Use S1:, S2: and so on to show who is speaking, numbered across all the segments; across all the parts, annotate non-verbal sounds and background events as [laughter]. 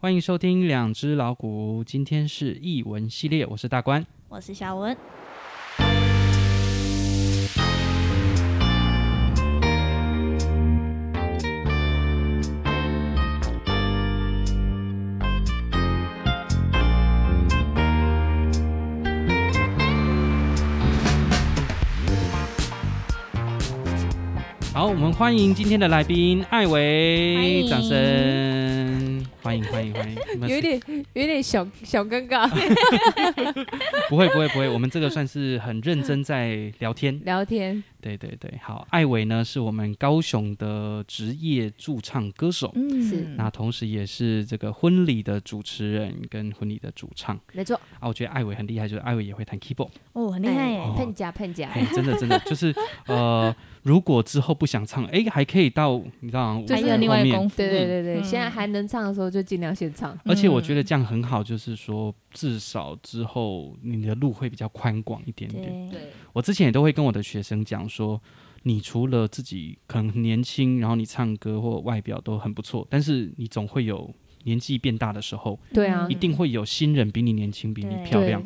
S1: 欢迎收听《两只老虎》，今天是译文系列，我是大关。
S2: 我是小文。
S1: 好，我们欢迎今天的来宾艾
S2: 欢
S1: 维，
S2: 迎
S1: 掌声！欢迎欢迎欢迎！你们
S3: 有一
S1: 是
S3: 点有一点小小尴尬，
S1: [laughs] 不会不会不会，我们这个算是很认真在聊天。
S3: 聊天
S1: 对对对，好，艾维呢是我们高雄的职业驻唱歌手，
S2: 嗯
S3: 是
S1: 那同时也是这个婚礼的主持人跟婚礼的主唱
S3: 没错，
S1: 啊。我觉得艾维很厉害，就是艾维也会弹 keyboard，
S2: 哦，
S3: 哎
S2: 很厉害耶！
S1: 哦
S3: 碰夹碰夹，
S1: 哎、真的真的就是呃，如果之后不想唱，哎、还可以到你知道，
S3: 就是
S2: 还有另外一
S1: 后
S2: 个
S1: 面
S2: 功夫，
S3: 对对对对，
S2: 嗯
S3: 现在还能唱的时候就尽量先唱，
S1: 而且我觉得这样很好，就是说至少之后你的路会比较宽广一点点。
S2: 对，
S1: 我之前也都会跟我的学生讲说，你除了自己可能很年轻，然后你唱歌或外表都很不错，但是你总会有年纪变大的时候，
S3: 对
S2: 嗯
S3: 啊
S1: 一，定会有新人比你年轻，比你
S2: 对
S1: 漂亮。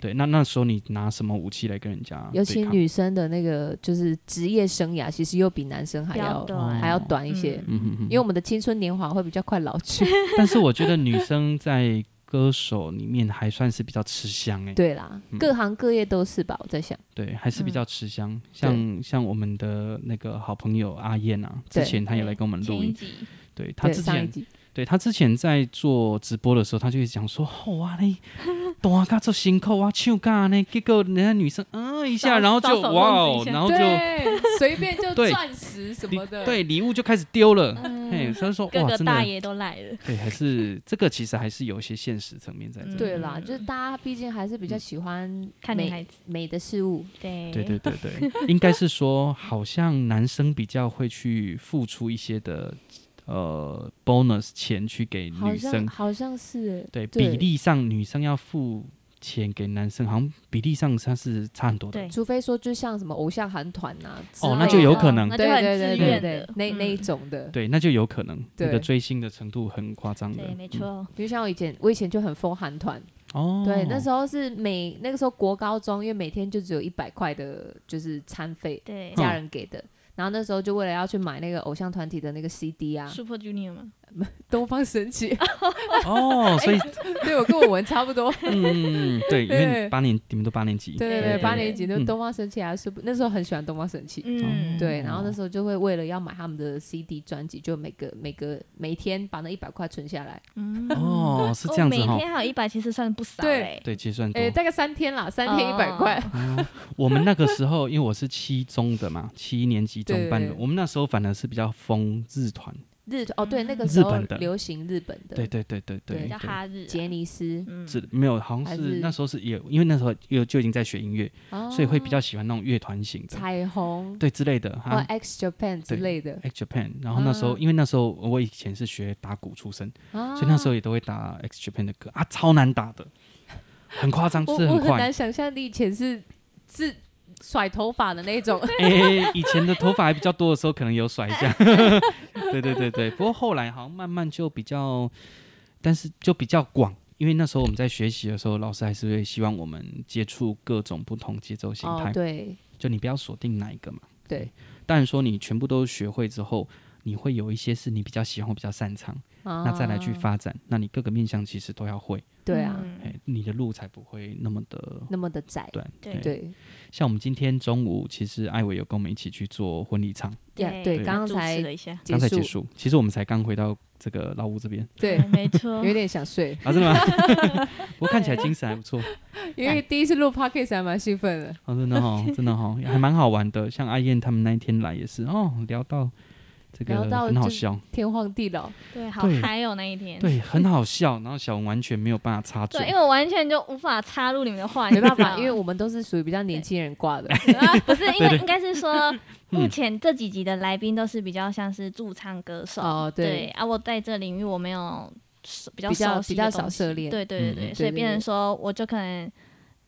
S1: 对，那那时候你拿什么武器来跟人家
S3: 尤
S1: 对
S3: 其
S1: 抗
S3: 女生的那个就是职业生涯，其实又比男生还
S2: 比较
S1: 哦
S3: 要
S2: 短
S3: 还要短一些，
S1: 嗯哼哼
S3: 因为我们的青春年华会比较快老
S1: [laughs]
S3: 去。
S1: 但是我觉得女生在歌手里面还算是比较吃香哎、
S3: 对啦，各行各业都是吧？我在想，
S1: 对，还是比
S3: 嗯
S1: 较吃香。像像我们的那个好朋友阿燕啊，之
S3: 对嗯
S1: 前她也来跟我们录
S2: 前一
S1: 音，
S2: 集
S1: 对她
S3: 对
S1: 之
S3: 上一
S1: 前
S3: 集，
S1: 对他之前在做直播的时候，他就会讲说：“哦哇
S3: [laughs]
S1: 嘞，大家做辛苦啊，唱歌呢，结果人家女生嗯一下，
S2: 搔
S1: 然后就
S2: 搔首
S1: 哇
S2: 弄
S1: 哦，
S2: 姿一下
S1: 然后就
S3: 对，
S1: [laughs]
S3: 随便就
S1: 对
S3: 钻石什么的，
S1: 对礼物就开始丢了。
S3: 嗯
S1: 嘿，他就说
S2: 嗯各
S1: 哇，
S2: 个
S1: 真
S2: 大
S1: 的
S2: 爷都来了，
S1: 对，还是这个其实还是有一些现实层面在这。
S2: 嗯
S3: 对啦，就是大家毕竟还是比
S1: 嗯
S3: 较喜欢
S2: 看女
S3: 美
S2: 孩子，
S3: 美的事物，
S2: 对
S1: 对对对
S3: [laughs]
S1: 对，应该是说，好像男生比较会去付出一些的呃 bonus 钱去给
S3: 好
S1: 女
S3: 像
S1: 生，
S3: 好像是
S1: 对
S3: 对
S1: 比例上女生要付钱给男生，好像比例上它是差很多的。
S2: 对
S3: 除非说就像什么偶像韩团呐之类
S1: 哦
S3: 的，
S1: 那就有可能
S2: 那
S3: 对
S2: 就
S3: 对
S2: 很
S3: 对
S2: 自
S3: 对
S2: 愿
S3: 对
S2: 的，，
S3: 那那一
S2: 嗯
S3: 种的。
S1: 对，那就有可能那
S3: 对
S1: 个追星的程度很夸张的。
S2: 对，没
S1: 嗯。
S2: 错，
S3: 就像我以前，我以前就很疯韩团，
S1: 哦，
S3: 对，那时
S1: 候
S3: 候是每那个时候国高中，因为每天就只有一百块的，就是餐费，
S2: 对
S3: 家人给的。然后那时候就为了要去买那个偶像团体的那个 CD
S1: 嗯
S3: 啊，
S2: ，Super Junior 嘛，
S3: 东方神起， [laughs]
S1: 哦，所以
S3: 对我跟我们差不 [laughs] 多，
S1: 嗯，对，因为
S3: 对
S1: 八年你们都八年级，
S2: 对
S3: 对对
S2: 对
S3: 对，
S2: 对
S3: 八年级的
S1: 嗯
S3: 东方神起啊，是不那时候很喜欢东方神起，
S1: 哦
S2: 嗯，
S3: 对，然后那时候就会为了要买他们的 CD 专辑，就每个每个每天把那一百块存下来，
S2: 嗯，
S1: 哦，是
S2: 哦
S1: 这样子
S2: 每
S1: 哈。
S2: 天还有一百，其实算不少
S3: 对
S2: 嘞，
S1: 对，结算多
S3: 哎、。大概三天啦，三天
S2: 哦
S3: 一百块，
S1: 我们那个时候，因为我是七中的
S3: [laughs]
S1: 嘛，七年级中班的
S3: 对，
S1: 我们那时候反而是比较疯日团。
S3: 日哦对，那个时
S1: 日
S3: 候
S1: 本的
S3: 流行日本的，
S1: 对对对对
S3: 对
S1: 对
S2: 叫
S1: 对，
S2: 哈日啊，
S3: 杰尼斯，
S2: 嗯，
S1: 是没有，好像
S3: 还
S1: 是
S3: 是
S1: 那时候是有，因为那时候有就已经在学音乐，
S3: 哦
S1: 所以会比较喜欢那种乐团型的，
S3: 彩虹
S1: 对之类的
S3: 或
S1: 哈。
S3: X Japan 之
S1: 对
S3: 类的，
S1: X Japan，然后那时候，
S3: 哦嗯啊
S1: 因为那时候我以前是学打鼓出身，
S3: 所
S1: 所以那时候也都会打 X Japan 的歌啊，超难打的，很夸张，就
S3: 我
S1: 是
S3: 我很
S1: 快
S3: 难。想象你以前是是甩头发的那
S1: [laughs]
S3: 种，
S1: 哎、以前的头发还比较多的时候，可能有甩一下。 [laughs] 对对对对，不过后来好像慢慢就比较，但是就比较广，因为那时候我们在学习的时候，老师还是会希望我们接触各种不同节奏形态，
S3: 哦对
S1: 就你不要锁定哪一个嘛。
S3: 对，
S1: 当然说你全部都学会之后，你会有一些是你比较喜欢、或比较擅长，那
S3: 那
S1: 再来去发展，那你各个面向其实都要会。
S3: 哦对啊，
S2: 嗯
S1: 哎、你的路才不会那么的
S3: 那么的窄，
S1: 短。
S2: 对
S1: 哎
S3: 对
S1: 像我们今天中午，其实艾伟有跟我们一起去做婚礼场，
S3: 呀对，
S1: 对
S3: 刚
S2: 主持
S3: 才
S2: 了一下，
S1: 刚才结
S3: 结，
S1: 束。其实我们才刚回到这个老屋这边
S3: 对
S2: 嗯， [laughs] 没错，
S3: 有点想睡，
S1: 啊，真的吗？不过看起来精神还不错，
S3: 因为第一次录 podcast 还蛮兴奋的，
S1: 哦，真的哈、哦，真的哈、哦，还蛮好玩的。像阿燕他们那一天来也是哦，聊到这个
S3: 聊到
S1: 很好
S3: 就
S1: 笑，
S3: 天荒地老，
S2: 对，好
S1: 对
S2: 嗨哦那一天，
S1: 对，很好笑。然后小文完全没有办法插
S2: 对，
S1: 嘴
S2: 因，为我完全就无法插入你们的话，
S3: [laughs] 没办
S2: 你知道吗
S3: 法，因为我们都是属于比较年轻人挂的，
S2: 不是，
S3: [laughs]
S2: 因为应该是说，
S3: 嗯
S2: 目前这几集的来宾都是比较像是驻唱歌手。
S3: [laughs] 哦对
S2: 对啊，我在这领域我没有熟比较
S3: 比较
S2: 熟悉
S3: 比
S2: 的
S3: 较
S2: 东
S3: 少
S2: 西
S3: 涉猎，
S2: 对对对对，
S3: 嗯
S2: 所以
S3: 对对
S2: 变成说，我就可能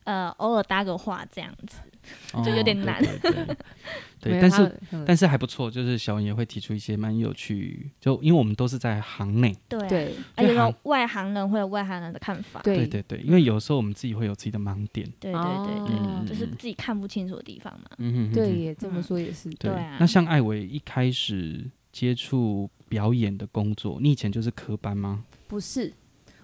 S2: 呃偶尔搭个话这样子。
S1: 哦
S2: 就有点难
S1: 对对对
S3: 没
S1: 对，
S3: 有
S1: 但
S3: 他
S1: 是
S3: 嗯
S1: 但是还不错，就是小文也会提出一些蛮有趣，就因为我们都是在行内，
S2: 对啊
S3: 对
S2: 而且
S1: 对
S2: 有
S1: 行
S2: 外行人会有外行人的看法，
S3: 对
S1: 对对对，因为有时候我们自己会有自己的盲点，
S2: 对对对对，
S1: 哦
S2: 就是自己看不清楚的地方嘛。
S1: 嗯哼哼哼
S3: 对耶，这么
S2: 嗯
S3: 说也是，
S1: 对
S2: 对啊
S1: 那像艾维一开始接触表演的工作，你以前就是科班吗？
S3: 不是。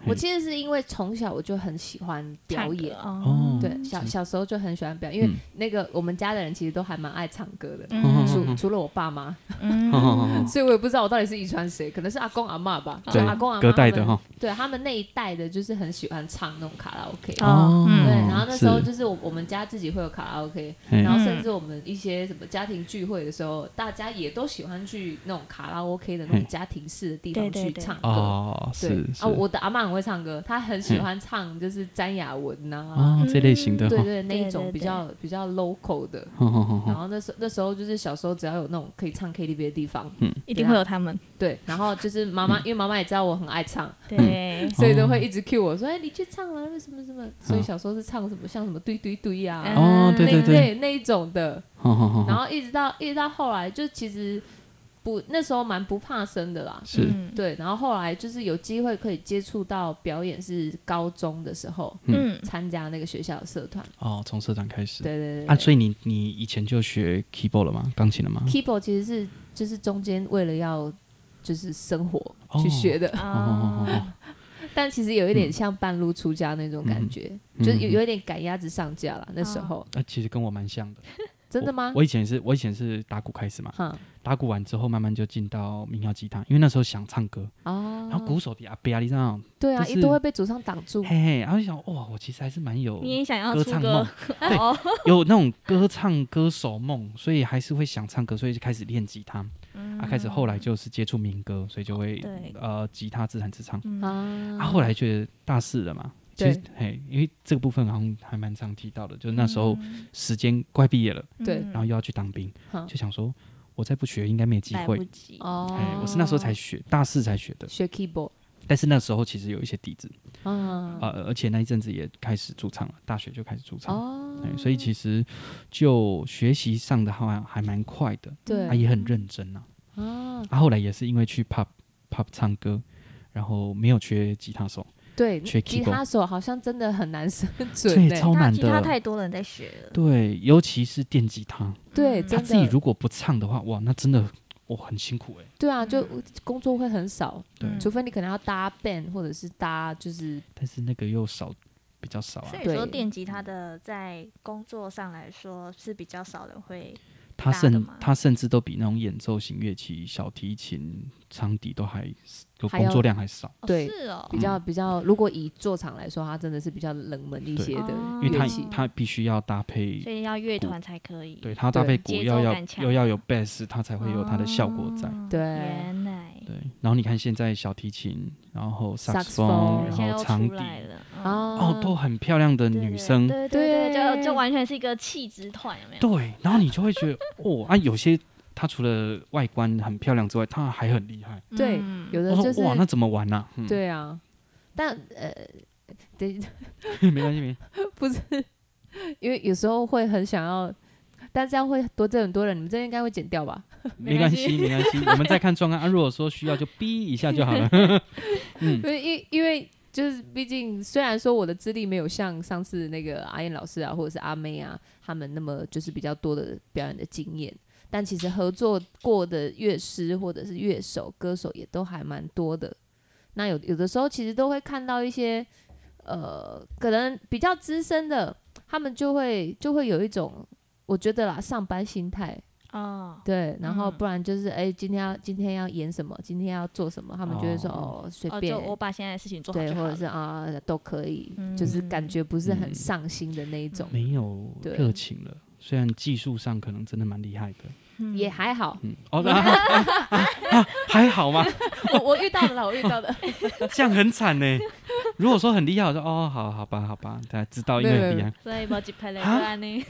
S3: 我
S1: 嘿
S3: 其实是因为从小我就很喜欢表
S2: 唱歌
S3: 演，
S2: 哦，
S3: [laughs] 对，小小时候就很喜欢表演，因为
S1: 嗯
S3: 那个我们家的人其实都还蛮爱唱歌的，
S1: 嗯
S3: 除除了我爸妈，
S2: 嗯
S1: 好好好好，
S3: [laughs] 所以我也不知道我到底是遗传谁，可能是阿公阿妈吧，就
S1: 对
S3: 阿公阿妈
S1: 隔代的哈，
S3: 对他们那一代的，就是很喜欢唱那种卡拉 OK。
S2: 哦嗯
S3: 对，然后那时候就是我我们家自己会有卡拉 OK，
S1: 嘿
S3: 然后甚至我们一些什么家庭聚会的时候，大家也都喜欢去那种卡拉 OK 的那种
S1: 嘿
S3: 家庭式的地
S2: 对
S3: 方
S2: 对
S3: 去
S2: 对
S3: 唱歌。
S1: 哦，
S3: 对
S1: 是是
S3: 啊，我的阿妈很会唱歌，她很喜
S1: 嘿
S3: 欢唱就是詹雅文啊呐、
S1: 哦这类型的
S3: 嗯对
S1: 哈，
S3: 对，那一
S2: 对
S3: 种
S2: 对
S3: 比
S2: 对
S3: 较比较 local 的。
S1: 好好好
S3: 然
S1: 好，
S3: 后那时候那时候就是小时候，只要有那种可以唱 KTV 的地方，
S2: 一定会有他们。
S3: [laughs] 对，然后就是妈妈，因为妈妈也知道我很爱唱，
S2: 对，
S3: 所以都会一直 cue 我说：“哎，你去唱啊，什么什么。”所以小时候是唱什么像什么堆堆堆呀、
S2: 嗯
S1: 哦，对对
S3: 那
S1: 对，
S3: 那那一种的。
S1: 好好好
S3: 然
S1: 好，
S3: 后一直到一直到后来，就其实不那时候蛮不怕生的啦。
S1: 是
S2: 嗯
S3: 对，然后后来就是有机会可以接触到表演，是高中的时候
S2: 嗯，
S3: 参加那个学校的社团。
S1: 哦，从社长开始，
S3: 对对对
S1: 啊，
S3: 对
S1: 所以你你以前就学 keyboard 了吗？钢琴了吗？
S3: keyboard 其实是就是中间为了要就是生活
S1: 哦
S3: 去学
S2: [laughs]
S3: 的，嗯
S2: 哦，
S3: 但其实有一点像半路出家那种感觉，
S1: 嗯
S3: 就是有有一点赶鸭子上架啦。那时候、
S1: 那啊其实跟我蛮像的，
S3: 真的吗
S1: 我？我以前是，我以前是打鼓开始嘛，
S3: 哈
S1: 打鼓完之后慢慢就进到民谣吉他，因为那时候想唱歌，
S3: 哦，
S1: 然后鼓手比阿贝阿丽这样，
S3: 对啊，
S1: 就
S3: 一
S1: 是
S3: 都会被祖上挡住。
S1: 嘿嘿，然后就想哇，我其实还是蛮有
S2: 你也想要
S1: 歌
S2: 出
S1: 唱
S2: 歌
S1: 梦，
S2: [laughs] 哦？
S1: 有那种歌唱歌手梦，所以还是会想唱歌，所以就开始练吉他，
S2: 嗯
S1: 啊，开始后来就是接触民歌，所以就会
S2: 对
S1: 呃吉他自弹自唱，
S2: 哦嗯
S1: 啊，
S3: 啊
S1: 后来觉得大四了嘛。其实
S3: 对，
S1: 嘿，因为这个部分好像还蛮常提到的，就是那时候
S2: 嗯
S1: 时间快毕业了，
S3: 对
S2: 嗯
S1: 然后又要去当兵，
S3: 哈
S1: 就想说，我再不学应该没机
S2: 来
S1: 会
S2: 不。及
S1: 哎
S3: 哦，，
S1: 我是那时候才学，大四才学的，
S3: 学 keyboard
S1: 但是那时候其实有一些底子，
S3: 啊，
S1: 呃，而且那一阵子也开始驻唱了，大学就开始驻唱，
S3: 哦
S1: 哎，所以其实就学习上的话还蛮快的，
S3: 对
S1: 啊，也很认真呐、
S3: 啊，
S1: 啊。后来也是因为去 pub pub 唱歌，然后没有缺吉他手，
S3: 对，
S1: 学
S3: 吉
S1: keyboard
S3: 他手好像真的很难生
S1: 这
S3: 存欸
S1: 也
S3: 呢。
S1: 超
S2: 那
S1: 难
S2: 吉他
S1: 的。
S2: 太多人在学了，
S1: 对，尤其是电吉他，
S3: 对
S2: 嗯
S1: 他
S3: 真
S1: 自己
S3: 的
S1: 如果不唱的话，哇，那真的我很辛苦哎、
S3: 对啊，就工作会很少，
S1: 对，
S2: 嗯
S3: 除非你可能要搭 band 或者是搭就是
S1: 但是那个又少，比较少啊
S2: 所。以
S3: 对
S2: 说电吉他的在工作上来说是比较少人会，
S1: 他
S2: 大的
S1: 甚
S2: 吗
S1: 他甚至都比那种演奏型乐器，小提琴、长笛都还有
S3: 还要
S1: 工作量还少，
S2: 哦
S3: 对
S2: 是哦，
S3: 比
S1: 嗯
S3: 较比较，如果以做场来说，它真的是比较冷门一
S1: 对
S3: 些的
S2: 哦
S1: 因为
S3: 乐
S1: 他
S3: 器。
S1: 他必须要搭配
S2: 所以要乐团才可以，
S1: 对他搭配鼓
S2: 节
S1: 要
S2: 奏
S1: 要
S2: 感强
S1: 又要有 bass，它才会有它的效果在。
S2: 哦
S3: 对
S2: 原来
S1: 对，然后你看现在小提琴，然后萨克斯
S3: Saxophone，
S1: 风，
S2: 现在
S1: 然
S2: 又
S1: 后长
S2: 出
S1: 笛，
S2: 来了嗯
S1: 哦，都
S3: 哦，
S1: 很漂亮的
S2: 对对
S1: 女生。
S2: 对对对，
S3: 对
S2: 就就完全是一个气质团，有没有？
S1: 对，然后你就会觉得哦啊，有些她除了外观很漂亮之外，她还很厉害。
S3: 对
S2: 嗯
S3: 有的
S1: 我说
S3: 就是
S1: 哦哇，那怎么玩呢？嗯，
S3: 对啊，但呃，对，
S1: 没关系，没关系
S3: 不是， [laughs] 因为有时候会很想要，但这样会多这很多人，你们这边应该会剪掉吧？
S1: 没关系，没关系， [laughs] 我们再看状况。啊，如果说需要就逼一下就好了。
S3: 因为因因为就是毕竟虽然说我的资历没有像上次那个阿燕老师啊，或者是阿妹啊他们那么就是比较多的表演的经验，但其实合作过的乐师或者是乐手、歌手也都还蛮多的。那有有的时候其实都会看到一些呃，可能比较资深的，他们就会就会有一种我觉得啦上班心态。
S2: 哦，
S3: 对，然后
S2: 嗯
S3: 不然就是哎、今天要今天要演什么，今天要做什么，他们就会说
S1: 哦
S3: 哦随
S2: 哦，
S3: 便、
S2: 就我把现在的事情做好
S3: 对，
S2: 就好
S3: 或
S2: 了，
S3: 者是啊、都可以，
S1: 嗯
S3: 就是感觉不是很上心的那一种，
S1: [laughs] 没有
S3: 对
S1: 热情了，虽然技术上可能真的蛮厉害的。。
S2: 嗯
S3: 也还好
S1: 嗯，哦，啊啊啊啊还好吗？
S3: 我我遇到的啦，我遇到的，
S1: 这样很惨呢。如果说很厉害，我说哦，好好吧，好吧，大家知道因为很厉害，
S2: 所以无一拍来
S1: 啊
S2: 安呢，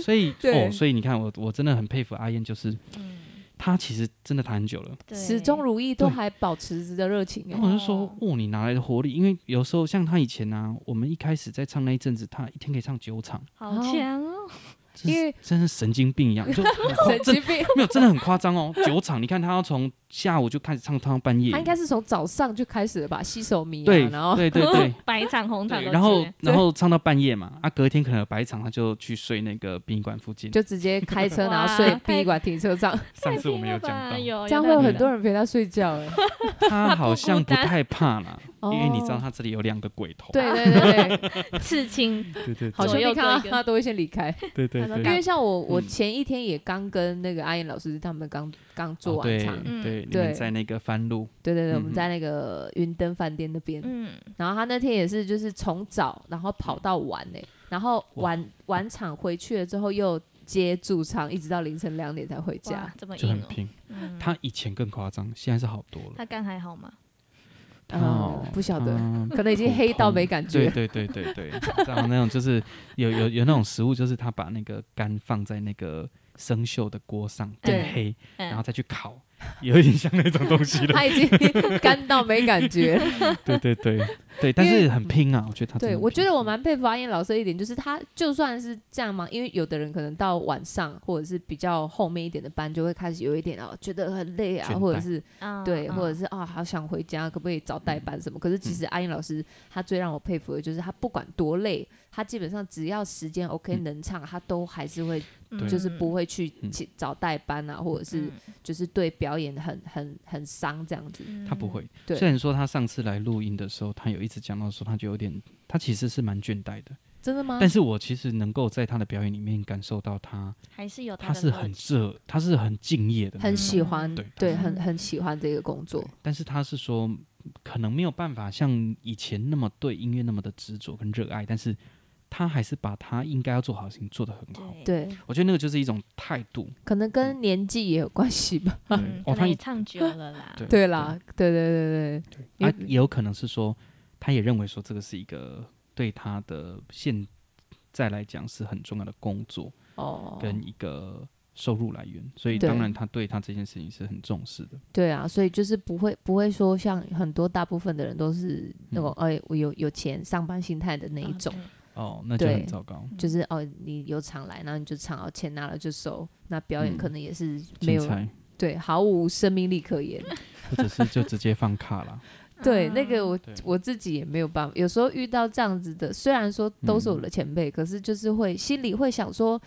S1: 所以
S3: 对
S1: 哦，所以你看我，我真的很佩服阿燕，就是
S2: 嗯，
S1: 她其实真的弹很久了。
S2: 对
S3: 始终如一，都
S1: 对
S3: 还保持着热情
S1: 然
S3: 哎。
S1: 后我就说
S2: 哦，
S1: 哦，你哪来的活力？因为有时候像她以前啊，我们一开始在唱那一阵子，她一天可以唱九场，
S2: 好强哦，
S1: 真
S3: 因
S1: 是
S3: 为
S1: 真是神经病一 [laughs] 样，就很夸
S3: 欸神
S1: 真
S3: 经病，
S1: 没有真的很夸张哦。酒厂，你看他要从下午就开始唱，唱到半夜
S3: 他。应该是从早上就开始了吧，吸手迷
S1: 对
S3: 啊，然后
S1: 对
S3: [laughs]
S1: 对对，
S2: 白场红场
S1: 对
S2: 都去
S1: 然后
S2: 了
S1: 然后唱到半夜嘛，啊，隔天可能有白场，他就去睡那个殡仪馆附
S3: [laughs]
S1: 近。
S3: 就直接开车，
S2: 哇
S3: 然后睡
S2: 太
S3: 殡仪馆停车场，
S1: 上次我们有
S2: 太拼
S1: 讲
S2: 了吧
S1: 到，
S2: 有
S3: 这样会有很多
S2: 人
S3: 人陪他睡觉
S2: [laughs]
S3: 哎。
S1: 他好像不
S2: 他不孤单
S1: 太怕啦，
S3: 哦
S1: 因为你知道他这里有两个鬼头。
S3: 对对对
S1: [laughs]
S3: 对，
S2: 刺青，
S1: 对对
S3: 好
S2: 左
S3: 兄
S2: 右
S3: 弟看到
S2: 各一个
S3: 他都会先离开，
S1: 对对对
S2: 他说
S3: 因
S1: 对
S3: 为像我，我
S1: 嗯
S3: 前一天也刚跟那个阿燕老师他们刚刚做
S1: 哦
S3: 完
S1: 对
S3: 场，
S2: 嗯
S1: 对，你
S3: 对
S1: 们在那个番路，
S3: 对对对，我
S1: 嗯
S3: 们
S1: 哼
S3: 在那个云登饭店那边，
S2: 嗯，
S3: 然后他那天也是就是从早然后跑到晚呢、然后晚晚场回去了之后又接驻唱，一直到凌晨两点才回
S2: 哇
S3: 家，，
S2: 这么
S1: 就
S2: 硬
S1: 很
S2: 哦。
S1: 拼。
S2: 嗯
S1: 他以前更夸张，现在是好多了。
S2: 他干还好吗？
S1: 他
S3: 嗯
S1: 哦
S3: 不晓得
S1: 他
S3: 可能已经黑到没感觉。
S1: 对对对对对，然后那种就是有有有那种食物，就是他把那个肝放在那个生锈的锅上
S3: 对
S1: 变黑，然后
S2: 嗯，
S1: 再去烤，有一点像那种东西了。
S3: [laughs] 他已经干到没感
S1: [laughs]
S3: 觉。
S1: 对对对对，但是很拼啊，我觉得他真的
S3: 对，
S1: 很
S3: 我觉
S1: 拼
S3: 得我蛮佩服阿燕老师的一点，就是他就算是这样嘛，因为有的人可能到晚上或者是比较后面一点的班，就会开始有一点哦，觉得很累啊，
S1: 倦怠
S3: 或者是
S1: 嗯
S2: 啊
S3: 对，
S2: 啊
S3: 或者是啊、好想回家，可不可以早代班什么？可是
S1: 嗯
S3: 其实阿英老师他最让我佩服的就是他不管多累，他基本上只要时间 OK
S1: 嗯
S3: 能唱，他都还是会
S1: 对
S3: 就是
S2: 嗯
S3: 不会去
S1: 嗯
S3: 起早代班啊，或者是就是对表演很很很伤这样子。
S2: 嗯
S1: 他不会。
S3: 对
S1: 虽然说他上次来录音的时候，他有一直讲到说他就有点，他其实是蛮倦怠的。
S3: 真的吗
S1: 但？是我其实能够在他的表演里面感受到
S3: 哦
S1: 他，
S2: 还是有
S1: 他
S2: 的
S1: 是
S2: 乐
S1: 很
S2: 趣
S1: 热，他是很敬业的那种，
S3: 很喜欢，
S1: 嗯对
S3: 对，
S2: 他是
S3: 很很喜欢这个工作。
S1: 但是他是说，可能没有办法像以前那么对音乐那么的执着跟热爱，但是他还是把他应该要做好的事情做得很好。
S2: 对，嗯
S3: 对，
S1: 我觉得那个就是一种态度。
S3: 可能
S1: 嗯
S3: 跟年纪也有关系吧。
S1: 对
S2: 嗯，
S1: 哦，
S2: 可
S1: 他
S2: 能
S1: 也
S2: 也唱久了啦，啊
S1: 对
S3: [laughs] 对啦，对对对对，
S1: 啊，也有可能是说，他也认为说这个是一个对他的现在来讲是很重要的工作
S3: 哦，
S1: 跟一个收入来源，所以
S3: 对
S1: 当然他对他这件事情是很重视的。
S3: 对啊，所以就是不会不会说像很多大部分的人都是
S1: 嗯
S3: 那种哎、我有有钱上班心态的那一
S2: 啊
S3: 种，
S2: 对嗯
S1: 哦，那就
S3: 对
S1: 很糟糕。
S3: 就是哦你有场来，然后你就唱，哦钱拿了就收，那表演
S1: 嗯
S3: 可能也是
S1: 精
S3: 没有、
S1: 彩，
S3: 对毫无生命力可
S2: [laughs]
S3: 言。
S1: 或者是就直接放卡了。
S3: 对，
S2: 啊
S3: 那个我
S1: 对
S3: 我自己也没有办法，有时候遇到这样子的，虽然说都
S1: 嗯
S3: 是我的前辈，可是就是会心里会想说，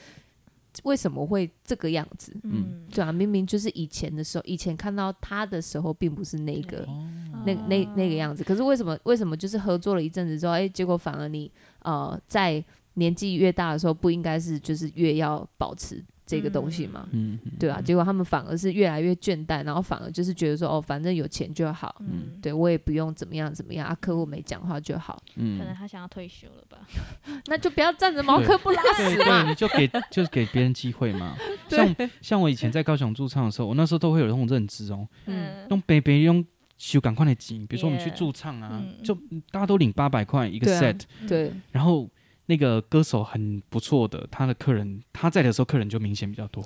S3: 为什么会这个样子？
S2: 嗯，
S3: 对啊，明明就是以前的时候，以前看到他的时候，并不是那
S2: 对
S3: 个
S1: 哦，
S3: 那那那个
S2: 哦
S3: 样子。可是为什么为什么就是合作了一阵子之后，哎、结果反而你呃在年纪越大的时候，不应该是就是越要保持这个东西吗？
S1: 嗯，
S3: 对啊，结果他们反而是越来越倦怠，然后反而就是觉得说哦，反正有钱就好，
S2: 嗯，
S3: 对我也不用怎么样怎么样啊，客户没讲话就好，
S1: 嗯
S2: 可能他想要退休了吧，
S3: 那就不要站着茅坑
S2: [laughs]
S3: 不拉
S1: 对
S3: 屎
S1: 对，
S3: 嘛。
S1: 你就给就是给别人机会嘛。
S3: 对
S1: 像像我以前在高雄驻唱的时候，我那时候都会有那种认知哦，
S3: 嗯，
S2: 嗯，
S1: 用北北用修赶快的紧，比如说我们去
S2: Yeah
S1: 驻唱啊，
S2: 嗯
S1: 就大家都领八百块一个
S3: 对啊
S1: set，、
S3: 对
S1: 然后那个歌手很不错的，他的客人他在的时候客人就明显比较多、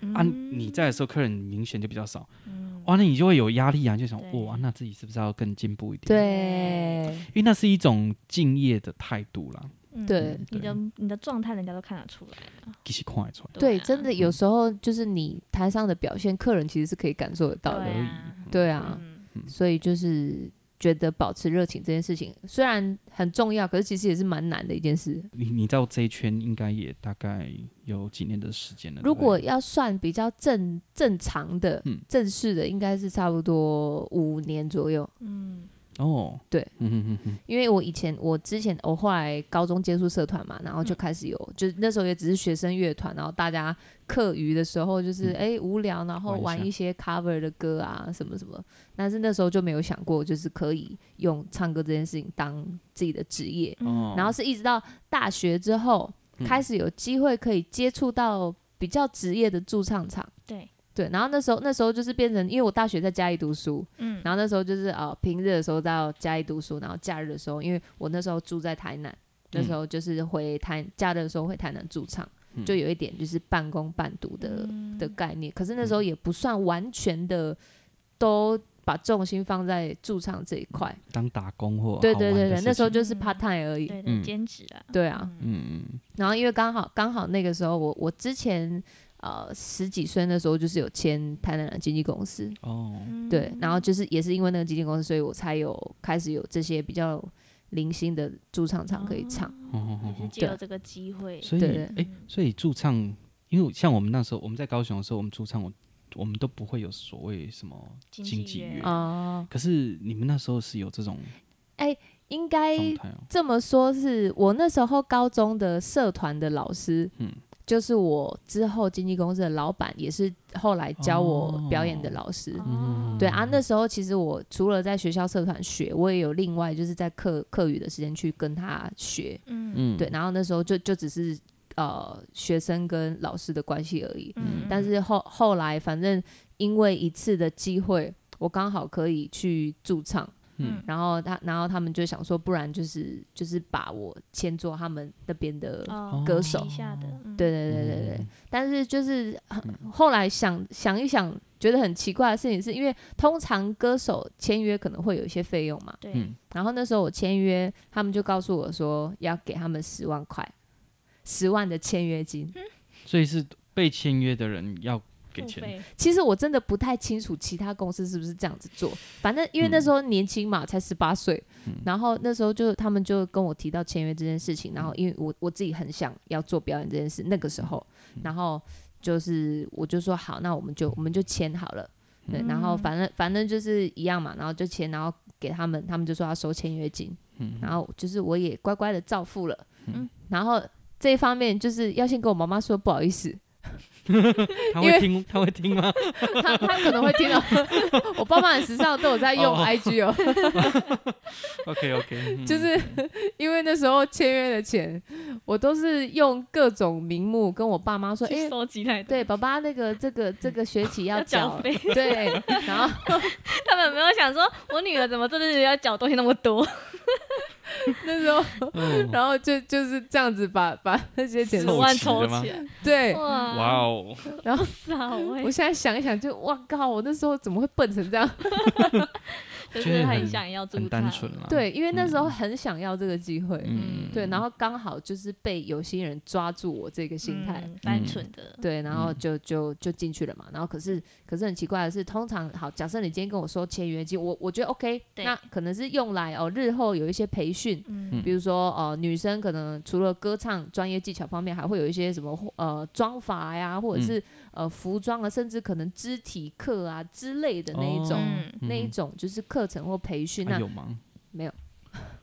S2: 嗯
S1: 啊，你在的时候客人明显就比较少，
S2: 嗯
S1: 哇，那你就会有压力啊，就想
S2: 对
S1: 哇，那自己是不是要更进步一点？，
S3: 对
S1: 因为那是一种敬业的态度啦，
S2: 嗯
S3: 对
S2: 你的你的状态人家都看得出来啊，
S1: 其实看得出来。
S3: 对，
S2: 啊
S3: 真的有时候就是你台上的表现，客人其实是可以感受得到的
S2: 对。啊
S3: 对啊，
S2: 嗯
S3: 所以就是觉得保持热情这件事情虽然很重要，可是其实也是蛮难的一件事。
S1: 你你在这一圈应该也大概有几年的时间了。
S3: 如
S1: 对不
S3: 果
S1: 对
S3: 要算比较正正常的、
S1: 嗯
S3: 正式的，应该是差不多五年左右。
S2: 嗯
S1: 哦，
S3: 对，
S1: 嗯嗯嗯嗯，
S3: 因为我以前我之前我后来高中接触社团嘛，然后就
S1: 嗯
S3: 开始有，就是那时候也只是学生乐团，然后大家课余的时候就是哎、无聊，然后
S1: 嗯玩一
S3: 玩
S1: 下
S3: 一些 cover 的歌啊什么什么，但是那时候就没有想过就是可以用唱歌这件事情当自己的职业，
S1: 哦
S3: 然后是一直到大学之后
S1: 嗯
S3: 开始有机会可以接触到比较职业的驻唱场。
S2: 对，
S3: 对，然后那时候那时候就是变成，因为我大学在家里读书，
S2: 嗯，
S3: 然后那时候就是呃，平日的时候到家里读书，然后假日的时候，因为我那时候住在台南，那时候就是回台假日的时候回台南驻唱，
S1: 嗯
S3: 就有一点就是半工半读的、
S2: 嗯
S3: 的概念。可是那时候也不算完全的都把重心放在驻唱这一块。
S1: 当打工或
S3: 对
S1: 嗯好
S3: 对
S1: 玩
S3: 对
S1: 的
S3: 对，
S1: 事
S3: 那时候
S1: 情
S3: 就是 part time 而已。
S2: 对
S1: 嗯
S2: 对，兼职啊，
S3: 对啊，
S1: 嗯嗯
S3: 然后因为刚好刚好那个时候我我之前呃十几岁那时候就是有签台南的经纪公司，
S1: 哦，
S2: 嗯
S3: 对，然后就是也是因为那个经纪公司，所以我才有开始有这些比较零星的驻唱场可以唱。
S1: 哦哦哦
S2: 也是
S1: 哦
S2: 借
S3: 对
S2: 由这个机会，
S1: 所以
S3: 对
S1: 哎、所以驻唱，因为像我们那时候我们在高雄的时候，我们驻唱，我我们都不会有所谓什么
S2: 经
S1: 经
S2: 纪
S1: 纪
S2: 约
S1: 约，
S3: 哦，
S1: 可是你们那时候是有这种
S3: 应该
S1: 状态哦，
S3: 这么说是，我那时候高中的社团的老师，
S1: 嗯
S3: 就是我之后经纪公司的老板，也是后来教我表演的老师。
S1: 嗯
S2: 哦
S3: 对啊，那时候其实我除了在学校社团学，我也有另外就是在课课余的时间去跟他学。
S2: 嗯
S1: 嗯，
S3: 对，，然后那时候就就只是呃学生跟老师的关系而已。
S2: 嗯，
S3: 但是后后来反正因为一次的机会，我刚好可以去驻唱，
S1: 嗯
S3: 然后他然后他们就想说，不然就是就是把我签做他们那边的，
S2: 哦
S3: 歌手
S2: 旗下的，嗯
S3: 对对对对对。但是就是后来想想一想，觉得很奇怪的事情是，因为通常歌手签约可能会有一些费用嘛，
S2: 对
S1: 嗯，
S3: 然后那时候我签约，他们就告诉我说要给他们十万块，十万的签约金。
S1: 所以是被签约的人要给
S2: 付
S1: 钱，
S3: [laughs]
S2: 费，
S3: 其实我真的不太清楚其他公司是不是这样子做，反正因为那时候年轻嘛，才十八岁，然后那时候就他们就跟我提到签约这件事情，然后因为我我自己很想要做表演这件事，那个时候，然后就是我就说好，那我们就我们就签好了。对，然后反正反正就是一样嘛，然后就签，然后给他们，他们就说要收签约金，然后就是我也乖乖的照付了，
S2: 嗯
S3: 然后这一方面就是要先跟我妈妈说不好意思，
S1: 他会
S3: 因为
S1: 听他会听吗？ [laughs]
S3: 他他可能会
S2: [laughs]
S3: 听到，我爸妈很时尚，都有在用
S1: 哦
S3: IG 哦，
S2: 嗯
S1: OK OK，
S3: 就是因为那时候签约的钱，我都是用各种名目跟我爸妈说，哎、
S2: 去收集来的，
S3: 对，爸爸那个这个这个学期要
S2: 要
S3: 缴
S2: 缴，费。
S3: 对，然后
S2: 他们没有想说，我女儿怎么这次要缴东西那么
S3: [laughs]
S2: 多？
S3: 那时候，
S1: 嗯
S3: 然后就就是这样子把把那些钱
S2: 十
S1: 凑
S2: 万
S1: 齐
S2: 抽
S1: 的吗
S2: 起来，
S3: 对。
S2: 哇
S1: [laughs] 哇哦，
S2: 少哎
S3: 我，现在想一想就，哇靠！我那时候怎么会笨成这样？
S2: 嗯就
S1: 觉
S2: 是
S1: 得
S2: 很
S1: 很
S2: 想要住
S1: 很单纯啦，，
S3: 对，因为那时
S2: 嗯
S3: 候很想要这个机会，
S1: 嗯，
S3: 对，然后刚好就是被有心人抓住我这个心态，
S2: 嗯单
S1: 嗯
S2: 纯的，
S3: 对，然后就就就进去了嘛。然后可是可是很奇怪的是，通常好，假设你今天跟我说签约金，我我觉得 OK，
S2: 对
S3: 那可能是用来哦日后有一些培训，
S2: 嗯
S3: 比如说哦、呃女生可能除了歌唱专业技巧方面，还会有一些什么呃妆法呀，
S1: 嗯
S3: 或者是、呃服装啊，甚至可能肢体课啊之类的那一种。
S1: 哦
S2: 嗯
S3: 那一种就是课程或培训，
S1: 啊
S3: 那
S1: 有吗？
S3: 没有，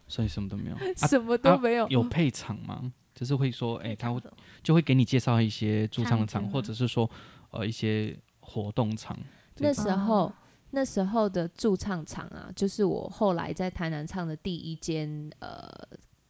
S1: 所以什么都没有，啊
S3: 什么都没有。
S1: 有配场吗？就是会说，哎、他会就会给你介绍一些驻唱
S2: 场
S1: 场，
S2: 子
S1: 或者是说呃一些活动场。
S3: 那
S1: 这种
S3: 时候
S2: 哦，
S3: 那时候的驻唱场啊，就是我后来在台南唱的第一间呃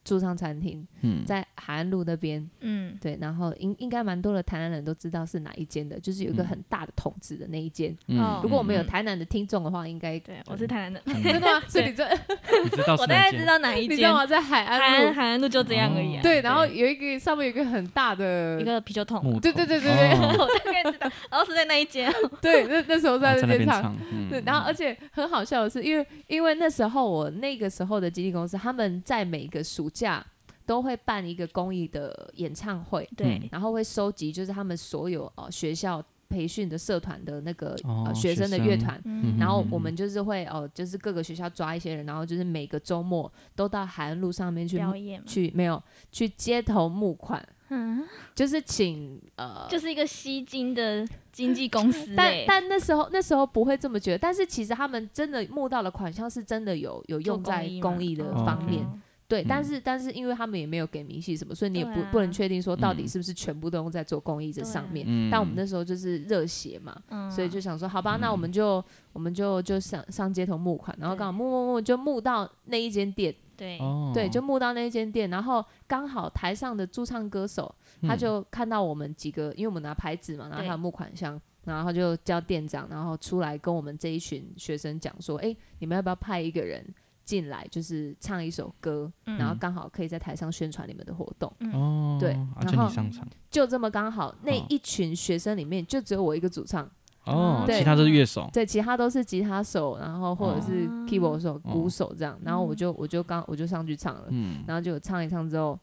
S3: 驻唱餐厅，
S1: 嗯，
S3: 在海岸路那边。
S2: [laughs] 嗯，
S3: 对，然后应应该蛮多的台南人都知道是哪一间的，就是有一个
S1: 嗯
S3: 很大的筒子的那一间。
S2: 哦
S3: 如果我们有
S1: 嗯
S3: 台南的听众的话，应
S2: [laughs]
S3: 该
S2: 对我是台南的，
S3: 真的吗？所以你这
S1: 嗯你知道
S2: 我
S1: 是哪
S2: 大概
S1: 一
S2: 知
S1: 间？
S2: 道 [laughs] 哪一
S3: 你知
S2: 间
S3: 道，吗？在海
S2: 海
S3: 岸
S2: 岸
S3: 路，
S2: 海岸路就这样而已啊，
S3: 对，然后有一个上面有一个很大的
S2: 一，个啤酒
S1: 木
S2: 桶
S1: 头
S2: 啊，
S3: 对对对对对
S1: 哦
S2: [laughs] 我大概知道，然后是在那一间，
S3: 对，那那时候在
S1: 哦在
S3: 那
S1: 那
S3: 边
S1: 边
S3: 唱。
S1: 唱，嗯
S3: 对，然后而且很好笑的是，因为因为那时候我那个时候的经纪公司，他们在每个暑假都会办一个公益的演唱会，
S1: 嗯
S2: 对，嗯
S3: 然后会收集就是他们所有呃学校培训的社团的那个、
S1: 哦
S3: 呃学
S1: 学
S3: 生的
S1: 生
S3: 乐团。
S1: 嗯
S3: 然后我们就是会哦、呃就是各个学校抓一些人，然后就是每个周末都到海岸路上面去
S2: 表演嘛，
S3: 去没有去街头募款，
S2: 嗯，
S3: 就是请
S2: [laughs]
S3: 呃
S2: 就是一个吸金的经纪公司
S3: 但
S2: 欸，
S3: 但那时候那时候不会这么觉得，但是其实他们真的募到了款项是真的有有
S2: 做
S3: 用在
S2: 嘛
S3: 公益的
S1: 嗯
S2: 哦
S3: 方面，
S2: 哦
S3: 对，但是但是因为他们也没有给明细什么，所以你也
S2: 对
S3: 不、
S2: 啊
S3: 不能确定说到底是不是全部都用在做公益这上面。
S1: 嗯
S3: 但我们那时候就是热血嘛，
S2: 啊嗯
S3: 所以就想说好吧，那我们就我们就就上上街头募款，然后
S2: 对
S3: 刚好募募募就募到那一间店，
S2: 对，
S1: 哦，
S3: 对，就募到那一间店，然后刚好台上的驻唱歌手他
S1: 嗯
S3: 就看到我们几个，因为我们拿牌子嘛，然后
S2: 对
S3: 还有募款箱，然后他就叫店长，然后出来跟我们这一群学生讲说，哎、你们要不要派一个人进来，就是唱一首歌，
S2: 嗯
S3: 然后刚好可以在台上宣传你们的活动。
S1: 哦，
S3: 对
S1: 啊
S3: 然
S1: 就
S3: 后
S1: 你上场，
S3: 就这么刚好，那
S1: 哦
S3: 一群学生里面就只有我一个主唱，
S1: 哦，
S3: 对
S1: 其他都是乐手，
S3: 对，其他都是吉他手，然后或者是
S2: 哦嗯
S3: keyboard 手、
S1: 哦
S3: 鼓手这样。然后我就我就刚我就上去唱了，
S1: 嗯，
S3: 然后就唱一唱之后，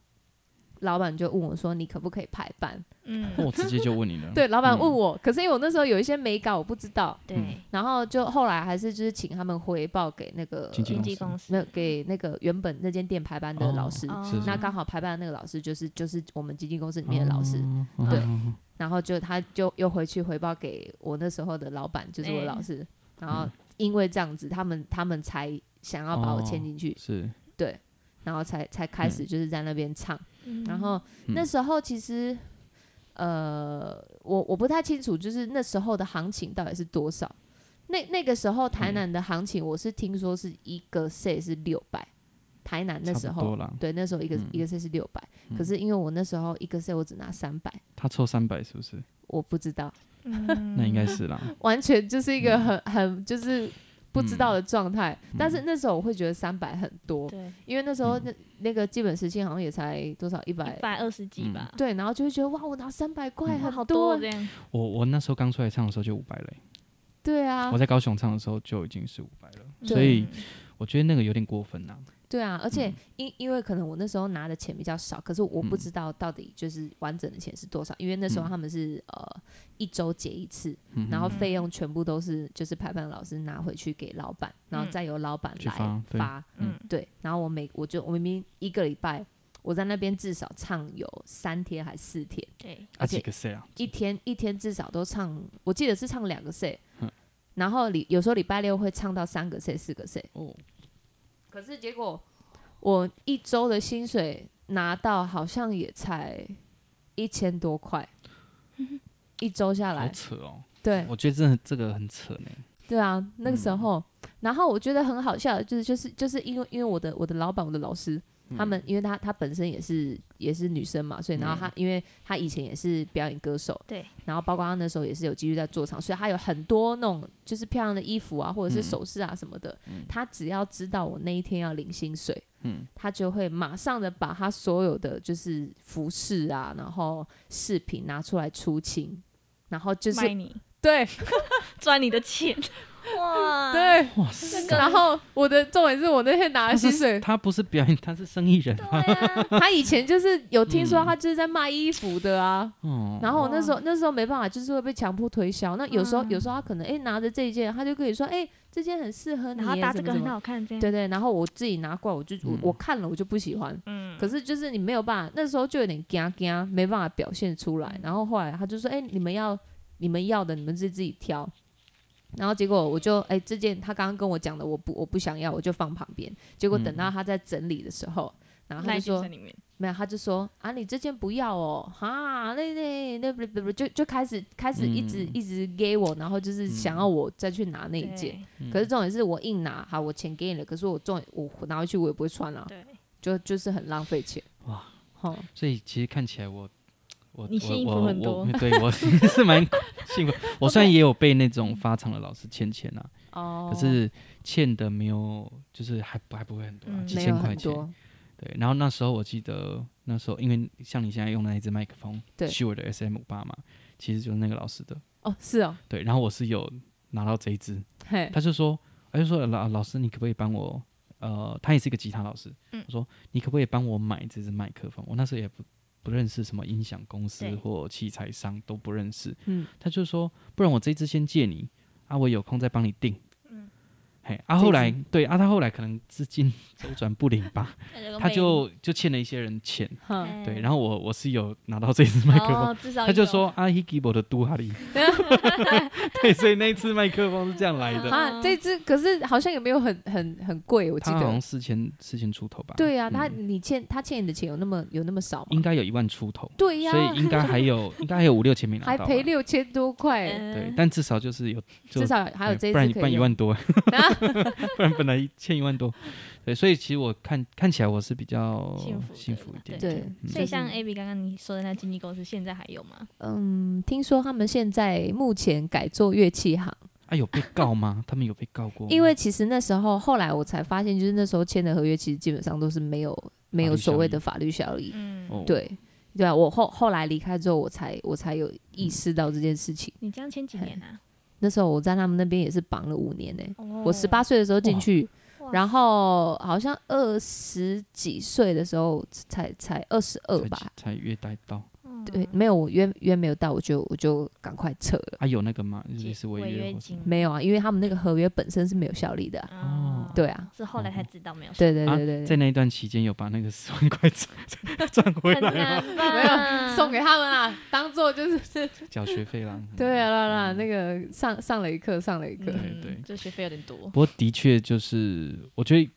S3: 老板就问我说：“你可不可以排班
S2: 嗯，
S1: 我直接就问你了，？”
S3: 对，老板
S1: 嗯
S3: 问我，可是因为我那时候有一些没稿，我不知道。
S2: 对，
S3: 然后就后来还是就是请他们回报给那个
S1: 经纪
S2: 经
S1: 公
S2: 纪
S1: 司
S2: 公司
S3: 没有给那个原本那间店排班的
S1: 哦
S3: 老师。
S2: 哦
S1: 是是
S3: 那刚好排班的那个老师就是就是我们经纪公司里面的老师，
S1: 哦
S2: 对
S1: 哦
S3: 然后就他就又回去回报给我那时候的老板，就是我老师，然后因为这样子，他们他们才想要
S1: 哦
S3: 把我签进去，
S1: 是
S3: 然后才才开始就是在那边唱，
S2: 嗯
S3: 然后
S1: 嗯
S3: 那时候其实。呃，我我不太清楚，就是那时候的行情到底是多少？那那个时候
S1: 嗯
S3: 台南的行情，我是听说是一个 C 是六百，台南那时
S1: 差不多
S3: 候，
S1: 啦，
S3: 对，那时候一个、
S1: 嗯
S3: 一个 C 是六百，可是因为我那时候一个 C 我只拿三百，
S1: 他抽三百是不是？
S3: 我不知道， [laughs]
S1: 那应该
S2: 是
S1: 是啦，
S3: 完全就是一个
S1: 嗯
S3: 很、很就是不知道的状态。但是那时候我会觉得三百很多，
S2: 对
S3: 因为那时候
S1: 嗯
S3: 那、那个基本时薪好像也才多少一百
S2: 一，百二十几
S1: 嗯
S2: 吧，
S3: 对，然后就会觉得哇，我拿三百块
S2: 哇，
S3: 很
S2: 好多
S3: 嗯多欸
S2: 哦，这样，
S1: 我我那时候刚出来唱的时候就五百嘞，
S3: 对啊
S1: 我，在高雄唱的时候就已经是五百了，
S2: 嗯
S1: 所以我觉得那个有点过分啦，
S3: 对啊，而
S1: 嗯
S3: 且因因为可能我那时候拿的钱比较少，可是我不知道到底就是完整的钱是多少，因为那时候他们是呃一周结一次，
S1: 嗯哼
S3: 然后费用全部都是就是排班老师拿回去给老板，然后再由老板
S1: 去
S3: 来
S1: 发对
S3: 发，
S2: 嗯
S3: 对，然后我每我就我明明一个礼拜我在那边至少唱有三天还四天，
S2: 对，
S1: 啊
S3: 而且
S1: 几个 C 啊，
S3: 一天一天至少都唱，我记得是唱两个 set，、
S1: 嗯
S3: 然后礼有时候礼拜六会唱到三个 set 四个 set，
S1: 哦，
S3: 可是结果我一周的薪水拿到好像也才一千多块，一周下
S1: 好
S3: 来，
S1: 扯哦，
S3: 对，
S1: 我觉得真的这个很扯呢，
S3: 对啊，那个时候，然后我觉得很好笑的就是就是就是因为因为我的我的老板我的老师他们，因为她她本身也是也是女生嘛，所以然后她、因为她以前也是表演歌手，
S2: 对，
S3: 然后包括她那时候也是有继续在做场，所以她有很多那种就是漂亮的衣服啊，或者是首饰啊什么的，她只要知道我那一天要领薪水，
S1: 嗯，
S3: 她就会马上的把她所有的就是服饰啊，然后饰品拿出来出清，然后就是
S2: 卖你
S3: 对
S2: 赚你的
S3: [laughs]
S2: 钱，哇，
S3: 对。啊
S1: 哇塞，
S2: 个
S3: 然后我的重点是我那天拿
S1: 他
S3: 的薪
S1: 是
S3: 水，
S1: 他不是表演，他是生意人吗？
S2: 对
S3: [laughs]
S2: 啊，
S3: 他以前就是有听说他就是在卖衣服的啊。
S1: 嗯哦，
S3: 然后我那时候那时候没办法，就是会被强迫推销。那有时候
S2: 嗯
S3: 有时候他可能哎拿着这一件，他就跟你说哎这件很适合你
S2: 然
S3: 耶，
S2: 后搭
S3: 什
S2: 这
S3: 么
S2: 个
S3: 什
S2: 很
S3: 么
S2: 好看，这样，
S3: 对对，然后我自己拿过来，我就
S1: 嗯
S3: 我我看了我就不喜欢。
S2: 嗯，
S3: 可是就是你没有办法，那时候就有点嘎嘎，没办法表现出来。然后后来他就说：“哎、你们要你们要的，你们自己自己挑。”然后结果我就哎、这件他刚刚跟我讲的，我不我不想要，我就放旁边。结果等到他在整理的时候，然后他
S2: 赖
S3: 就
S2: 先
S3: 说
S2: 生里面，：“
S3: 没有。”他就说：“啊，你这件不要哦，哈，那那那不不不，就就开始开始一直、
S1: 嗯
S3: 一直给我，然后就是想要我再去拿那一件。
S2: 对
S1: 嗯
S3: 可是重点是我硬拿，好，我钱给你了，可是我重我拿回去我也不会穿啊，
S2: 对，
S3: 就就是很浪费钱。
S1: 哇，
S3: 哦，
S1: 所以其实看起来我我
S2: 你幸
S1: 我
S2: 福
S1: 我
S2: 很多
S1: 我对我 [laughs] 是蛮幸福。我虽然也有被那种发场的老师欠钱啊，
S3: 哦
S1: 可是欠的没有，就是还不还不会很多啊，
S2: 嗯
S1: 几
S3: 没
S1: 千
S3: 有
S1: 块
S3: 很
S1: 钱。
S3: 多，
S1: 对，然后那时候我记得那时候，因为像你现在用的那一只麦克风，
S3: 对
S1: 虚伪的 SM 五八嘛，其实就是那个老师的。
S3: 哦，是哦，
S1: 对，然后我是有拿到这一支，
S3: 嘿，
S1: 他就说，他就说老老师，你可不可以帮我？呃，他也是一个吉他老师，
S2: 嗯
S1: 我说你可不可以帮我买这支麦克风？我那时候也不不认识什么音响公司
S2: 对
S1: 或器材商都不认识，
S3: 嗯，
S1: 他就说不然我这支先借你，啊，我有空再帮你订。
S2: 嗯
S1: 嘿，啊，
S3: 这
S1: 后来
S3: 支
S1: 对啊，他后来可能资金 [laughs] 周转不灵吧，
S2: 那个
S1: 他
S2: 魅力
S1: 就就欠了一些人钱，
S2: 嗯
S3: 哼，
S1: 对，然后我我是有拿到这支麦克风，
S2: 哦至少
S1: 他就
S2: 有
S1: 说啊，he g i b o 的杜哈
S3: [laughs]
S1: 里，对，所以那一次麦克风是这样来的，
S3: 啊，这只可是好像也没有很很很贵，我记
S1: 他好像
S3: 得。
S1: 四千四千出头吧，
S3: 对啊，
S1: 嗯
S3: 他你欠他欠你的钱有那么有那么少
S1: 应
S3: 吗？
S1: 该有一万出头，
S3: 对哎呀
S1: 所，以应该还
S3: [laughs]
S1: 有应该还有五六千没拿
S3: 还
S1: 到吧，
S3: 赔六千多块，
S2: 嗯
S1: 对，但至少就是有就
S3: 至少还有
S1: 对
S3: 这
S1: 哎
S3: 一
S1: 不然
S3: 只
S1: 你
S3: 可
S1: 办
S3: 以
S1: 一
S3: 用。
S1: 万
S3: [laughs]
S1: 多，不然本来欠一万多，对，所以其实我看看起来我是比较
S2: 幸福的
S1: 幸福一点
S3: 对
S1: 点，，
S2: 嗯所以
S3: 就
S2: 像
S3: 是
S2: AB 刚刚你说的那经纪公司，现在还有吗？
S3: 嗯，听说他们现在目前改做乐器行，
S1: 啊，有被告吗？他们有被告过吗？
S3: 因为其实那时候后来我才发现，就是那时候签的合约其实基本上都是没有没有所谓的法律效力。
S2: 嗯，
S1: 哦，
S3: 对对啊，我后后来离开之后，我才我才有意识到这件事情。
S2: 你这样签几年啊？
S3: 那时候我在他们那边也是绑了五年呢、
S2: 哦
S3: 我十八岁的时候进去，
S2: 哇
S3: 然后好像二十几岁的时候才才二十二吧，
S1: 才约待到
S3: 对，没有我约约没有到，我就我就赶快撤了。
S1: 啊，有那个吗？
S2: 解
S1: 也是
S2: 违
S1: 约
S2: 约
S1: 或
S2: 金
S1: 什么
S3: 没有啊，因为他们那个合约本身是没有效力
S2: 嗯
S3: 的啊、
S1: 哦
S3: 对啊，
S2: 是后来才知道没有，
S3: 对对
S1: 啊
S3: 对对
S1: 在
S3: 对，
S1: 那一段期间有把那个十万块赚 [laughs] 赚回
S2: 很
S1: 来
S3: 啊
S1: 吗？
S3: [laughs]
S2: 难吧？
S3: 送给他们啦，当做就是
S1: [laughs] 缴学费
S3: [laughs]
S1: 啦。嗯
S3: 对啊啦啦，那个上上了一课，上了一课。
S2: 嗯
S1: 对对
S4: 这学费有点多。
S1: 不过的确就是，我觉得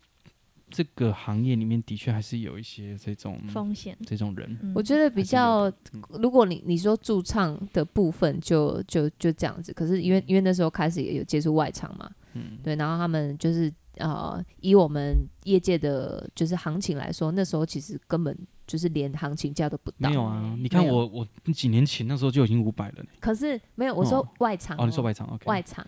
S1: 这个行业里面的确还是有一些这种
S2: 风险。
S1: 这种人。
S2: 嗯
S3: 嗯我觉得比较，如果你你说驻唱的部分就就就这样子，可是因为因为那时候开始也有接触外场嘛，
S1: 嗯
S3: 对，然后他们就是呃，以我们业界的就是行情来说，那时候其实根本就是连行情价都不到
S1: 没，有啊，你看
S3: 没有
S1: 我我几年前那时候就已经五百了呢。
S3: 可是没有，我说外场、
S1: 哦，你说外场 OK？
S3: 外场，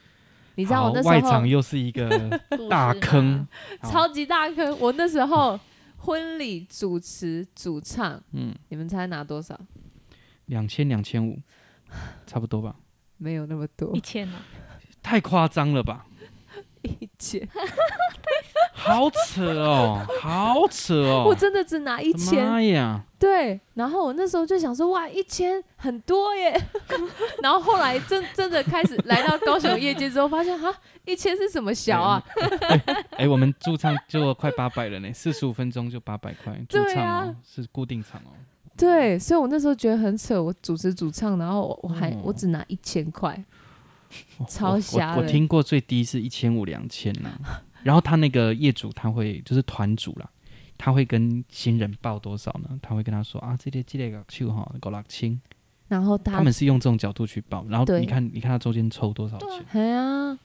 S3: 你知道我
S1: 好
S3: 那时
S1: 外
S3: 候
S1: 场又是一
S3: [laughs]
S1: 个
S4: 故
S1: 大
S4: 事嘛
S1: 坑，好
S3: 超级大坑，我那时候婚礼主持主唱，
S1: 嗯，
S3: 你们猜拿多少？
S1: 两千两千五，差不多吧？
S3: 没有那么多
S2: 一，千啊呢，
S1: 太夸张了吧？
S3: 一千，
S1: 好扯哦，好扯哦！
S3: 我真的只拿一千。
S1: 妈呀！
S3: 对，然后我那时候就想说，哇，一千很多耶。 [laughs] 然后后来真真的开始来到高雄业界之后，发现哈，一千是什么小啊？
S1: [laughs] 哎，我们驻唱就快八百了呢，四十五分钟就八百块，驻
S3: 对啊
S1: 唱哦是固定场哦。
S3: 对，所以我那时候觉得很扯。我主持主唱，然后我我还、
S1: 哦
S3: 我只拿一千块，
S1: 哦
S3: 超
S1: 我我
S3: 瞎
S1: 我
S3: 的
S1: 听过最低是一千五两千呐，然后他那个业主他会就是团主啦，他会跟新人报多少呢？他会跟他说啊，这个这个乐手哈够六千，
S3: 然后
S1: 他们是用这种角度去报，然后
S3: 对
S1: 你看你看他中间抽多少钱，
S3: 哎呀，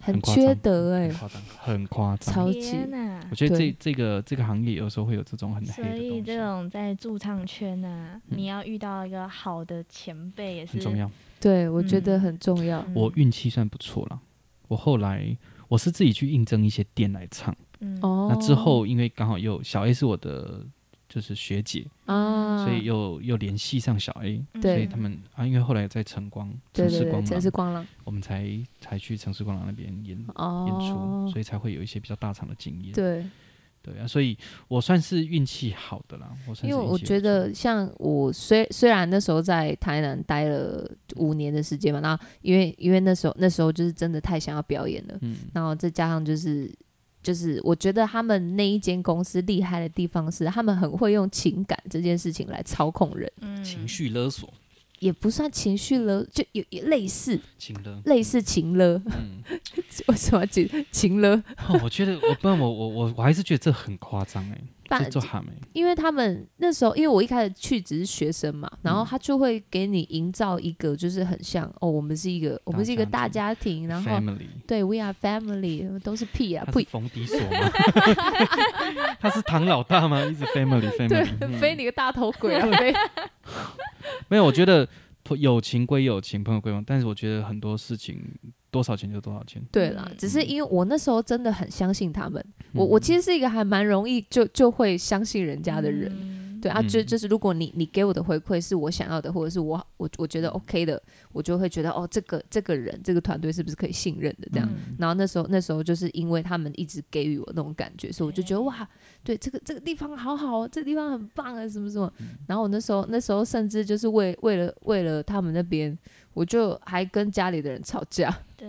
S3: 很
S1: 很夸
S3: 缺
S1: 张
S3: 德哎、
S1: 很夸张，很夸张。
S3: 超级
S2: 天哪！
S1: 我觉得这
S3: 对
S1: 这个这个行业有时候会有这种很黑
S2: 所以
S1: 的
S2: 这
S1: 东西，
S2: 种在驻唱圈啊，
S1: 嗯
S2: 你要遇到一个好的前辈也是
S1: 很重。要。
S3: 对，我觉得很重要。
S2: 嗯
S1: 我运气算不错啦，我后来我是自己去应征一些店来唱，
S2: 嗯
S3: 哦，
S1: 那之后因为刚好有小 A 是我的就是学姐，
S3: 啊，
S1: 所以又又联系上小 A，
S2: 嗯
S1: 所以
S3: 对
S1: 他们啊，因为后来在晨光城
S3: 对对
S1: 市
S3: 对，
S1: 光
S3: 城
S1: 廊
S3: 市，光廊
S1: 我们才才去城市光廊那边演演出，
S3: 哦
S1: 所，以才会有一些比较大场的经验。
S3: 对，
S1: 对啊，所以我算是运气好的啦，我算是
S3: 因为
S1: 运
S3: 我
S1: 气不
S3: 觉
S1: 错
S3: 得像我虽虽然那时候在台南待了五年的时间嘛，那因为因为那时候那时候就是真的太想要表演了，
S1: 嗯，
S3: 然后再加上就是就是我觉得他们那一间公司厉害的地方是他们很会用情感这件事情来操控人，
S1: 情绪勒索，
S3: 也不算情绪了，就有有类似
S1: 情勒，
S3: 类似情了，
S1: 嗯。
S3: [laughs] 为什么要情情了？
S1: 哦，我觉得我不然我我我我还是觉得这很夸张
S3: [laughs]
S1: 哎，
S3: 但
S1: 这做哈没
S3: 因为他们那时候，因为我一开始去只是学生嘛，然
S1: 嗯
S3: 后他就会给你营造一个就是很像哦，我们是一个我们是一个大家庭，然后
S1: 欸 family，
S3: 对，we are family，都是屁啊
S1: 他是
S3: 呸，
S1: 冯迪索吗？ [laughs] 他是唐老大吗？
S3: [laughs]
S1: 一直 family
S3: 对
S1: family，嗯，
S3: 飞你个大头鬼啊
S1: [laughs]
S3: 飞！
S1: 没有，我觉得朋友情归友情，朋友归朋友，但是我觉得很多事情多少钱就多少钱。
S3: 对啦，只是因为我那时候真的很相信他们，我我其
S1: 实
S3: 实是一个还蛮容易就就会相信人家的人，
S2: 人
S3: 对啊，
S1: 嗯
S3: 就就是如果你你给我的回馈是我想要的，或者是我我我觉得 OK 的，我就会觉得哦，这个这个人这个团队是不是可以信任的这样。
S2: 嗯
S3: 然后那时候那时候就是因为他们一直给予我那种感觉，所以我就觉得
S2: 对
S3: 哇，对这个这个地方好好哦，这个地方很棒啊，什么什么。
S2: 嗯
S3: 然后我那时候那时候甚至就是为为了为了他们那边，我就还跟家里的人吵架。
S2: 对，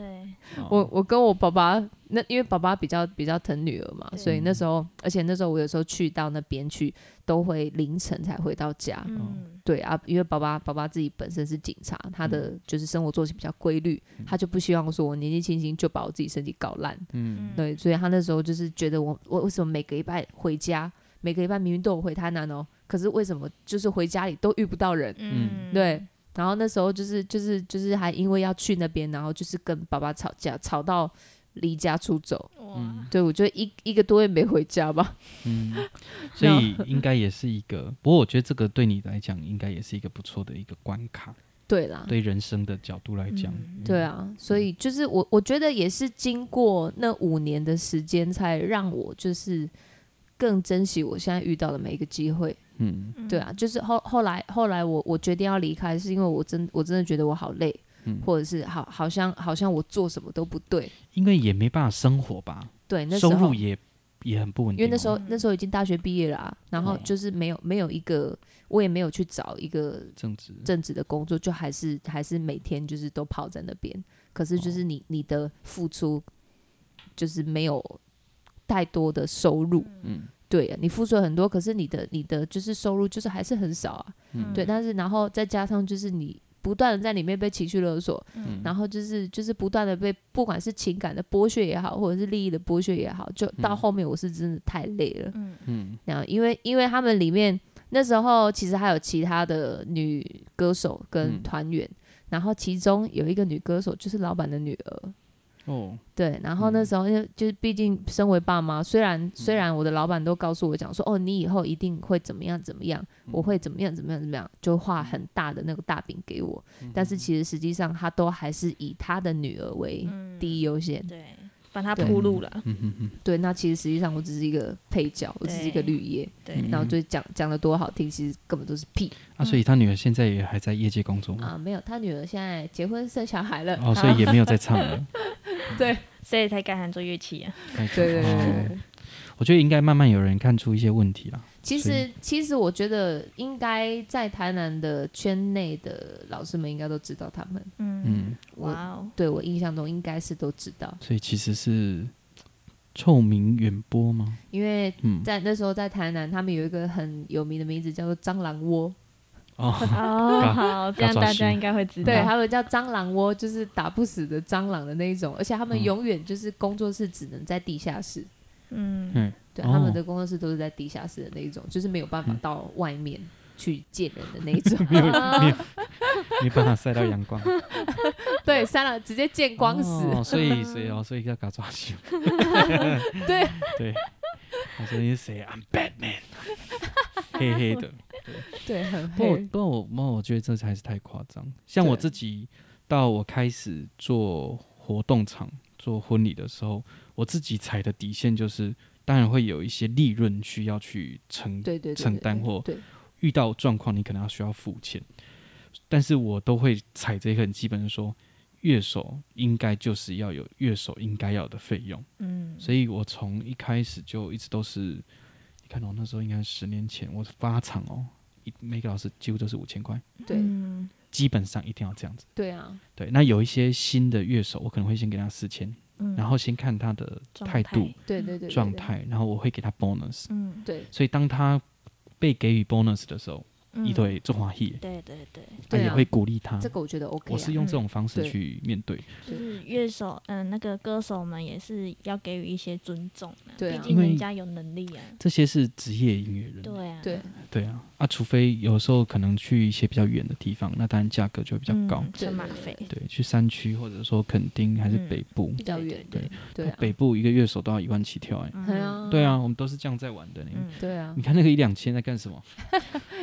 S1: 哦
S3: 我我跟我爸爸那因为爸爸比较比较疼女儿嘛，
S2: 对
S3: 所以那时候而且那时候我有时候去到那边去都会凌晨才回到家。
S2: 嗯，
S3: 对啊，因为爸爸爸爸自己本身是警察，他的就是生活作息比较规律，
S2: 嗯
S3: 他就不希望说我年纪轻轻就把我自己身体搞烂。
S1: 嗯，
S2: 嗯，
S3: 对，所以他那时候就是觉得我我为什么每个礼拜回家，每个礼拜明明都有回台南哦，可是为什么就是回家里都遇不到人？
S1: 嗯
S3: 对，然后那时候就是就是就是还因为要去那边，然后就是跟爸爸吵架，吵到离家出走。
S2: 哇，嗯
S3: 对，我就一一个多月没回家吧。 [laughs]
S1: 嗯，所以应该也是一个，不过我觉得这个对你来讲应该也是一个不错的一个关卡，
S3: 对啦，
S1: 对人生的角度来讲，
S2: 嗯
S3: 嗯对啊，所以就是我我觉得也是经过那五年的时间，才让我就是更珍惜我现在遇到的每一个机会。
S1: 嗯，
S2: 嗯
S3: 对啊，，就是后后来后来我我决定要离开，是因为我真我真的觉得我好累，
S1: 嗯
S3: 或者是好好像好像我做什么都不对，
S1: 因为也没办法生活吧，
S3: 对，那时
S1: 收
S3: 候
S1: 入也也很不稳
S3: 因
S1: 定哦、
S3: 为那时候那时候已经大学毕业了、啊，然后就是没有没有一个，我也没有去找一个
S1: 正值
S3: 正职的工作，就还是还是每天就是都泡在那边。可是就是
S1: 哦
S3: 你你的付出就是没有太多的收入，
S1: 嗯，
S3: 对啊，你付出了很多，可是你的你的就是收入就是还是很少啊，
S1: 嗯
S3: 对。但是然后再加上就是你不断的在里面被情绪勒索，
S2: 嗯
S3: 然后就是就是不断的被不管是情感的剥削也好，或者是利益的剥削也好，就到后面我是真的太累了。
S2: 嗯
S1: 嗯
S3: 然后因为因为他们里面那时候其实还有其他的女歌手跟
S1: 嗯
S3: 团员，然后其中有一个女歌手就是老板的女儿。 [laughs]
S1: 哦，
S3: 对，然后那
S1: 嗯
S3: 时候因为就是毕竟身为爸妈，虽然嗯虽然我的老板都告诉我讲说，哦，你以后一定会怎么样怎么样，我会怎么样怎么样怎么样，就画很大的那个大饼给我，
S2: 嗯
S3: 但是其实实际上他都还是以他的女儿为
S2: 嗯
S3: 第一优先。
S2: 对，帮他
S3: 对
S2: 铺路了，
S1: 嗯哼哼，
S3: 对，那其实实际上我只是一个配角，我只是一个
S2: 对
S3: 绿叶，
S2: 对，
S1: 嗯
S3: 然后就讲讲的多好听，其实根本都是屁。
S1: 啊，所以他女儿现在也还在业界工作吗？
S3: 啊，没有，他女儿现在结婚生小孩了。
S1: 嗯哦，所以也没有在唱
S3: [laughs]
S1: 了。
S3: 对
S2: 所以才改行做乐器啊。
S1: 对
S3: 对对对对
S1: 哦
S3: 对。，
S1: 我觉得应该慢慢有人看出一些问题啦。
S3: 其
S1: 所
S3: 实其实我觉得应该在台南的圈内的老师们应该都知道他们，
S2: 嗯，
S1: 嗯，
S3: 我
S2: 哇
S3: [laughs]
S2: 哦，
S3: 对我印象中应该是都知道，
S1: 所以其实是臭名远播吗？
S3: 因为
S1: 嗯，
S3: 在那时候在台南，他们有一个很有名的名字叫做蟑螂窝，
S1: 哦，
S3: [laughs]
S2: 哦，
S1: 嘎
S2: 好，这样
S1: 抓
S2: 大
S1: 心
S2: 家应该会
S1: 嗯
S2: 知道。
S1: 哦
S3: 对他们叫蟑螂窝，就是打不死的蟑螂的那一种，而且他们
S1: 嗯
S3: 永远就是工作室只能在地下室，
S2: 嗯，
S1: 嗯，
S3: 对，
S1: 哦嗯
S3: 他们的工作室都是在地下室的那一种，就是没有办法到外面去见人的那一种。 [laughs]
S1: 没有没有没办法晒到阳光，
S3: 对，三郎直接见 [laughs] 光死。
S1: 哦，所以所以哦，所以要搞抓起。
S3: [laughs] 对
S1: [laughs] 对，他说你是谁？I'm Batman，黑黑的。
S3: [laughs] 对，很
S1: 不过
S3: 黑。
S1: 不过我不过我觉得这才是太夸张。像我
S3: 对
S1: 自己，到我开始做活动场、做婚礼的时候，我自己踩的底线就是，当然会有一些利润需要去承
S3: 对对对，
S1: 承担或
S3: 对
S1: 遇到状况，你可能要需要付钱，但是我都会踩着一个很基本的说，乐手应该就是要有乐手应该要的费用，
S2: 嗯，
S1: 所以我从一开始就一直都是，你看哦我、那时候应该是十年前，我发场哦，一每个老师几乎都是五千块，
S3: 对
S2: 嗯
S1: 基本上一定要这样子。
S3: 对啊，
S1: 对，那有一些新的乐手，我可能会先给他四千，
S2: 嗯
S1: 然后先看他的
S2: 状
S1: 态度、
S3: 对对对对
S1: 状，态，啊然后我会给他 bonus。
S2: 嗯，
S3: 对
S1: 所以当他被给予 bonus 的时候，
S2: 嗯
S1: 一对做花艺，
S2: 对对对，
S1: 他
S3: 对
S1: 也
S3: 啊
S1: 会鼓励他。
S3: 这个我觉得 OK 啊。
S1: 我是用这种方式
S3: 对
S1: 去面对，
S2: 就是乐手，嗯，那个歌手们也是要给予一些尊重啊，
S3: 对啊
S2: 毕竟
S1: 因为
S2: 人家有能力啊，
S1: 这些是职业音乐人。
S2: 对啊，
S3: 对
S1: 对啊，啊，除非有时候可能去一些比较远的地方，那当然价格就会比较
S2: 嗯，
S1: 高。
S2: 车马费，
S1: 对，去山区或者说垦丁还是
S2: 嗯
S1: 北部，
S3: 比较远，对对啊，
S1: 北部一个月手都要一万起跳哎、
S3: 对啊，
S1: 对啊，我们都是这样在玩的呢。
S2: 嗯，
S3: 对啊
S1: 你，看那个一两千在干什么？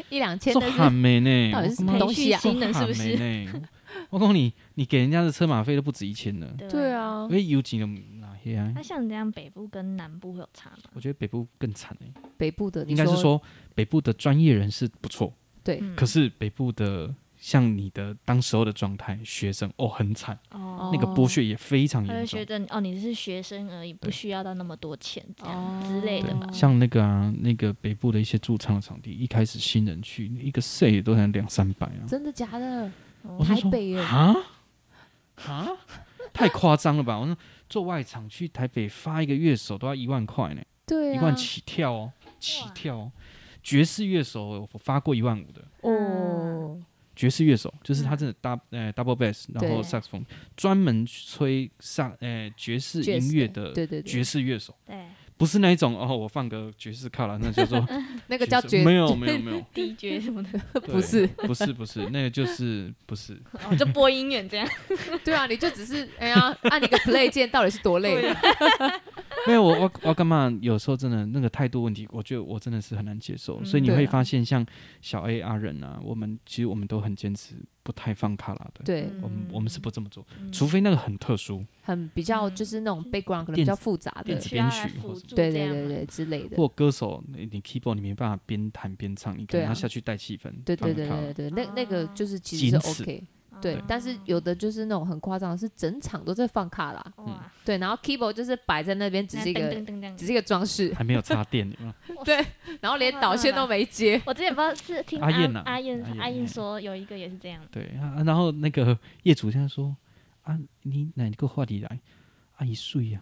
S3: 一两千
S1: 嗯做
S3: 但
S1: 喊
S3: 是
S1: 没呢？
S3: 到底是什么
S1: 我他妈
S3: 东西啊
S2: 培训新人是不
S1: 做喊
S2: 是？
S1: 没呢？我告诉你，你给人家的车马费都不止一千呢，
S3: 对，啊
S1: 因，为有几个哪些啊
S2: 那？像这样北部跟南部会有差吗？
S1: 我觉得北部更惨哎、
S3: 北部的
S1: 应该是说北部的专业人士不错，
S3: 对
S2: 嗯
S1: 可是北部的像你的当时候的状态，学生哦很惨，
S2: 哦
S1: 那个剥削也非常
S2: 他
S1: 严
S2: 就觉
S1: 重。
S2: 得哦，你是学生而已，不
S1: 对
S2: 需要到那么多钱这
S3: 哦
S2: 样之类的吧
S3: 哦？
S1: 像那个啊，那个北部的一些驻唱场地，一开始新人去，一个 say 都才两三百啊。
S3: 真的假的？
S1: 我是
S3: 台
S1: 说
S3: 北耶
S1: 啊啊，太夸张了吧！我说做外场去台北发一个乐手都要一万块呢，
S3: 对
S1: 一
S3: 啊
S1: 万，起跳哦，起跳哦。爵士乐手我发过一万五的，
S3: 哦，
S1: 爵士乐手，就是他真的 double、呃 double bass，然后
S3: 嗯对
S1: saxophone，专门吹萨呃爵士
S3: 爵士
S1: 音乐的
S3: 对对对，
S1: 爵士乐手，
S2: 对，
S1: 不是那一种哦，我放个爵士卡拉，那叫做
S3: [laughs] 那个叫
S1: 爵
S3: 爵
S1: 士没有没有没有，
S2: DJ 什么 [laughs] 的，
S1: 对
S3: [laughs] 不是，
S1: 不是不是，那个就是不是，
S2: 哦，就播音乐这样。
S3: 对啊，你就只是哎呀，
S2: [laughs]
S3: 按你个 play 键到底是多累？
S2: 啊
S1: [laughs] 因为我我我干嘛？有时候真的那个态度问题，我觉得我真的是很难接受，
S2: 嗯
S1: 所以你
S3: 对
S1: 会
S3: 啊
S1: 发现像小 A 阿仁啊，我们其实我们都很坚持不太放卡拉的，
S3: 对，
S1: 我们我们是不这么做，
S2: 嗯
S1: 除非那个很特殊，
S3: 很比较
S2: 嗯
S3: 就是那种 background 可能
S1: 电
S3: 比
S1: 子
S3: 较复杂的
S1: 电子，
S2: 需要
S1: 编
S2: 来
S1: 曲或
S2: 辅
S1: 什
S2: 助
S3: 对
S2: 这
S3: 对
S2: 样啊
S3: 对
S2: 嘛
S3: 对之类的。
S1: 或歌手你你 keyboard 你没办法边弹边唱，你可
S3: 对
S1: 能
S3: 啊
S1: 要下去带气氛，
S3: 对
S1: 放
S3: 对对
S1: 卡拉
S2: 啊
S3: 对对，那那个就是其实
S1: 仅
S3: 是
S1: 此
S3: OK，对，但是有的就是那种很夸张的，是整场都在放卡拉，
S2: 哇，
S3: 对，然后 keyboard 就是摆在那边，只
S2: 那
S3: 是一个
S2: 噔噔噔
S3: 只
S2: 噔。
S3: 是一个装饰，
S1: 还没有插电，有没有
S3: 对，然后连导线都没接，
S2: [laughs] 我之前不知道是听
S1: 阿燕啊
S2: 阿燕
S1: 阿燕
S2: 阿燕说有一个也是这样，
S1: 对啊。 [laughs] 然后那个业主现在说啊，你哪个话题来？阿姨睡呀。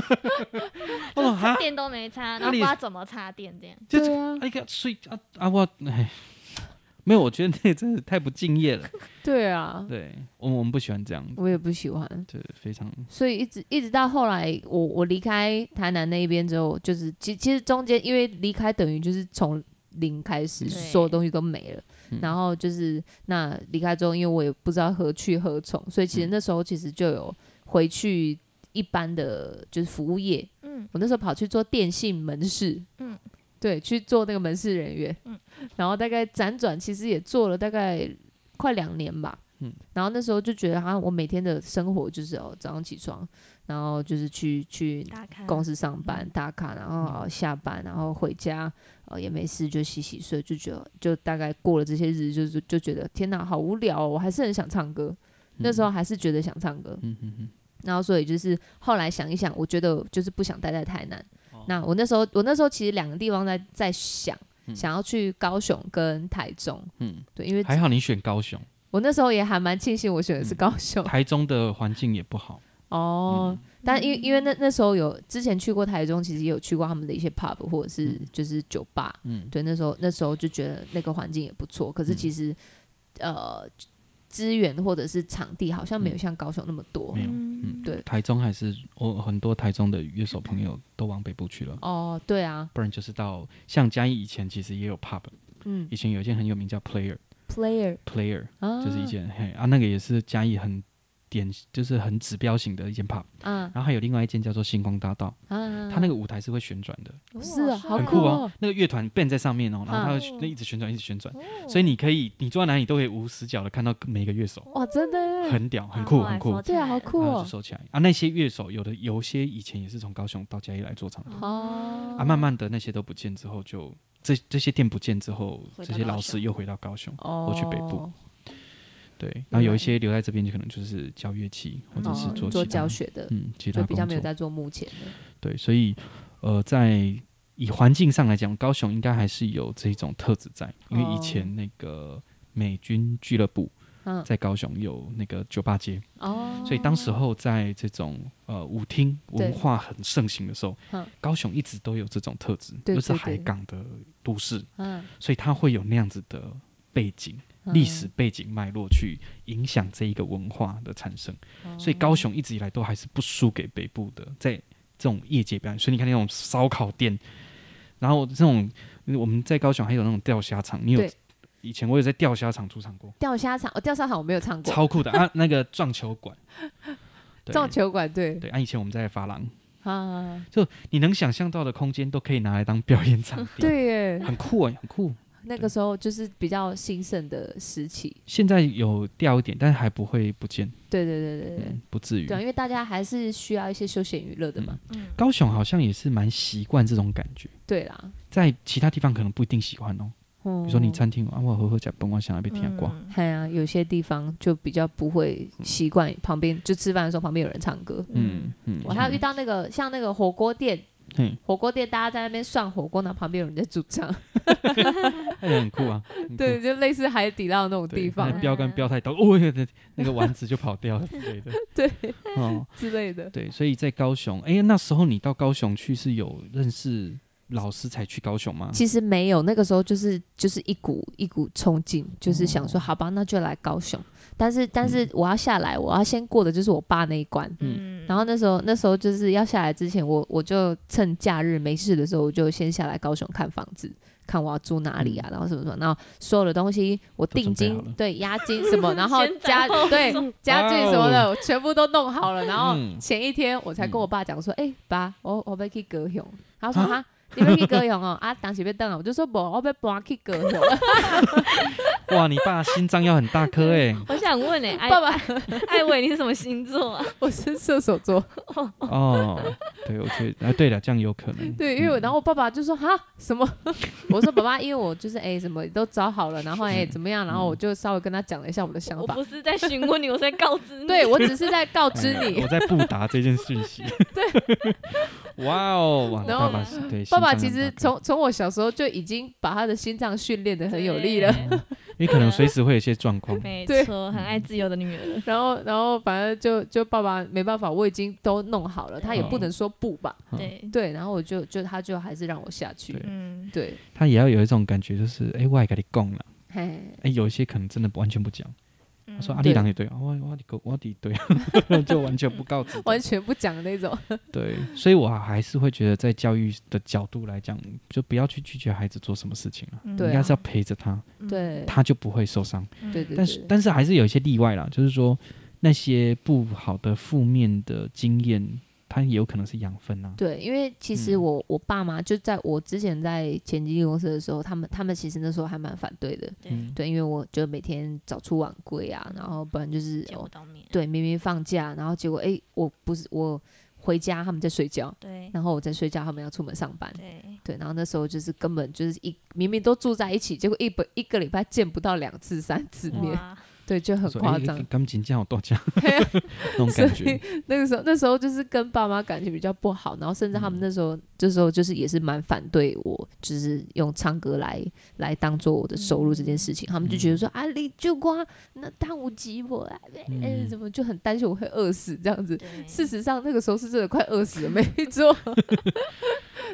S3: [laughs]
S1: 哦哈，
S2: 电都没插，然
S1: 那
S2: 后不
S1: 你
S2: 知道怎么插电这样。
S1: 就
S3: 对啊，
S1: 阿姨个睡啊啊我哎，没有，我觉得那个真的太不敬业
S3: [laughs]
S1: 了。
S3: 对啊，
S1: 对，我们我们不喜欢这样，
S3: 我也不喜欢，
S1: 对，非常
S3: 所以一直一直到后来，我我离开台南那一边之后，就是其其实中间因为离开等于就是从零开始，
S2: 对
S3: 所有东西都没了。
S1: 嗯
S3: 然后就是那离开之后，因为我也不知道何去何从，所以其实那时候其实就有回去一般的就是服务业。
S2: 嗯，
S3: 我那时候跑去做电信门市，
S2: 嗯
S3: 对，去做那个门市人员，
S2: 嗯
S3: 然后大概辗转其实也做了大概快两年吧，
S1: 嗯
S3: 然后那时候就觉得啊，我每天的生活就是哦，早上起床，然后就是去去
S2: 打
S1: 嗯
S2: 开
S3: 公司上班打卡，然后、哦下班，然后回家，哦也没事就洗洗睡，就觉得就大概过了这些日子，就是就觉得天哪，好无聊、哦，我还是很想唱歌，那时候还是觉得想唱歌，
S1: 嗯嗯嗯
S3: 然后所以就是后来想一想，我觉得就是不想待在台南。
S1: 哦
S3: 那我那时候，我那时候其实两个地方在在想，想要去高雄跟台中，
S1: 嗯，
S3: 对，因为
S1: 还好你选高雄，
S3: 我那时候也还蛮庆幸我选的是高雄、
S1: 台中的环境也不好。
S3: 哦。但
S2: 嗯
S3: 因为因为
S1: 嗯
S3: 那那时候有之前去过台中，其实也有去过他们的一些 pub 或者是就是酒吧，
S1: 嗯
S3: 对，那时候那时候就觉得那个环境也不错，可是其实、呃资源或者是场地好像没有像高雄那么多
S1: 嗯没。有，
S2: 嗯
S1: 嗯，
S3: 对
S1: 台中还是我很多台中的乐手朋友都往北部去了，
S3: 哦，对啊，
S1: 不然就是到像嘉义以前其实也有 pub，
S3: 嗯
S1: 以前有一间很有名叫 Player
S3: ，player
S1: Player，
S3: 啊，
S1: 就是一间、嘿啊那个也是嘉义很典就是很指标型的一间 pub，
S3: 啊
S1: 然后还有另外一间叫做星光大道，
S3: 啊，
S1: 它那个舞台是会旋转的，
S2: 哦
S3: 是啊，好
S1: 很
S3: 酷
S1: 酷
S3: 哦嗯
S1: 哦，，那个乐团 band 在上面哦，然后它会
S2: 啊
S1: 旋一直旋转一直旋转，
S2: 哦
S1: 所以你可以你坐在哪里都可以无死角的看到每一个乐手，
S3: 哇，真的耶，
S1: 很屌很
S2: 然
S1: 酷
S2: 后
S1: 很
S2: 来
S1: 酷
S2: 说。起
S3: 对啊，
S2: 来
S3: 好
S2: 了
S3: 酷
S1: 然后
S3: 哦
S1: 就，收起来啊！那些乐手有的有些以前也是从高雄到嘉义来做唱片
S3: 哦，
S1: 啊，慢慢的那些都不见之后就，这这些店不见之后，
S2: 回到
S1: 这些老
S2: 高
S1: 师
S2: 雄
S1: 又回到高雄，
S3: 哦，
S1: 我去北部，对，然后有一些留在这边就可能就是教乐器或者是
S3: 哦
S1: 做
S3: 做
S1: 其他
S3: 教学的，
S1: 嗯其他
S3: 就
S1: 工
S3: 比
S1: 作
S3: 较没有在做幕前的，
S1: 对，所以呃，在以环境上来讲，高雄应该还是有这种特质在，因为以
S3: 哦
S1: 前那个美军俱乐部
S3: 嗯，
S1: 在高雄有那个酒吧街，
S3: 哦，
S1: 所以当时候在这种呃舞厅文化很盛行的时候
S3: 嗯，
S1: 高雄一直都有这种特质，
S3: 对
S1: 又是
S3: 对对
S1: 海港的都市，
S3: 嗯，
S1: 所以它会有那样子的背景、
S3: 嗯
S1: 历史背景脉络去影响这一个文化的产生。
S3: 哦
S1: 所以高雄一直以来都还是不输给北部的，在这种业界表演。所以你看那种烧烤店，然后这种我们在高雄还有那种钓虾场，你有
S3: 对
S1: 以前我有在钓虾场出场过，
S3: 钓虾场，哦，钓虾场我没有唱过，
S1: 超酷的啊！那个撞球
S3: [laughs]
S1: 馆，对
S3: 撞球馆对，
S1: 对啊，以前我们在发廊。
S3: 啊，
S1: 就你能想象到的空间都可以拿来当表演场地，，
S3: 对耶，
S1: 很酷哎、很酷。
S3: 那个时候就是比较兴盛的时期，
S1: 现在有掉一点，但还不会不见，
S3: 对对对对对
S1: 嗯，不至于
S3: 对。啊，因为大家还是需要一些休闲娱乐的嘛，
S2: 嗯，
S1: 高雄好像也是蛮习惯这种感觉，
S3: 对啦，
S1: 在其他地方可能不一定喜欢哦。
S3: 比
S1: 比如说你餐厅啊，我好好食饭，我想要被听歌，
S2: 嗯
S3: 哎呀，有些地方就比较不会习惯旁边，就吃饭的时候旁边有人唱歌。
S1: 嗯嗯，
S3: 我还有遇到那个像那个火锅店，
S1: 嘿，
S3: 火锅店大家在那边涮火锅，然后旁边有人在煮汤，
S1: 那也很酷啊，很酷
S3: [laughs] 对，就类似海底捞那种
S1: 对
S3: 地方
S1: 那标杆标太高，哦，那那个丸子就跑
S3: [laughs]
S1: 掉了之类的，
S3: 对
S1: 哦，
S3: 之类的。
S1: 对，所以在高雄，哎，那时候你到高雄去是有认识老师才去高雄吗？
S3: 其实没有，那个时候就是就是一股一股冲劲，就是想说好吧，那就来高雄。但是但是我要下来，我要先过的就是我爸那一关。
S2: 嗯，
S3: 然后那时候那时候就是要下来之前，我我就趁假日没事的时候，我就先下来高雄看房子，看我要租哪里啊，然后什么什么，然后所有的东西我
S1: 嗯
S3: 定
S1: 都
S3: 金
S1: 准备好了
S3: 对押金什
S1: [laughs]
S3: 么，然后
S2: 先斩
S3: 家
S2: 后奏
S3: 对家具什么
S1: 哇
S3: 的，我全部都弄好了。然后
S1: 哦嗯
S3: 前一天我才跟我爸讲说，哎、爸，我我要去高雄，他说
S1: 啊
S3: 哈。你要去高雄哦，啊，当时要等啊，
S1: [laughs]
S3: 我就说不，我要搬去高雄。
S1: 哇，你爸心脏要很大颗哎、
S3: [laughs]
S2: 我现想问哎、艾
S3: 爸爸，
S2: 艾伟，你是什么星座啊？
S3: 我是射手座，
S1: 哦，对，我觉得啊，对了，这样有可能。
S3: 对，因为我然后我爸爸就说哈什么， [laughs] 我说爸爸，因为我就是哎、什么都找好了，然后哎、
S1: 嗯
S3: 怎么样，然后我就稍微跟他讲了一下我的想
S2: 我
S3: 法
S2: 不，是在询问你，我是在告知你。
S3: 对我只是
S1: [laughs]
S3: 在告知
S1: 哎
S3: 你 [laughs]
S1: 我，在布达这件讯息。对， [laughs] 哇哦，哇，
S3: 然
S1: 爸
S3: 后
S1: 爸是对，
S3: 爸爸
S1: 心
S3: 其
S1: 脏很大
S3: 实
S1: 嗯
S3: 从从我小时候就已经把他的心脏训练的很有力了，
S2: 对，
S3: [laughs]
S1: 因为可能随时会有一些状况。
S2: 没
S3: 对
S2: 错，很爱自由的女儿。
S3: [laughs] 然后然后反正就就爸爸没办法，我已经都弄好了，他也
S1: 哦
S3: 不能说不吧，
S1: 嗯
S2: 对，
S3: 对，然后我就就他就还是让我下去，
S1: 对
S2: 嗯，
S3: 对，
S1: 他也要有一种感觉，就是哎，我也跟你讲了，
S3: 嘿，
S1: 哎，有一些可能真的完全不讲。
S2: 嗯
S1: 他说阿里郎也对，啊我我的狗我的对，啊 [laughs] 就完全不告知。
S3: 完全不讲那种，
S1: 对，所以我还是会觉得，在教育的角度来讲，就不要去拒绝孩子做什么事情了，
S2: 嗯
S3: 对啊
S1: 应该是要陪着他，
S2: 嗯
S3: 对
S1: 他就不会受伤。
S2: 嗯
S3: 对对
S1: 但是但是还是有一些例外啦，就是说那些不好的负面的经验，它也有可能是养分啊。
S3: 对，因为其实
S1: 嗯
S3: 我、我爸妈就在我之前在前经纪公司的时候，他们他们其实那时候还蛮反对的，
S2: 对
S1: 嗯，
S3: 对，因为我就每天早出晚归啊，然后不然就是、
S2: 见不
S3: 哦、
S2: 到面，
S3: 对明明放假，然后结果哎、我不是我回家他们在睡觉，
S2: 对
S3: 然后我在睡觉，他们要出门上班。
S2: 对，
S3: 对，然后那时候就是根本就是一明明都住在一起，结果一本一个礼拜见不到两次三次面， [laughs]
S2: 哇，
S3: 对，就很
S1: 我说
S3: 夸
S1: 哎
S3: 张。
S1: 钢琴这样有多
S3: [laughs]
S1: 讲
S3: 嘿
S1: 那种感
S3: [laughs]
S1: 觉，
S3: 那个时候，那时候就是跟爸妈感情比较不好，然后甚至他们那时候，这时候就是也是蛮反对我，就是用唱歌来来当做我的收入这件事情。他们就觉得说、啊，你就光那当无极我啊，哎、
S1: 嗯
S3: 怎么就很担心我会饿死这样子。
S2: 对，
S3: 事实上，那个时候是真的快饿死了，没错。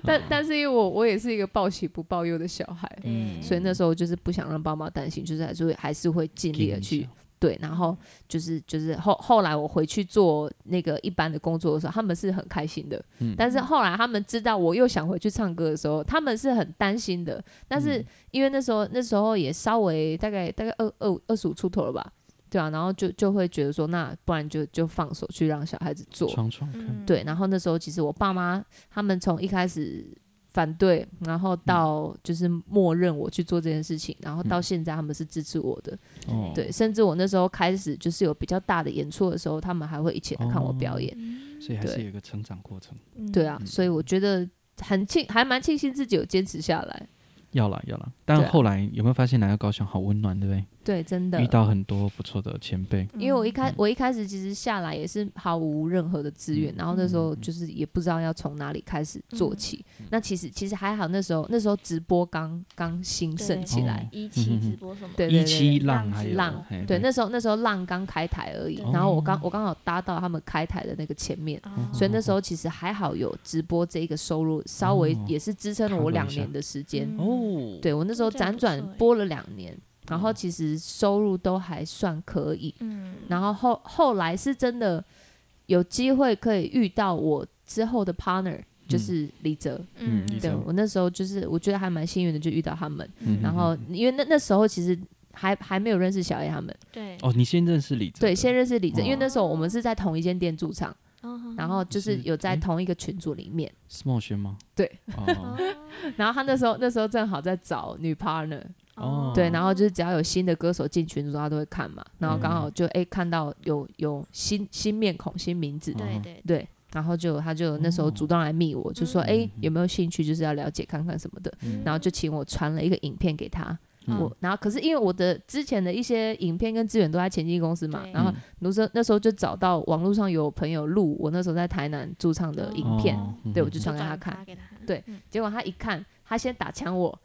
S3: 但但是因为我我也是一个报喜不报忧的小孩，
S1: 嗯
S3: 所以那时候就是不想让爸妈担心，就是还是会还是会尽力的去对，然后就是就是后后来我回去做那个一般的工作的时候，他们是很开心的，
S1: 嗯
S3: 但是后来他们知道我又想回去唱歌的时候，他们是很担心的。但
S1: 嗯
S3: 是因为那时候那时候也稍微大概大概二二二十五出头了吧，对啊，然后就就会觉得说，那不然就就放手去让小孩子做，
S1: 闯闯看，
S2: 嗯
S3: 对，然后那时候其实我爸妈他们从一开始反对，然
S1: 嗯
S3: 后到就是默认我去做这件事情，然后到
S1: 嗯
S3: 现在他们是支持我的，
S1: 哦，
S3: 对，甚至我那时候开始就是有比较大的演出的时候，他们还会一起来看我表演，
S1: 所以还是
S3: 对
S1: 有一个成长过程，
S2: 嗯
S3: 对啊，
S1: 哦嗯
S3: 所以我觉得很庆，还蛮庆幸自己有坚持下来，
S1: 要啦要啦。但
S3: 对啊
S1: 后来有没有发现来到高雄好温暖，对不对？
S3: 对，真的
S1: 遇。到嗯很多不错的前辈，
S2: 嗯
S3: 因为我一开我一开始其实下来也是毫无任何的资
S1: 嗯
S3: 源，然后那时候就是也不知道要从哪里开始做起。
S1: 嗯
S3: 那其实其实还好，那时候那时候直播刚刚兴盛起来，
S2: 一期直播什么，
S3: 对对
S1: 哦一
S3: 对
S1: 期
S3: 对
S1: 浪
S2: 浪
S1: 还
S2: 子
S1: 有
S3: 浪
S1: 嘿
S3: 对，那时候那时候浪刚开台而已，
S2: 对
S3: 然后我
S1: 哦
S3: 刚我刚好搭到他们开台的那个前面，
S2: 哦
S3: 所以那时候其实还好有直播这一个收入，稍微
S1: 嗯哦
S3: 也是支撑了我
S1: cover
S3: 两
S1: 一下
S3: 年的时间。
S2: 嗯
S1: 哦，
S3: 对我那时候辗
S2: 这样不
S3: 转
S2: 错欸
S3: 播了两年，然
S1: 嗯
S3: 后其实收入都还算可以，
S2: 嗯，
S3: 然后后后来是真的有机会可以遇到我之后的 partner，
S1: 嗯
S3: 就是李哲。
S1: 嗯李
S3: 对
S1: 哲
S3: 我那时候就是我觉得还蛮幸运的，就遇到他们。
S1: 嗯
S3: 然后因为那那时候其实还还没有认识小 A 他们，
S2: 对，
S1: 哦，你先认识李哲的，
S3: 对，先认识李哲，
S1: 哦
S3: 因为那时候我们是在同一间店驻唱，
S2: 哦
S3: 然后就是
S1: 是
S3: 有在
S1: 诶
S3: 同一个群组里面，
S1: small 轩吗？
S3: 对，
S1: 哦
S2: 哦，
S3: 然后他那时候那时候正好在找女 partner，
S1: 哦
S3: 对，然后就是只要有新的歌手进群组，他都会看嘛，然后刚好就诶看到有有新新面孔、新名
S1: 哦
S3: 字，
S2: 对对
S3: 对。然后就他就那时候主动来密我，就说
S2: 嗯
S3: 诶有没有兴趣，就是要了解看看什么的，
S1: 嗯
S3: 然后就请我传了一个影片给他，
S1: 嗯
S3: 我然后可是因为我的之前的一些影片跟资源都在前进公司嘛，
S2: 对
S3: [laughs] 然后
S1: 嗯
S3: 那时候那时候就找到网络上有朋友录我那时候在台南驻唱的影片，
S1: 哦
S3: 对
S1: 嗯
S3: 我就传给他看，
S2: 转发给他，
S3: 结果他一看，他先打枪我，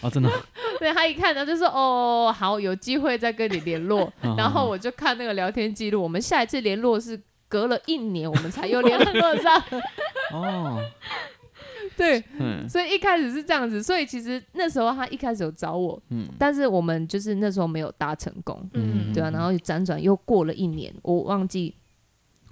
S1: 哦，真的，
S3: 对他一看然后就说哦好，有机会再跟你联络，
S1: 哦
S3: [laughs] 然后我就看那个聊天记录，我们下一次联络是。隔了一年，我们才又联络
S1: [laughs]
S3: 上。
S1: 哦，
S3: 对，
S1: [laughs] 嗯
S3: 所以一开始是这样子，所以其实那时候他一开始有找我，
S1: 嗯，
S3: 但是我们就是那时候没有搭成功。
S2: 嗯
S3: 对啊，然后辗转又过了一年，我忘记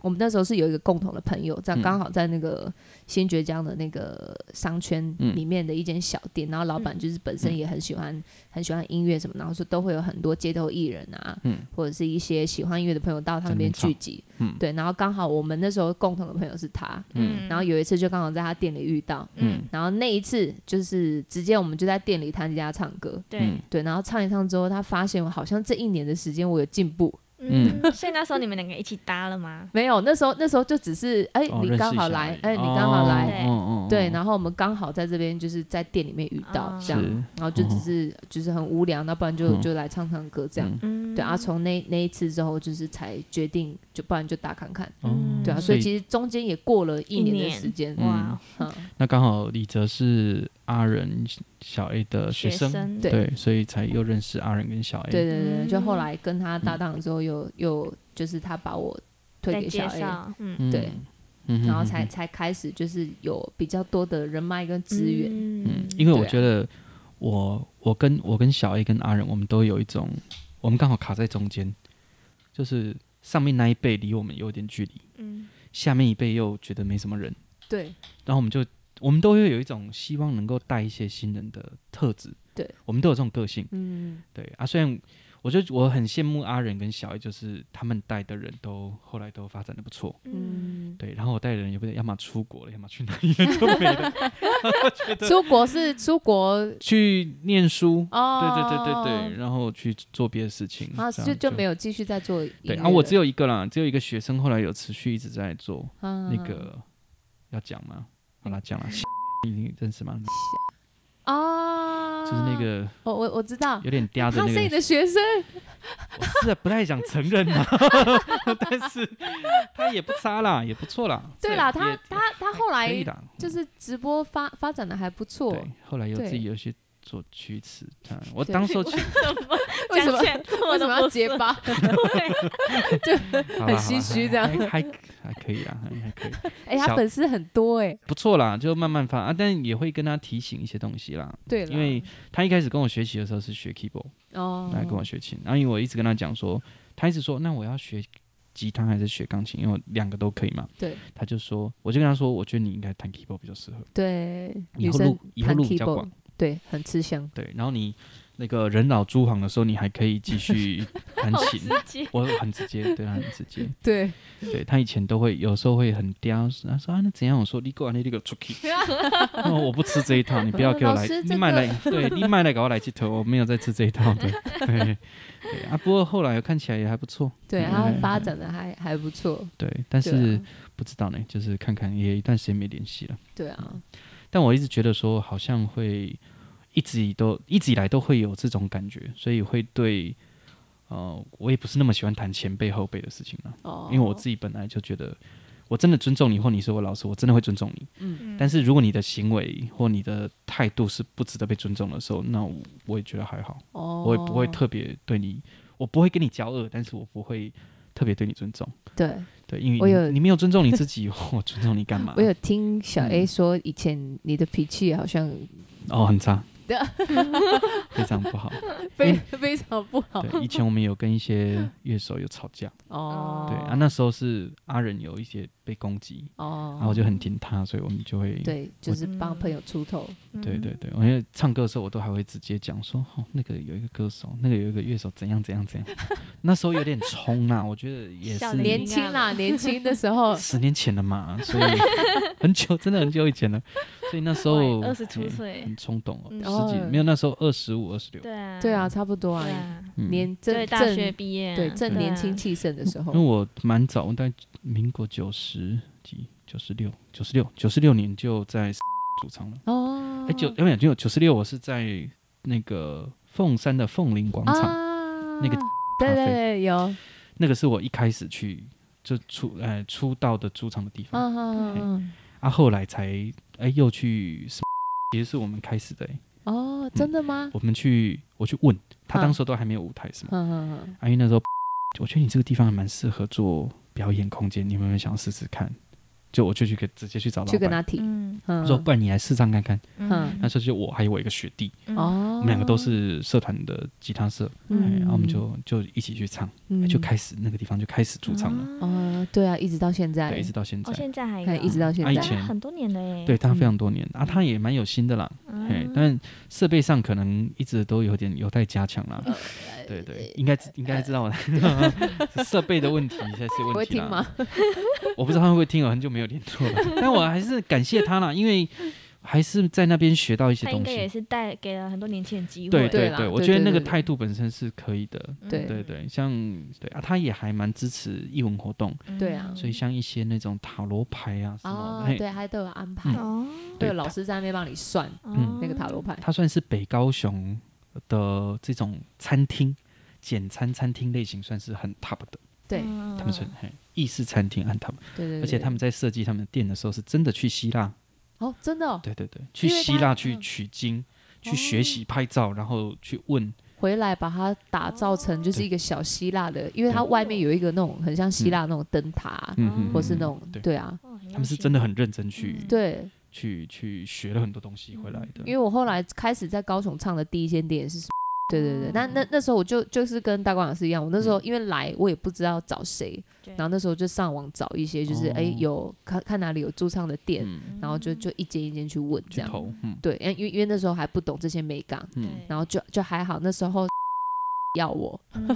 S3: 我们那时候是有一个共同的朋友，在
S1: 嗯
S3: 刚好在那个新爵江的那个商圈
S1: 嗯
S3: 里面的一间小店，然后老板就是本身也很喜欢、很喜欢音乐什么，然后说都会有很多街头艺人啊，
S1: 嗯
S3: 或者是一些喜欢音乐的朋友到他那
S1: 在那边
S3: 边聚集，
S1: 嗯
S3: 对，然后刚好我们那时候共同的朋友是他，
S1: 嗯
S3: 然后有一次就刚好在他店里遇到。
S1: 嗯
S3: 然后那一次就是直接我们就在店里参加唱歌，
S1: 嗯
S2: 对，
S3: 对，然后唱一唱之后，他发现我好像这一年的时间我有进步，
S2: 嗯嗯，所以那时候你们两个一起搭了吗？
S3: 没有，那时候那时候就只是哎、
S1: 哦
S3: 你
S1: 认识
S3: 刚
S1: 一
S3: 好
S1: 下而
S3: 来
S1: 已，
S3: 哎、你刚好来，
S1: 哦哦哦
S3: 对，然后我们刚好在这边就是在店里面遇到
S2: 哦
S3: 这样
S1: 是，
S3: 然后就只是就是很无聊，那不然就
S1: 嗯
S3: 就来唱唱歌这样。
S1: 嗯
S2: 嗯，
S3: 对啊，从那那一次之后，就是才决定，就不然就打看看。
S1: 哦
S3: 对啊，所
S1: 所
S3: 以其实中间也过了一
S2: 一
S3: 年的
S2: 年
S3: 时间。
S1: 嗯
S2: 哇，
S3: 嗯，
S1: 那刚好李哲是阿仁小 A 的学生，
S2: 生
S3: 对
S1: 对，所以才又认识阿仁跟小 A。
S3: 对对对，就后
S2: 嗯
S3: 来跟他搭档之后，又又就是他把我推
S2: 在
S3: 给小
S2: 介
S3: A，
S2: 绍，嗯，
S1: 嗯
S3: 对，
S1: 嗯哼
S3: 然后才
S1: 哼哼
S3: 才开始就是有比较多的人脉跟资源。
S1: 嗯
S2: 嗯，
S1: 因为我
S3: 对啊
S1: 觉得我我跟我跟小 A 跟阿仁，我们都有一种，我们刚好卡在中间，就是上面那一辈离我们有点距离，
S2: 嗯
S1: 下面一辈又觉得没什么人，
S3: 对
S1: 然后我们就我们都会有一种希望能够带一些新人的特质，
S3: 对，
S1: 我们都有这种个性，
S3: 嗯，
S1: 对啊，虽然。我就我很羡慕阿仁跟小 A，就是他们带的人都后来都发展的不错，
S3: [laughs]
S2: 嗯，
S1: 对，然后我带的人也不是要么出国了，要么去哪里了都没
S3: [laughs]
S1: 了，
S3: 出国是出国
S1: 去念书，
S3: 哦，
S1: 对对对对对，然后去做别的事情，
S3: 啊，
S1: 这
S3: 就
S1: 样
S3: 就没有继续再做音乐
S1: 对
S3: 了。
S1: 啊，我只有一个啦，只有一个学生后来有持续一直在做
S3: 那
S1: 那个，要讲吗？好啦，
S3: [laughs]
S1: 讲了，你你认识吗？
S3: 哦，
S1: 就是那，个
S3: 我我我知道，
S1: 有点嗲的
S3: 他
S1: 那
S3: 是你
S1: 个，
S3: 的学生，
S1: 我 [laughs] 是不太想承认啦， [laughs] 但是他也不差啦，也不错啦。
S3: 对啦，
S1: 这
S3: 他
S1: 也
S3: 他他后
S1: 可
S3: 来
S1: 以啦，
S3: 就是直播发发展的还不错，
S1: 对，后来又自己
S3: 对
S1: 又去做曲词，啊我
S3: 对
S1: 当时候
S3: [laughs]
S1: 去，
S3: 为什么
S2: 讲起来这么的
S3: 为什么
S2: 不
S3: 要结
S2: 顺？
S3: 巴？
S2: 对，
S1: 好啦
S3: 很
S1: 好啦
S3: 心虚
S1: 还
S3: 这样 [laughs]
S1: 还还还可以啦，还还可以。
S3: 哎，他
S1: 小
S3: 粉丝很多哎，
S1: 不错啦，就慢慢发啊，但也会跟他提醒一些东西啦。
S3: 对啦，
S1: 因为他一开始跟我学习的时候是学 keyboard，
S3: 哦，
S1: 来跟我学琴，然后因为我一直跟他讲说，他一直说那我要学吉他还是学钢琴，因为我两个都可以嘛。
S3: 对
S1: 他就说，我就跟他说，我觉得你应该弹 keyboard 比较适合，
S3: 对，
S1: 以
S3: 女
S1: 后
S3: 生
S1: 路以后
S3: 弹
S1: 路比较广
S3: keyboard，对，很吃香，
S1: 对。然后你那个人老珠黄的时候，你还可以继
S3: [laughs]
S1: 续弹
S2: 好
S1: [laughs] 琴。
S2: 直接，
S1: 我很直接，对他很直接，
S3: 对，
S1: 对他以前都会有时候会很刁，他说啊那怎样？我说你给我那个出去，
S3: [laughs]
S1: 哦，我不吃这一套，你不要给我来
S3: 老师，
S1: 你
S3: 这
S1: 买
S3: 个
S1: 来，对你买来给我来这头，我没有在吃这一套的。对对啊，不过后来看起来也还不错，
S3: 对，
S1: 嗯
S3: 他发展的还还不错，
S1: 对，但
S3: 对啊
S1: 是不知道呢，就是看看也一段时间没联系了。
S3: 对啊，
S1: 但我一直觉得说，好像会一直以都一直以来都会有这种感觉，所以会对，呃，我也不是那么喜欢谈前辈后辈的事情啊，
S3: 哦，
S1: 因为我自己本来就觉得。我真的尊重你，或你是我老师，我真的会尊重你。
S2: 嗯
S1: 但是如果你的行为或你的态度是不值得被尊重的时候，那我我也觉得还好。
S3: 哦，
S1: 我也不会特别对你，我不会跟你交恶，但是我不会特别对你尊重。
S3: 对，
S1: 对，因为
S3: 我
S1: 你
S3: 有
S1: 你没有尊重你自己， [laughs] 我尊重你干嘛？
S3: 我有听小 A
S1: 嗯
S3: 说，以前你的脾气好像
S1: 哦，很
S3: [laughs]
S1: 差
S3: 对，
S1: 非常不好。
S3: 非非常不好
S1: 对，以前我们有跟一些乐手有吵架，
S3: 哦。
S1: 对啊，那时候是阿仁有一些被攻击，
S3: 哦，
S1: 啊然后我就很听他，所以我们就会。
S3: 对，就是帮朋友出头，
S1: 对对对，我因为唱歌的时候，我都还会直接讲说，哦，那个有一个歌手，那个有一个乐手怎样怎样怎样。那时候有点冲啊，我觉得也
S2: 笑
S1: 是，
S2: 嗯
S3: 年轻啦，年轻的时候
S1: 十年前了嘛，所以很久，真的很久以前了。所以那时候
S2: 二十出
S1: 嘿
S2: 岁，
S1: 很冲动哦，
S2: 嗯
S1: 十几
S3: 哦
S1: 没有那时候二十五、二十六，
S2: 对啊，
S3: 对啊，，差不多
S2: 对
S3: 啊，
S2: 啊，
S1: 嗯，
S3: 年
S2: 对
S3: 正
S2: 大学
S3: 正
S2: 毕业啊，
S3: 对正
S2: 啊
S3: 年轻气盛的时
S1: 因为
S3: 候，
S1: 我蛮早，我在民国九十几、九十六、九十六、九十六年就在 [laughs] 主唱了。
S3: 哦
S1: 哎，九没有九九十六，我是在那个凤山的凤林广场，
S3: 啊
S1: 那个
S3: 对
S1: 咖啡
S3: 对
S1: 嗯
S3: 对有啊
S1: 那个是我一开始去就出呃出道的驻唱的地方，
S3: 啊啊
S1: 啊，后来才哎又去， [laughs] 其实是我们开始的哎。
S3: 哦，真的吗？
S1: 我们去我去问他，
S3: 嗯
S1: 当时都还没有舞台是吗？
S3: 嗯嗯嗯
S1: 啊因为那时候 [laughs] 我觉得你这个地方还蛮适合做表演空间，你有没有想试试看？就我就去跟直接去找老
S3: 去跟
S1: 板，
S3: 他提，
S2: 嗯
S1: 他
S3: 嗯
S1: 说不然你来试唱看看。
S2: 嗯，
S1: 那时候就我还有我一个学弟，
S2: 嗯，
S3: 哦
S1: 我，们两个都是社团的吉他社，哎
S3: 嗯，
S1: 然后我们就就一起去唱，哎就开始那个地方就开始驻唱了，
S2: 嗯哦，
S3: 哦，对啊，一直到现在
S1: 对，一，直到现
S2: 哦，
S1: 在，
S2: 现在还
S3: 哎
S2: 有，
S3: 一直到现
S1: 啊以
S3: 在
S2: 对啊，
S1: 前
S2: 很多年了耶，
S1: 对他非常多年啊，他也蛮有心的啦，
S2: 嗯，
S1: 嘿，但设备上可能一直都有点有待加强
S2: 哦
S1: 啦。对对，应该知应该知
S2: [laughs]
S1: 道的，设备的问题才是
S3: 不
S1: 问
S3: 会
S1: 题
S3: 听
S1: 啦。
S3: 吗？
S1: [laughs] 我不知道他会不会听，我很久没有联络了。但我还是感谢他啦，因为还是在那边学到一些
S2: 他应
S1: 东
S2: 该也
S1: 西。
S2: 是带给了很多年轻人机会。
S1: 对
S3: 对啦
S1: 对，我
S3: 对
S1: 觉得
S3: 对
S1: 那个
S3: 对对
S1: 态度本身是可以的。
S2: 嗯
S3: 对
S1: 对对，像对啊，他也还蛮支持艺文活动，
S2: 嗯
S3: 对啊
S1: 所以像一些那种塔罗牌啊什么
S3: 哦
S1: 的，，嘿嗯
S3: 对，还都有安排，
S2: 哦，
S3: 都
S1: 对
S3: 有老师在那边帮你算
S1: 嗯
S2: 哦
S3: 那个塔罗牌。
S1: 它算是北高雄的这种餐厅简餐餐厅类型，算是很 top 的。
S3: 对
S2: 嗯
S1: 他们是嘿意式餐厅很 top，
S3: 对嗯对对，
S1: 而且他们在设计他们的店的时候，是真的去希腊，
S3: 哦，真的哦，
S1: 对对对，去
S3: 因为
S1: 希
S3: 他
S1: 腊去
S3: 嗯哦
S1: 取经，去学习拍照，然后去问，
S3: 回来把它打造成就是
S1: 对
S3: 一个小希腊的，因为它外面有一个那种很像希腊那种灯塔，
S1: 嗯嗯，
S3: 哦或是
S1: 嗯
S3: 那种
S1: 对，
S3: 对啊，
S2: 哦
S1: 他们是真的很认真
S2: 嗯
S1: 去
S3: 对，
S1: 去去学了很多东西回来的，
S3: 嗯因为我后来开始在高雄唱的第一间店是，对对对，那那那时候我就就是跟大光老师一样，我那
S1: 嗯
S3: 时候因为来我也不知道找谁，
S2: 对
S3: 然后那时候就上网找一些就是
S1: 哦
S3: 哎有看看哪里有驻唱的店，
S1: 嗯，
S3: 然后就就一间一间去问这
S1: 去
S3: 样，
S1: 投，嗯
S3: 对，因为因为因为那时候还不懂这些美感，
S1: 嗯，
S3: 然后就就还好，那时候 [laughs] 要我，
S2: 后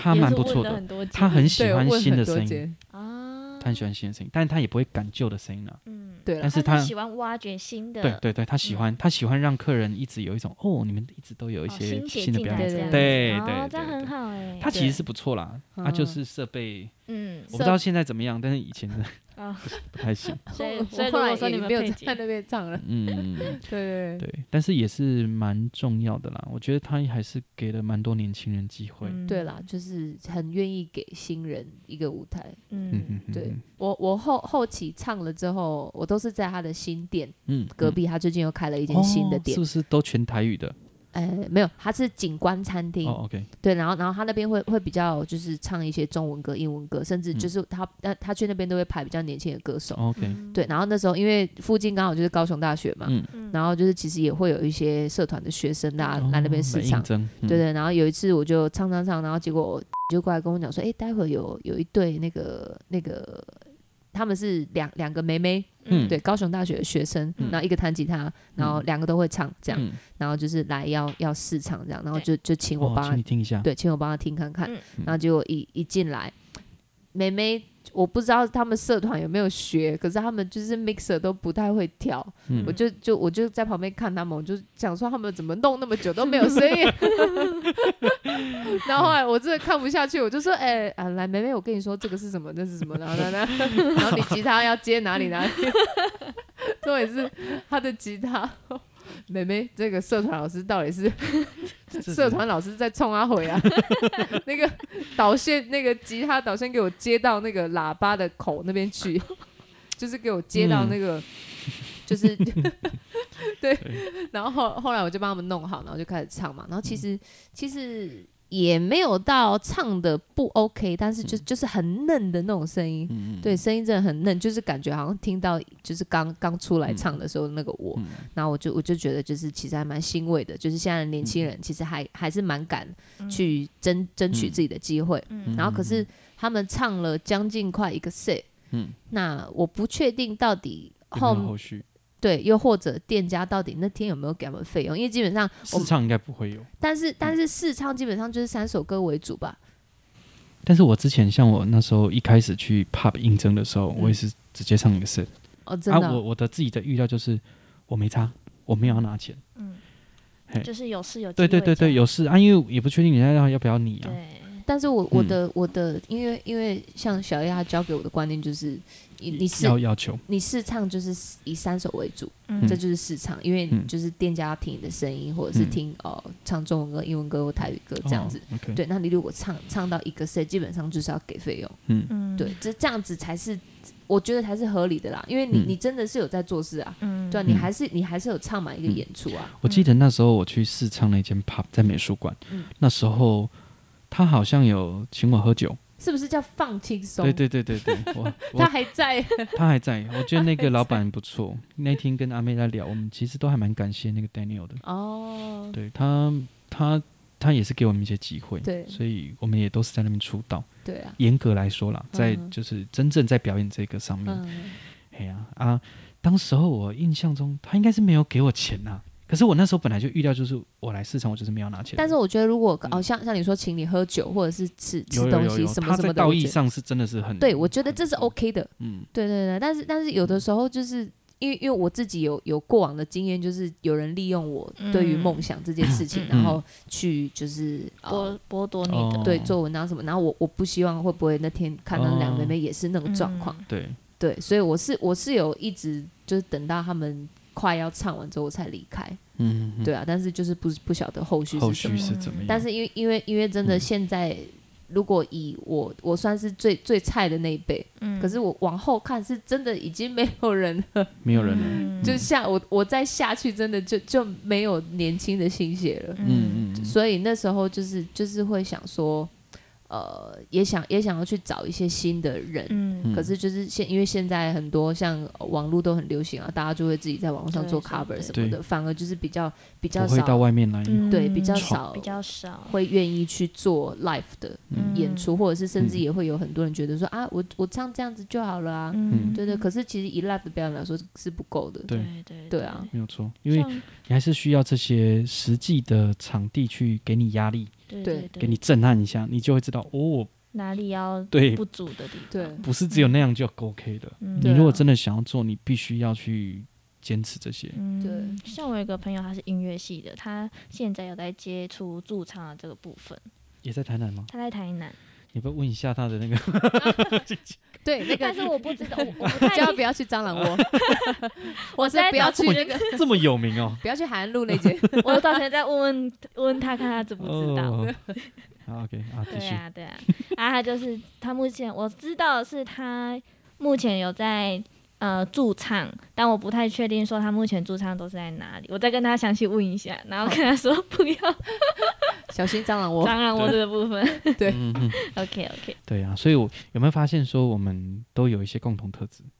S1: 他蛮不错的
S2: 的
S1: 他很喜
S3: 对我
S1: 欢
S3: 问
S1: 新
S3: 很
S1: 的
S3: 多
S1: 声音，
S3: 间，
S2: 啊，
S1: 他很喜欢新的声音，但是他也不会赶旧的声音了。
S2: 嗯，
S3: 对啦
S1: 但是
S2: 他
S1: 他
S2: 喜欢挖掘新的，
S1: 对
S3: 啊
S1: 对对，他
S3: 嗯
S1: 喜欢他喜欢让客人一直有一种哦，你们一直都有一
S2: 哦，
S1: 些
S2: 新血
S1: 新的
S2: 进
S1: 表
S2: 来
S1: 演
S3: 这
S1: 者
S3: 样，子
S1: 对
S2: 哦
S1: 对
S2: 这样
S1: 对
S2: 很
S1: 对。
S2: 好哎，
S1: 他其实是不错啦，他就是设备，
S2: 嗯，
S1: 我不知道现在怎么样，但是以前的 [laughs]
S2: 啊，
S1: 不太行。
S2: 所以
S3: 我
S2: 所以如
S3: 后来
S2: 果说
S3: 也
S2: 你们
S3: 没有
S2: 配
S3: 在
S2: 景
S3: 那
S2: [laughs]
S3: 边唱了， [laughs]
S1: 嗯，
S3: 对对对。
S1: 对，但是也是蛮重要的啦。我觉得他还是给了蛮多年轻人机会。嗯
S3: 对啦，，就是很愿意给新人一个舞台。
S1: 嗯
S2: 嗯
S1: 嗯，
S3: 对我，我后后期唱了之后，我都是在他的新店
S1: 嗯，
S3: 隔壁，他最近又开了一间新的
S1: 哦
S3: 店
S1: 是，不是都全台语的？
S3: 呃，没有，他是景观餐厅，
S1: 哦，OK，
S3: 对，然后然后他那边会会比较就是唱一些中文歌、英文歌，甚至
S1: 嗯
S3: 就是他他、他去那边都会排比较年轻的歌手，
S1: 哦，OK，
S3: 对，然后那时候因为附近刚好就是高雄大学嘛，
S1: 嗯，
S2: 嗯
S3: 然后就是其实也会有一些社团的学生啊
S1: 哦
S3: 来那边试
S1: 来
S3: 唱
S1: 应，征，嗯
S3: 对，对，然后有一次我就唱唱唱，然后结果我 [laughs] 就过来跟我讲说，哎、待会有有一对那个那个，他们是两两个妹妹，
S1: 嗯
S3: 对，高雄大学的学生，
S1: 嗯
S3: 然后一个弹吉他，然后两个都会唱这样，
S1: 嗯
S3: 然后就是来要要试唱这样，然后就就请我
S1: 哦
S3: 帮
S1: 请
S3: 他，
S1: 你听一下，
S3: 对，请我帮他听看看，
S2: 嗯
S3: 然后结果一一进来，妹妹。我不知道他们社团有没有学，可是他们就是 mixer 都不太会调，
S1: 嗯
S3: 我就就我就在旁边看他们，我就想说他们怎么弄那么久都没有声音。然后后来我真的看不下去，我就说：“哎、啊，来梅梅，我跟你说这个是什么，那是什么，然后然后然后然后你吉他要接哪里 [laughs] 哪里。”重点是他的吉他，梅梅这个社团老师到底是
S1: 这
S3: 社团老师在冲阿回啊， [laughs] 那个导线那个吉他导线给我接到那个喇叭的口那边去，就是给我接到那个，就是对，然后后后来我就帮他们弄好，然后就开始唱嘛，然后
S1: 嗯
S3: 其实、其实。也没有到唱的不 OK，但是就、就是很嫩的那种声音，
S1: 嗯嗯，嗯
S3: 对，，声音真的很嫩，就是感觉好像听到就是刚刚出来
S1: 嗯
S3: 唱的时候那个我，
S1: 嗯
S3: 然后我就我就觉得就是其实还蛮欣慰的，就是现在的
S1: 嗯
S3: 年轻人其实还、还是蛮敢去争、争取自己的机会，
S1: 嗯
S3: 然后可是他们唱了将近快一个 set，
S1: 嗯，
S3: 那我不确定到底
S1: 有没有
S3: 后
S1: 后续
S3: 对，又或者店家到底那天有没有给他们费用，因为基本上我
S1: 试
S3: 们
S1: 唱应该不会有。
S3: 但是但是试唱基本上就是三首歌为主吧，
S1: 但是我之前像我那时候一开始去 pub 应征的时候，
S3: 嗯
S1: 我也是直接上一个 set
S3: 哦，真
S1: 啊，
S3: 的啊、
S1: 我我的自己的预料就是我没差，我没有要拿钱，
S2: 嗯
S1: 嘿，
S2: 就是有事有机
S1: 对
S2: 会
S1: 对对
S2: 这
S1: 对，
S2: 样
S1: 有事啊，因为也不确定人家要要不要你啊，
S2: 对，
S3: 但是我我
S1: 嗯
S3: 的、我的，因为因为像小叶他教给我的观念就是，你你试
S1: 要要求，
S3: 你试唱就是以三首为主，
S2: 嗯
S3: 这就是市场，因为
S1: 嗯
S3: 就是店家要听你的声音，或者是
S1: 嗯
S3: 听、哦唱中文歌、英文歌或台语歌这样子。
S1: 哦，OK，
S3: 对，那你如果唱唱到一个 set，基本上就是要给费用。
S1: 嗯
S2: 嗯
S3: 对，，这这样子才是我觉得才是合理的啦，因为你、
S1: 嗯
S3: 你真的是有在做事啊，
S2: 嗯
S3: 对啊，你还是你还是有唱满一个
S1: 嗯
S3: 演出啊。
S1: 我记得那时候我去试唱那间 pub 在美术馆，
S3: 嗯
S1: 那时候他好像有请我喝酒，
S3: 是不是叫放轻松？
S1: 对对对对对，
S3: [laughs]
S1: 我我
S3: 他还在， [laughs]
S1: 他还在，我觉得那个老板不错，那天跟阿妹在聊，我们其实都还蛮感谢那个 Daniel 的，
S3: 哦，
S1: 对他他他也是给我们一些机会，
S3: 对
S1: 所以我们也都是在那边出道。
S3: 对啊，
S1: 严格来说啦，在
S3: 嗯
S1: 就是真正在表演这个上面，
S3: 嗯，
S1: 哎呀啊当时候我印象中他应该是没有给我钱呐、可是我那时候本来就预料，就是我来市场，我就是没有拿钱。
S3: 但是我觉得如果哦
S1: 嗯
S3: 像像你说请你喝酒或者是吃
S1: 有
S3: 吃
S1: 有
S3: 东
S1: 有
S3: 西
S1: 有，
S3: 什么
S1: 他
S3: 什
S1: 在
S3: 么的，
S1: 道
S3: 我
S1: 义
S3: 觉得
S1: 上是真的是很
S3: 对我觉得这是 OK 的。
S1: 嗯
S3: 对对对，但是但是有的时候就是。因为因为我自己有有过往的经验，就是有人利用我
S2: 嗯
S3: 对于梦想这件事情，
S2: 嗯
S3: 然后去就是呃
S2: 剥剥夺你
S1: 哦
S2: 的，
S3: 对做文章什么，然后我我不希望会不会那天看到两
S1: 哦
S3: 妹妹也是那种状况，
S1: 对，
S3: 对，所以我是我是有一直就是等到他们快要唱完之后我才离开，
S1: 嗯，嗯
S3: 对啊，但是就是不不晓得后续
S1: 后
S3: 是什么
S1: 续，是怎么样？
S3: 但是因为因为因为真的
S1: 嗯
S3: 现在如果以我我算是最最菜的那一辈，
S2: 嗯，
S3: 可是我往后看是真的已经没有人了，
S1: 没有人了，
S2: 嗯
S3: [laughs] 就下我我再下去真的就就没有年轻的心血了，
S1: 嗯嗯嗯，
S3: 所以那时候就是就是会想说，呃，也想也想要去找一些新的人。
S2: 嗯
S1: 嗯
S3: 可是就是现，因为现在很多像呃网络都很流行啊，大家就会自己在网络上
S2: 对
S3: 做
S2: 对
S3: cover
S2: 对
S3: 什么的，
S1: 对
S3: 反而就是比较比较
S1: 不会到
S3: 少
S1: 外面来，
S2: 嗯
S3: 对比较
S2: 闯
S3: 少
S2: 比较少
S3: 会愿意去做 live 的
S1: 嗯
S3: 演出，或者是甚至
S1: 嗯
S3: 也会有很多人觉得说啊，我我唱这样子就好了啊，
S1: 嗯
S3: 对对，可是其实以 live 的表演来说是不够的。
S1: 对
S2: 对对
S3: 对啊，
S1: 没有错，因为
S2: 像
S1: 你还是需要这些实际的场地去给你压力，
S2: 对
S3: 对
S2: 对对
S1: 给你震撼一下，你就会知道哦，
S2: 哪里要
S1: 对
S2: 不，足的地方，
S3: 对
S1: 不是只有那样就 OK 的。
S2: 嗯
S1: 你
S3: 对
S1: 如果
S3: 啊
S1: 真的想要做，你必须要去坚持这些。
S2: 嗯，像我有一个朋友，他是音乐系的，他现在有在接触驻唱的这个部分，
S1: 也在台南吗？
S2: 他在台南，
S1: 你不要问一下他的
S2: [laughs]
S1: 那个
S3: 对，那
S2: 但是
S3: 个 [laughs]
S2: 我不知道，我我不
S3: 就
S2: 太
S3: 要不要去蟑螂
S1: [laughs]
S3: 窝，我是
S2: 在
S3: 不要
S2: 脑
S3: 去
S1: 补
S3: 那个，
S1: 这么有名哦。
S3: [laughs] 不要去海岸路
S1: [laughs]
S3: 那间。 [laughs]
S2: 我到时候再问问问问他看他 [laughs] 知不知道。 [laughs]
S1: 哦好 OK 啊，继
S2: 对
S1: 续。
S2: 啊，对啊，啊，他就是他目前我知道的是他目前有在呃驻唱，但我不太确定说他目前驻唱都是在哪里，我再跟他详细问一下，然后跟他说不要
S3: 小心蟑螂
S1: 哦
S2: [laughs]
S3: 窝。
S2: 当然我这个部分。
S3: 对
S1: 嗯嗯，
S2: OK OK，
S1: 对啊，所以我有没有发现说我们都有一些共同特质？因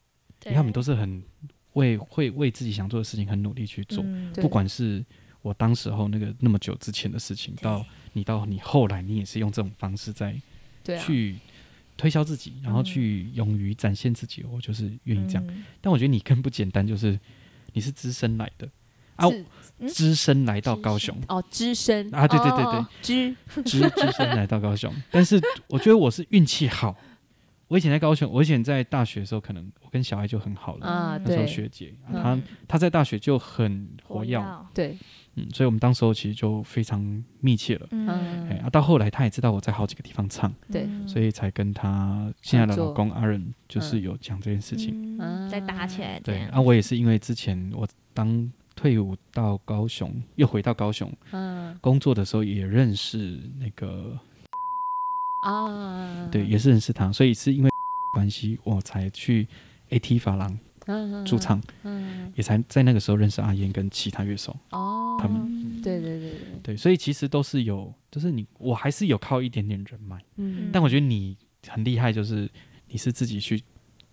S2: 对，
S1: 为他们都是很为会为自己想做的事情很努力去做，
S2: 嗯
S3: 对
S1: 不管是我当时候那个那么久之前的事情，
S2: 对
S1: 到你到你后来，你也是用这种方式在
S3: 对啊，
S1: 去推销自己，然后
S2: 嗯
S1: 去勇于展现自己。我就是愿意这样，
S2: 嗯
S1: 但我觉得你更不简单，就是你是资深来的，啊
S3: 是
S2: 嗯
S1: 资深来到高雄。
S3: 哦，只身
S1: 啊对对对对
S3: 哦哦哦只
S1: 资资深来到高雄，但是我觉得我是运气好。我以前在高雄，我以前在大学的时候，可能我跟小爱就很好了。
S3: 啊，
S1: 那时候
S3: 对
S1: 学姐，啊
S3: 嗯
S1: 她她在大学就很活
S2: 火
S1: 跃，
S2: 药，
S3: 对，
S1: 嗯，所以我们当时候其实就非常密切了。
S2: 嗯，
S1: 哎、
S3: 嗯，
S1: 啊，到后来她也知道我在好几个地方唱，
S3: 对
S2: 嗯
S1: 所以才跟她现在的老公阿仁就是
S3: 嗯
S1: 有讲这件事情。
S2: 嗯再打起来这
S1: 对，
S2: 样。
S1: 啊，我也是因为之前我当退伍到高雄，又回到高雄
S3: 嗯
S1: 工作的时候，也认识那个
S2: 嗯
S3: 啊，
S1: 对，也是认识他，所以是因为 [laughs] 关系我才去 AT 发廊
S3: 嗯
S1: 驻，唱，
S3: 嗯
S1: 也才在那个时候认识阿燕跟其他乐手。
S3: 哦，
S1: 他们
S2: 嗯
S3: 对对对对，
S1: 对，所以其实都是有，就是你我还是有靠一点点人脉，
S3: 嗯
S1: 但我觉得你很厉害，就是你是自己去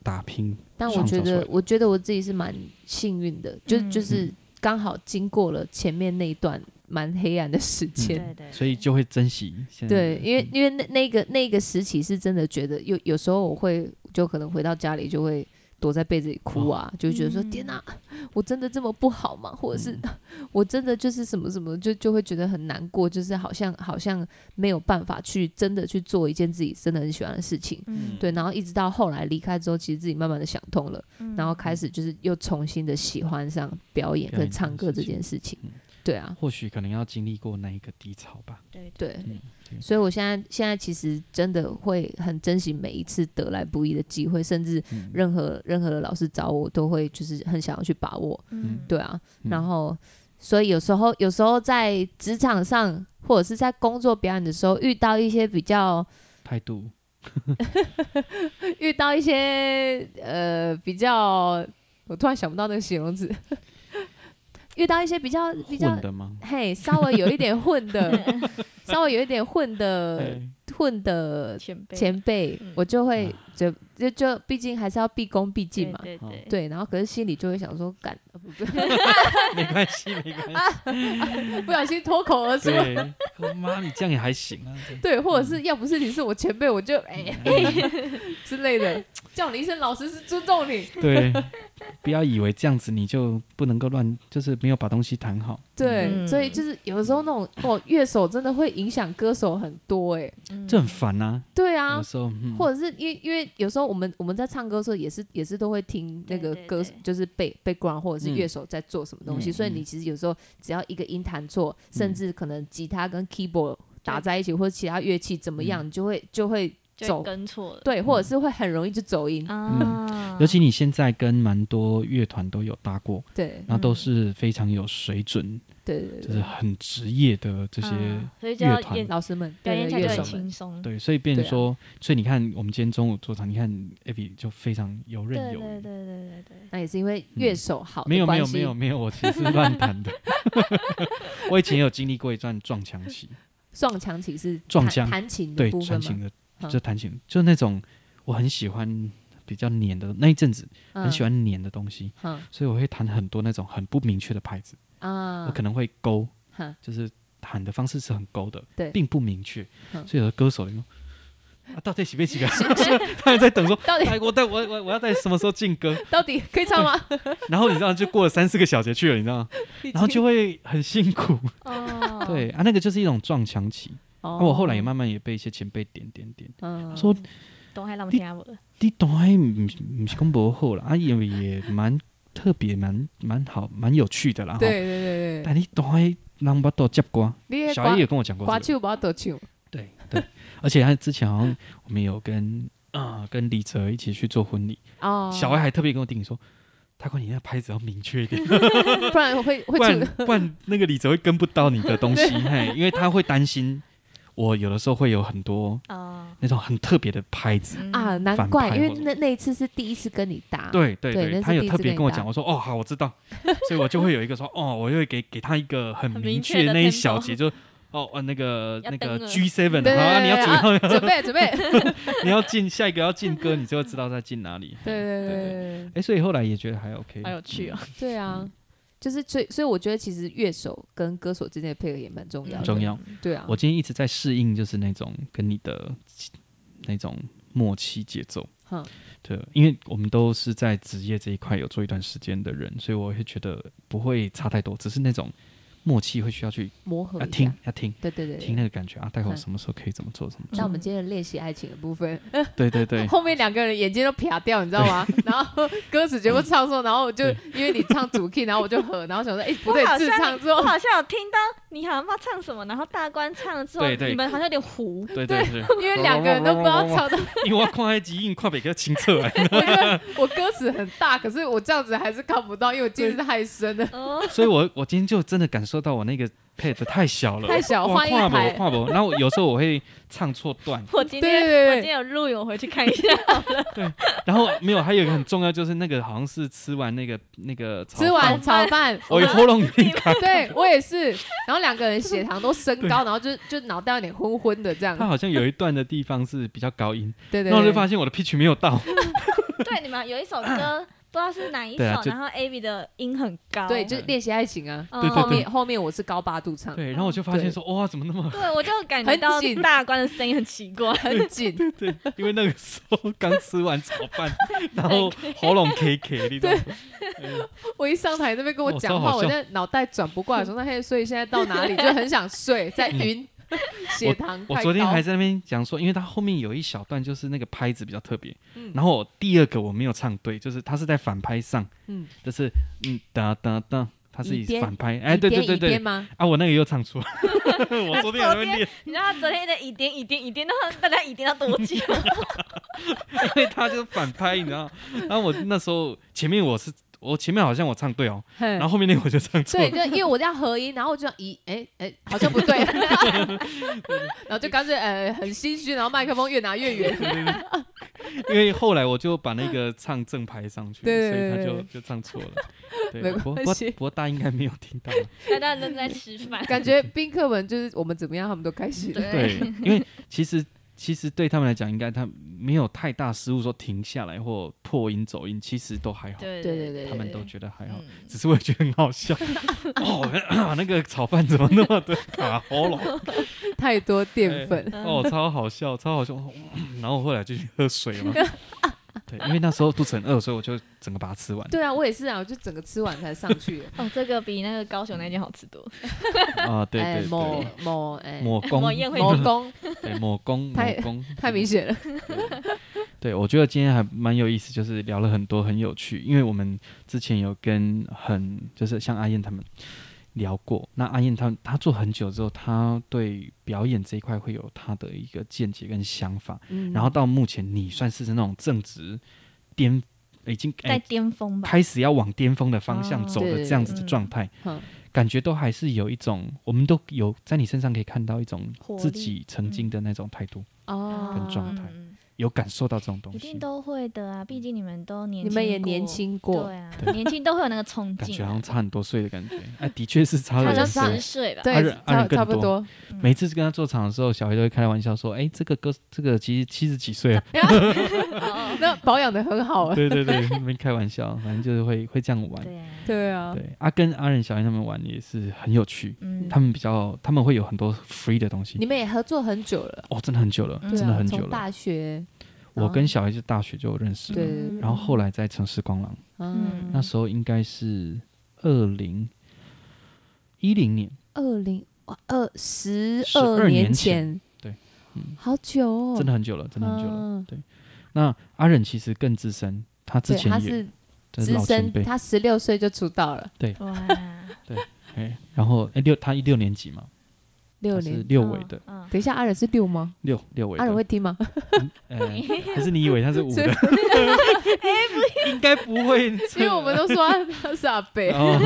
S1: 打拼，
S3: 但我觉
S1: 创造出来
S3: 得，我觉得我自己是蛮幸运的，就
S2: 嗯
S3: 就是刚好经过了前面那一段蛮黑暗的时
S2: 对
S1: 嗯
S3: 间。
S2: 对对，
S1: 所以就会珍惜现在的。
S3: 对，因为因为那那个那个时期是真的觉得有有时候我会就可能回到家里就会躲在被子里哭啊，就会觉得说、
S2: 嗯
S3: 天哪、我真的这么不好吗？或者是、 [laughs] 我真的就是什么什么就就会觉得很难过，就是好像好像没有办法去真的去做一件自己真的很喜欢的事情。
S2: 嗯
S3: 对，然后一直到后来离开之后，其实自己慢慢的想通了。
S2: 嗯
S3: 然后开始就是又重新的喜欢上表演
S1: 表演
S3: 跟唱歌这件事情
S1: 嗯。
S3: 对啊，
S1: 或许可能要经历过那一个低潮吧。
S2: 对对
S3: 对
S1: 嗯对，
S3: 所以我现在现在其实真的会很珍惜每一次得来不易的机会，甚至
S1: 嗯，
S3: 任何任何的老师找我，都会就是很想要去把握。
S2: 嗯
S3: 对啊，
S1: 嗯
S3: 然后所以有时候有时候在职场上或者是在工作表演的时候，遇到一些比较 [laughs]
S1: 态度，
S3: 遇到一些呃比较，我突然想不到那个形容词。 [laughs] 遇到一些比较比较
S1: 混的吗？
S3: 嘿，稍微有一点混的，稍微有一点混的
S1: 哎
S3: 混的
S2: 前辈
S3: 前辈
S2: 嗯，
S3: 我就会就就就，毕竟还是要毕恭毕敬嘛。
S2: 对
S1: 好
S2: 对，
S3: 对，然后可是心里就会想说，干，呃不不 [laughs]
S1: 哎没关系，没关系。
S3: 不小心脱口而出，
S1: 对，我妈，你这样也还行
S3: [laughs]
S1: 啊。对
S3: 对，或者
S2: 嗯
S3: 是要不是你是我前辈，我就哎、之类的， [laughs] 叫你一声老师是尊重你，
S1: 对，不要以为这样子你就不能够乱，就是没有把东西谈好。
S3: 对，
S2: 嗯
S3: 所以就是有的时候那种哦，乐手真的会影响歌手很多哎、
S2: 嗯
S1: 这很烦呐、
S3: 对
S1: 啊。有
S3: 啊，
S1: 时候，嗯、
S3: 或者是因为因为有时候我们我们在唱歌的时候也是也是都会听那个
S2: 对对
S3: 歌
S2: 对
S3: 就是背 background 或者是
S1: 嗯
S3: 乐手在做什么东西，
S1: 嗯
S3: 所以
S1: 嗯
S3: 你其实有时候只要一个音弹错，甚
S1: 嗯
S3: 至可能吉他跟 keyboard 打在一起或者其他乐器怎么
S1: 嗯
S3: 样，你就会就会
S2: 就
S3: 走
S2: 会跟错了
S3: 对，或者是会很容易就走音，
S2: 啊。
S1: 嗯尤其你现在跟蛮多乐团都有搭过，
S3: 对
S1: 那都是非常有水准，
S3: 对对对
S1: 就是很职业的这些。
S2: 嗯所以就要
S1: 乐团
S2: 演
S3: 老师们
S2: 表
S3: 对
S2: 演起
S3: 对
S2: 来
S3: 乐
S2: 就很
S3: 手们
S2: 轻松。
S1: 对，所以变成
S3: 对啊
S1: 说，所以你看，我们今天中午做场，你看 Abby 就非常游刃
S2: 对
S1: 有余。
S2: 对对对对对，
S3: 那也是因为乐手好的
S1: 嗯没有没
S3: 关
S1: 有
S3: 系
S1: 没有没有，我其实是乱弹
S3: [laughs]
S1: 的。 [laughs] 我以前有经历过一段撞墙
S3: [laughs]
S1: 期，
S3: 撞墙其实
S1: 撞
S3: 弹
S1: 墙
S3: 弹琴的
S1: 对，
S3: 部分
S1: 弹
S3: 嘛
S1: 琴的，
S3: 嗯
S1: 就弹琴，就那种我很喜欢比较黏的那一阵子，
S3: 嗯
S1: 很喜欢黏的东西，
S3: 嗯
S1: 所以我会弹很多那种很不明确的拍子，
S3: 啊，
S1: 我可能会勾，
S3: 哼
S1: 就是弹的方式是很勾的，
S3: 对
S1: 并不明确，
S3: 嗯
S1: 所以有的歌手就说。啊，到底洗
S3: [laughs]
S1: 不洗个？ [laughs] 他还在等说，
S3: 到底
S1: 哎我在我我我要在什么时候进歌？
S3: 到底可以唱吗？
S1: 然后你知道，就过了三四个小节去了，你知道吗？ [laughs] 然后
S3: [laughs]
S1: 就会很辛苦。
S2: 哦，
S1: 对啊，那个就是一种撞墙期。
S3: 哦
S1: 那、我后来也慢慢也被一些前辈点点点，
S3: 嗯
S1: 说
S2: 东海浪听我的，
S1: 你懂还唔唔是讲不好啦，啊也也蛮特别，蛮蛮好，蛮有趣的啦。吼
S3: 对，对对对，
S1: 但你懂还让我都接瓜，
S3: 你那
S1: 小
S3: 刮
S1: 叶也跟我讲过、
S3: 刮
S1: 这个。
S3: 球把得球，
S1: 对对，而且他之前好像我们有跟啊、跟李哲一起去做婚礼，
S3: 哦，
S1: 小艾还特别跟我叮咛说。他说：“你那拍子要明确一
S3: [laughs]
S1: 点，
S3: 不然会会
S1: 不然
S3: 出
S1: 不然那个李哲会跟不到你的东
S3: [laughs]
S1: 西，嘿，因为他会担心我有的时候会有很多
S2: 哦
S1: 那种很特别的拍子。
S2: 嗯
S3: 啊，难
S1: 反
S3: 怪，
S1: 派
S3: 因为
S1: 或者
S3: 那那一次是第一次跟你打，
S1: 对对
S3: 对那是
S1: 他有
S3: 第一
S1: 特
S3: 次
S1: 别
S3: 跟
S1: 跟我
S3: 你
S1: 讲，
S3: 搭
S1: 我说哦好，我知道，所以我就会有一个说
S3: [laughs]
S1: 哦，我就会给给他一个很
S2: 很
S1: 明
S2: 明
S1: 确
S2: 确的
S1: 那一
S2: tempo
S1: 小节就。哦，呃，那个
S2: 要
S1: 那
S2: 登
S1: 个
S2: 了
S1: G seven，
S3: 对
S1: 好啊，
S3: 对
S1: 你要
S3: 对
S1: 注意，
S3: 啊准备准备，对
S1: [laughs] 你要进下一个要进歌，你就会知道在进哪里。
S3: 对对
S1: 对
S3: 对
S1: 哎，所以后来也觉得还 OK，嗯
S2: 好有趣哦，
S3: 对对啊。就是所以，所以我觉得其实乐手跟歌手之间的配合也蛮重要的，
S1: 嗯很重要。
S3: 对啊，
S1: 我今天一直在适应，就是那种跟你的那种默契节奏。
S3: 哼
S1: 对，因为我们都是在职业这一块有做一段时间的人，所以我会觉得不会差太多，只是那种默契会需要去
S3: 磨合
S1: 要
S3: 一
S1: 啊听
S3: 下，
S1: 要听
S3: 对对对
S1: 听
S3: 对。
S1: 那个感觉啊，待会
S3: 嗯
S1: 什么时候可以怎么做怎么
S3: 那
S1: 做
S3: 我？们今天练习爱情的部分，
S1: 对对对，
S3: [laughs] 后面两个人眼睛都撇掉，你知道吗？然后歌词
S1: 嗯
S3: 全部唱错，然后我就因为你唱主 key，然后我就和，然后想说，哎，不对
S2: 我，好
S3: 自
S2: 像
S3: 唱错
S2: [laughs] 我，好像有听到你好像不知道唱什么，然后大关唱了之后，
S1: 对对
S2: 你们好像有点糊。
S1: 对对对，
S3: 因为两个人都不知道唱到。
S1: 因为我看那集音看不个清楚
S3: [laughs]
S1: 哎，
S3: 我觉得我歌词很大，可是我这样子还是看不到，因为我近视太深
S1: [laughs]
S3: 了。
S2: 哦，
S1: 所以我我今天就真的感受到我那个 pad 太小了，
S3: 太小
S1: 哇
S3: 换一
S1: 跨
S3: 台
S1: 博跨博，然后有时候我会唱错段，
S2: 我今
S3: 对
S2: 天
S3: 对对
S2: 我今天有录影，我回去看
S1: [laughs]
S2: 一下。
S1: 然后没有，还有一个很重要就是那个好像是吃完那个那个炒
S3: 吃完
S1: 饭
S3: 炒饭，
S1: [laughs] 我有喉咙敏感，
S3: 对我也是。然后两个人血糖都升高，然后就就脑袋有点昏昏的这样
S1: 他。好像有一段的地方是比较高音，
S3: 对对
S1: 然后我就发
S3: 对，
S1: 现我的 pitch 没有
S3: [laughs]
S1: 到，
S2: 对，你们有一首歌，不知道是哪一首，
S1: 对啊就
S2: 然后 a v 的音很高。
S3: 对，就是练习爱情啊。
S2: 嗯
S1: 对哦对
S3: 后面后面我是高八度唱，
S1: 对，然后我就发现说哇，怎么那么
S2: 对我就感觉到
S3: 很紧
S2: 大关的声音很奇怪。
S3: 很紧。
S1: 对，因为那个时候刚吃完炒饭，然后喉咙 K K，你懂吗？
S3: 我一上台那边跟我
S1: 哦
S3: 讲
S1: 超
S3: 话，
S1: 好
S3: 我
S1: 笑
S3: 在脑袋转不过来，
S1: [laughs]
S3: 说那嘿，所以现在到哪里？就很想睡，在晕，血糖
S1: 嗯我
S3: 太
S1: 昨天
S3: 高
S1: 还在那边讲说，因为它后面有一小段就是那个拍子比较特别，
S3: 嗯
S1: 然后我第二个我没有唱对，就是它是在反拍上，
S3: 嗯，
S1: 就是嗯哒哒哒，它是
S3: 一边
S1: 以反拍，哎，
S3: 一
S1: 对
S3: 边
S1: 对对
S3: 一边
S1: 对，
S3: 吗？
S1: 啊，我那个又唱
S3: [laughs]
S1: 错， [laughs] 我昨天还在那边练，
S2: 你知道他昨天的一点一点一点，然后大家一点到多
S1: [laughs]
S2: 久？
S1: 因为它就是反拍，你知道吗，然后我那时候前面我是我前面好像我唱对哦，
S3: 然
S1: 然后后面那个我就唱错
S3: 嗯 [laughs] 对，
S1: 了，
S3: 就因为我这样合音，然后我就咦，哎哎，好像不对， [laughs] 然后就干脆呃很心虚，然后麦克风越拿越远。
S1: [laughs] 因为后来我就把那个唱正拍上去，所
S3: 对
S1: 以他
S3: 对
S1: 就
S3: 对
S1: 就唱错
S3: [laughs]
S1: 了。
S3: 没
S1: 对，不过不
S3: 关
S1: 过
S3: 系
S1: 不过大家应该没有听
S3: [laughs]
S1: 到。
S2: 大家都在吃饭。
S3: 感觉宾客们就是我们怎么样，他们都开心。
S2: 对
S1: 对，因为其实其实对他们来讲，应该他没有太大失误，说停下来或破音走音，其实都还好，
S2: 对
S3: 对对
S2: 对
S3: 对
S1: 他们都觉得还好。
S2: 嗯
S1: 只是我也觉得很好笑，哦， [coughs] 那个炒饭怎么那么的卡喉咙？
S3: [laughs] 太 [laughs] 多淀粉。
S1: [coughs] 哦，超好笑，超好笑。然后我后来就去喝水嘛，对，因为那时候肚子很饿，所以我就整个把它吃完。
S3: 对啊，我也是啊，我就整个吃完才上去。
S2: 哦，这个比那个高雄那间好吃多。
S1: 啊， [laughs] 对
S3: 哎
S1: 对
S3: 某
S1: 对，
S3: 某哎
S1: 抹工，
S2: 某宴会
S3: 某工
S1: 对抹工，
S3: 太
S1: 抹工，
S3: 太明显了。
S1: 对，我觉得今天还蛮有意思，就是聊了很多，很有趣。因为我们之前有跟很就是像阿燕他们聊过，那阿燕她她做很久之后，她对表演这一块会有她的一个见解跟想法。
S3: 嗯
S1: 然后到目前，你算是那种正值巅，已经、哎
S2: 在巅峰吧，
S1: 开始要往巅峰的方向
S2: 哦
S1: 走
S3: 对
S1: 的
S3: 对
S1: 这样子的
S2: 嗯
S1: 状态，
S3: 嗯
S1: 感觉都还是有一种，我们都有在你身上可以看到一种
S2: 活
S1: 自
S2: 力
S1: 己曾经的那种态度，
S3: 哦，
S1: 跟状态
S2: 嗯
S1: 有感受到这种东
S2: 一
S1: 西嗯
S2: 定，都会的啊，毕竟你们都年
S3: 你
S2: 轻，
S3: 们也年，轻过
S2: 对，啊
S1: 对，
S2: 年轻都会有那个冲
S1: 感
S2: 劲
S1: 觉好
S2: 啊，
S1: 像差很多岁的感
S3: [laughs]
S1: 觉。哎，的确是差了
S2: 差
S1: 人
S2: 了
S3: 像
S1: 生
S2: 十。岁吧，
S1: 阿
S3: 对
S1: 仁，阿
S3: 差
S1: 啊仁更
S3: 差不
S1: 多
S3: 多。
S2: 嗯
S1: 每次跟他做场的时候，小孩都会开玩笑说：“哎，这个哥，这个其实七十几岁了。
S2: 哦
S3: 那保养的很好”啊。
S1: 对对
S3: [laughs]
S1: 对，没开玩笑，反正就是会会这样玩。
S2: 对啊，
S3: 对啊，
S1: 对，啊，跟阿仁、小燕他们玩也是很有趣，
S2: 嗯，
S1: 他们比较他们会有很多 free 的东西
S3: 你。们也合作很久了，
S1: 哦，真的很久了，
S2: 嗯
S3: 对
S1: 真的
S3: 啊
S1: 很久
S3: 从
S1: 了。
S3: 大学，嗯
S1: 我跟小孩就大学就认识了，
S3: 对
S2: 嗯
S1: 然后后来在城市光廊，
S3: 嗯，
S1: 那时候应该是二零一零年，
S3: 二零哇二十
S1: 12
S3: 年
S1: 年前，对，嗯
S3: 好久哦，
S1: 真的很久了，真的很久了。
S3: 嗯
S1: 那阿忍其实更资深，他之
S3: 对，
S1: 前
S3: 他
S1: 也
S3: 是
S1: 这是
S3: 资
S1: 老前
S3: 深，
S1: 辈，
S3: 他十六岁就出道了，
S2: 哇，
S1: 哎，然后哎六他一六年级嘛，
S3: 六
S1: 他是
S3: 年。
S1: [laughs] 六尾的
S2: 嗯，嗯
S3: 等一下，阿仁是六吗？
S1: 六六尾
S3: 阿仁
S1: 的，
S3: 会哎听
S1: [laughs]
S3: 吗？
S1: 嗯，还是你以为他是五的？
S3: [laughs]
S1: [laughs] 应该不会，
S3: 因为我们都说他是阿北，
S1: 哦，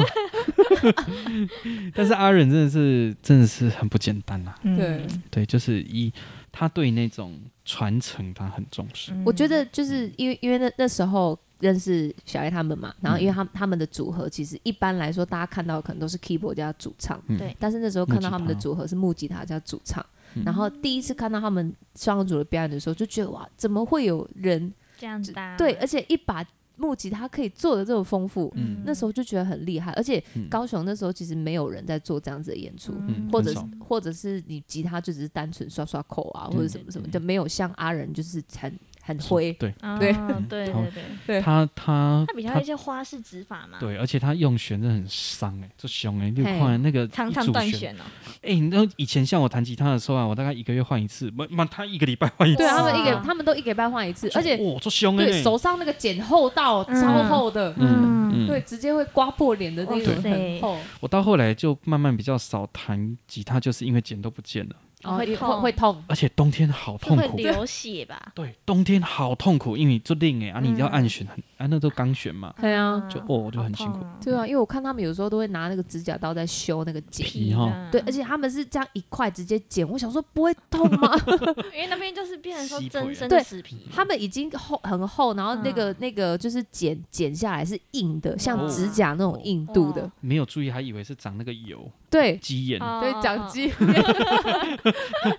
S1: [laughs] 但是阿忍真的是真的是很不简单啊。
S2: 嗯
S3: 对
S1: 对，就是一，他对那种传承他很重视。
S2: 嗯
S3: [laughs] 我觉得就是因为因为那那时候认识小艾他们
S1: 嗯
S3: 嘛，然后因为他们他们的组合其实一般来说大家看到可能都是 keyboard 加主唱，
S1: 嗯
S2: 对
S3: 但是那时候看到
S1: 木吉他
S3: 他们的组合是木吉他加主唱，
S1: 嗯
S3: 然后第一次看到他们双人组的表演的时候，就觉得哇，怎么会有人
S2: 这样子搭，啊
S3: 对，而且一把木吉他可以做的这么丰富，
S1: 嗯
S3: 那时候就觉得很厉害，而且
S1: 嗯
S3: 高雄那时候其实没有人在做这样子的演出。
S1: 嗯
S3: 或者
S1: 很
S3: 是
S1: 少
S3: 或者是你吉他就只是单纯刷刷口啊，或者什么什么
S1: 对
S3: 的，没有像阿仁就是很很灰，
S1: 对
S2: 哦
S3: 对
S2: 对
S1: 好
S2: 对对，
S1: 嗯他他
S2: 它比较
S1: 他
S2: 一些花式指法嘛，，
S1: 对，而且他用弦真的很伤哎、欸，这凶哎、欸，你
S3: 啊嘿
S1: 看那个
S2: 常
S1: 一
S2: 常
S1: 组
S2: 断
S1: 弦
S2: 弦哦，
S1: 哎、你知道以前像我弹吉他的时候啊，我大概一个月换一次，妈妈他一个礼拜换一次，啊
S3: 对啊他们
S2: 哇
S3: 一个他们都一个礼拜换一次，而且
S1: 哇，这凶哎、
S3: 对
S1: 欸，
S3: 手上那个茧厚到
S2: 嗯
S3: 超厚的，
S1: 嗯
S2: 嗯
S1: 嗯，
S3: 对，直接会刮破脸的那种
S2: 哇塞
S3: 很厚，
S1: 我到后来就慢慢比较少弹吉他，就是因为茧都不见了，
S3: 然后
S2: 会
S3: 也会
S2: 痛
S3: 会痛，
S1: 而且冬天好
S2: 就
S1: 痛
S2: 会
S1: 苦。
S2: 流血吧，
S1: 对，冬天好痛苦，因为就令哎、啊，你要
S2: 嗯
S1: 按弦很，啊，那都钢弦嘛，
S3: 对啊，
S1: [laughs] 就哦，就很辛苦。
S2: 苦
S3: 对啊，因为我看他们有时候都会拿那个指甲刀在修那个茧。
S1: 皮哈
S2: 嗯啊
S3: 对，而且他们是这样一块直接剪，我想说不会痛吗？
S2: [laughs] 因为那边就是变成
S1: 吸
S2: 说
S1: 腿
S2: 真身
S3: 对
S2: 的死皮，
S3: 他们已经厚很厚，然后那个、
S2: 嗯
S3: 那个就是剪剪下来是硬的，像
S1: 哦
S3: 指甲那种硬度的。
S2: 哇
S1: 没有注意，还以为是长那个油
S3: 对，
S1: 鸡眼，
S2: 哦
S3: 对，长鸡。 [laughs]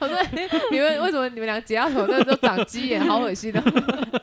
S3: 我说你们为什么你们俩剪到头那时候长鸡眼，好恶心哦的，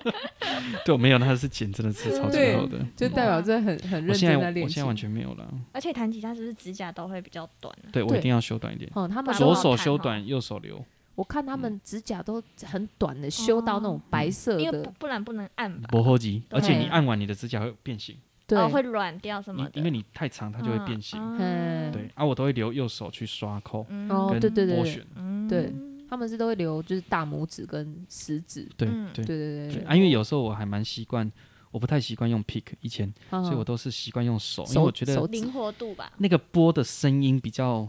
S1: 对，没有，那是剪，真的是超级
S3: 对
S1: 厚的。
S3: 就代表这很很
S1: 我
S3: 认
S1: 现
S3: 真
S1: 在
S3: 在练
S1: 我
S3: 习
S1: 现在。完全没有了，
S2: 而且弹吉他是不是指甲都会比较短啊？
S1: 对我
S3: 对
S1: 一定要修短一点，
S3: 哦、他们
S2: 不然
S1: 左
S2: 不
S3: 都
S2: 好
S1: 手
S2: 看
S1: 修
S2: 哦
S1: 短，右手留。
S3: 我看他们指甲都很短的，修到
S2: 哦
S3: 那种
S1: 嗯
S3: 白色
S2: 因为
S3: 的
S2: 不，不然不能按吧，
S1: 薄厚肌，
S2: 对
S1: 而且你按完你的指甲会变形，
S3: 对，
S2: 哦会软掉什么
S1: 你
S2: 的，
S1: 因为你太长它就会变形。
S3: 嗯
S1: 对啊，我都会留右手去刷扣
S2: 嗯
S3: 哦
S1: 跟
S3: 对对对
S1: 拨
S3: 对
S1: 弦，
S2: 嗯
S3: 对他们是都会留就是大拇指跟食指，
S1: 对
S2: 嗯
S1: 对
S3: 对对
S1: 对
S3: 对，
S1: 啊，因为有时候我还蛮习惯，我不太习惯用 pick 以前，
S3: 所
S1: 所以我都是习惯用手，因为
S3: 哦手
S1: 我觉得
S3: 手
S2: 灵活度吧，
S1: 那个拨的声音比较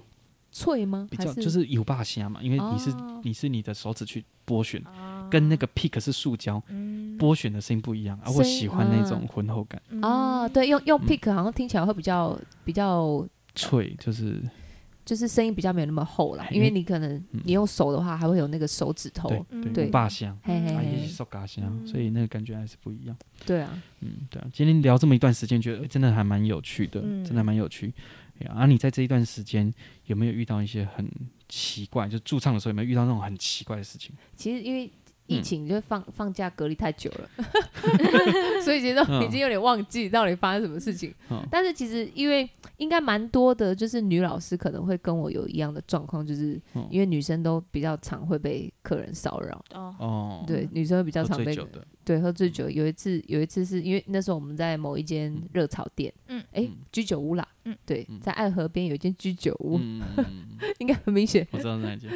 S3: 脆吗？
S1: 比
S3: 还
S1: 较就是有把虾嘛，因为你是
S3: 哦
S1: 你是你的手指去拨弦，跟那个 pick 是塑胶，
S2: 嗯
S1: 拨弦的声音不一样啊。
S3: 声
S1: 我喜欢那种
S3: 嗯
S1: 浑厚感，
S3: 哦，对，用用
S1: 嗯
S3: pick 好像听起来会比较比较，
S1: 脆就是
S3: 就是声音比较没有那么厚啦，
S1: 嘿
S3: 因为你可能
S1: 嗯
S3: 你用手的话，还会有那个手指头，
S1: 对
S2: 对
S1: 对，霸香，
S3: 嘿嘿
S1: 啊也是
S3: 嘿，
S1: 手嘎
S3: 嗯
S1: 香，所以那个感觉还是不一样。
S3: 对啊，
S1: 嗯，对啊，今天聊这么一段时间，觉
S3: 嗯
S1: 得诶真的还蛮有趣的，
S2: 嗯
S1: 真的还蛮有趣。哎呀啊，你在这一段时间有没有遇到一些很奇怪，就驻唱的时候有没有遇到那种很奇怪的事情？
S3: 其实因为疫
S1: 嗯
S3: 情就放、放假隔离太久
S1: [laughs]
S3: 了，所以其实都已经有点忘记到底发生什么事情。
S1: 嗯
S3: 但是其实因为应该蛮多的，就是女老师可能会跟我有一样的状况，就是
S1: 嗯
S3: 因为女生都比较常会被客人骚扰，
S2: 哦，
S1: 哦，
S3: 对，女生会比较
S1: 喝
S3: 常
S1: 醉
S3: 被
S1: 酒的，
S3: 对喝醉酒。有一次有一次是因为那时候我们在某一间热炒店，
S2: 嗯
S3: 哎
S1: 嗯
S3: 居酒屋啦，
S2: 嗯
S3: 对
S1: 嗯，
S3: 在爱河边有一间居酒屋，
S1: 嗯，嗯嗯嗯
S3: 应该很明显。
S1: 我知道是哪一间，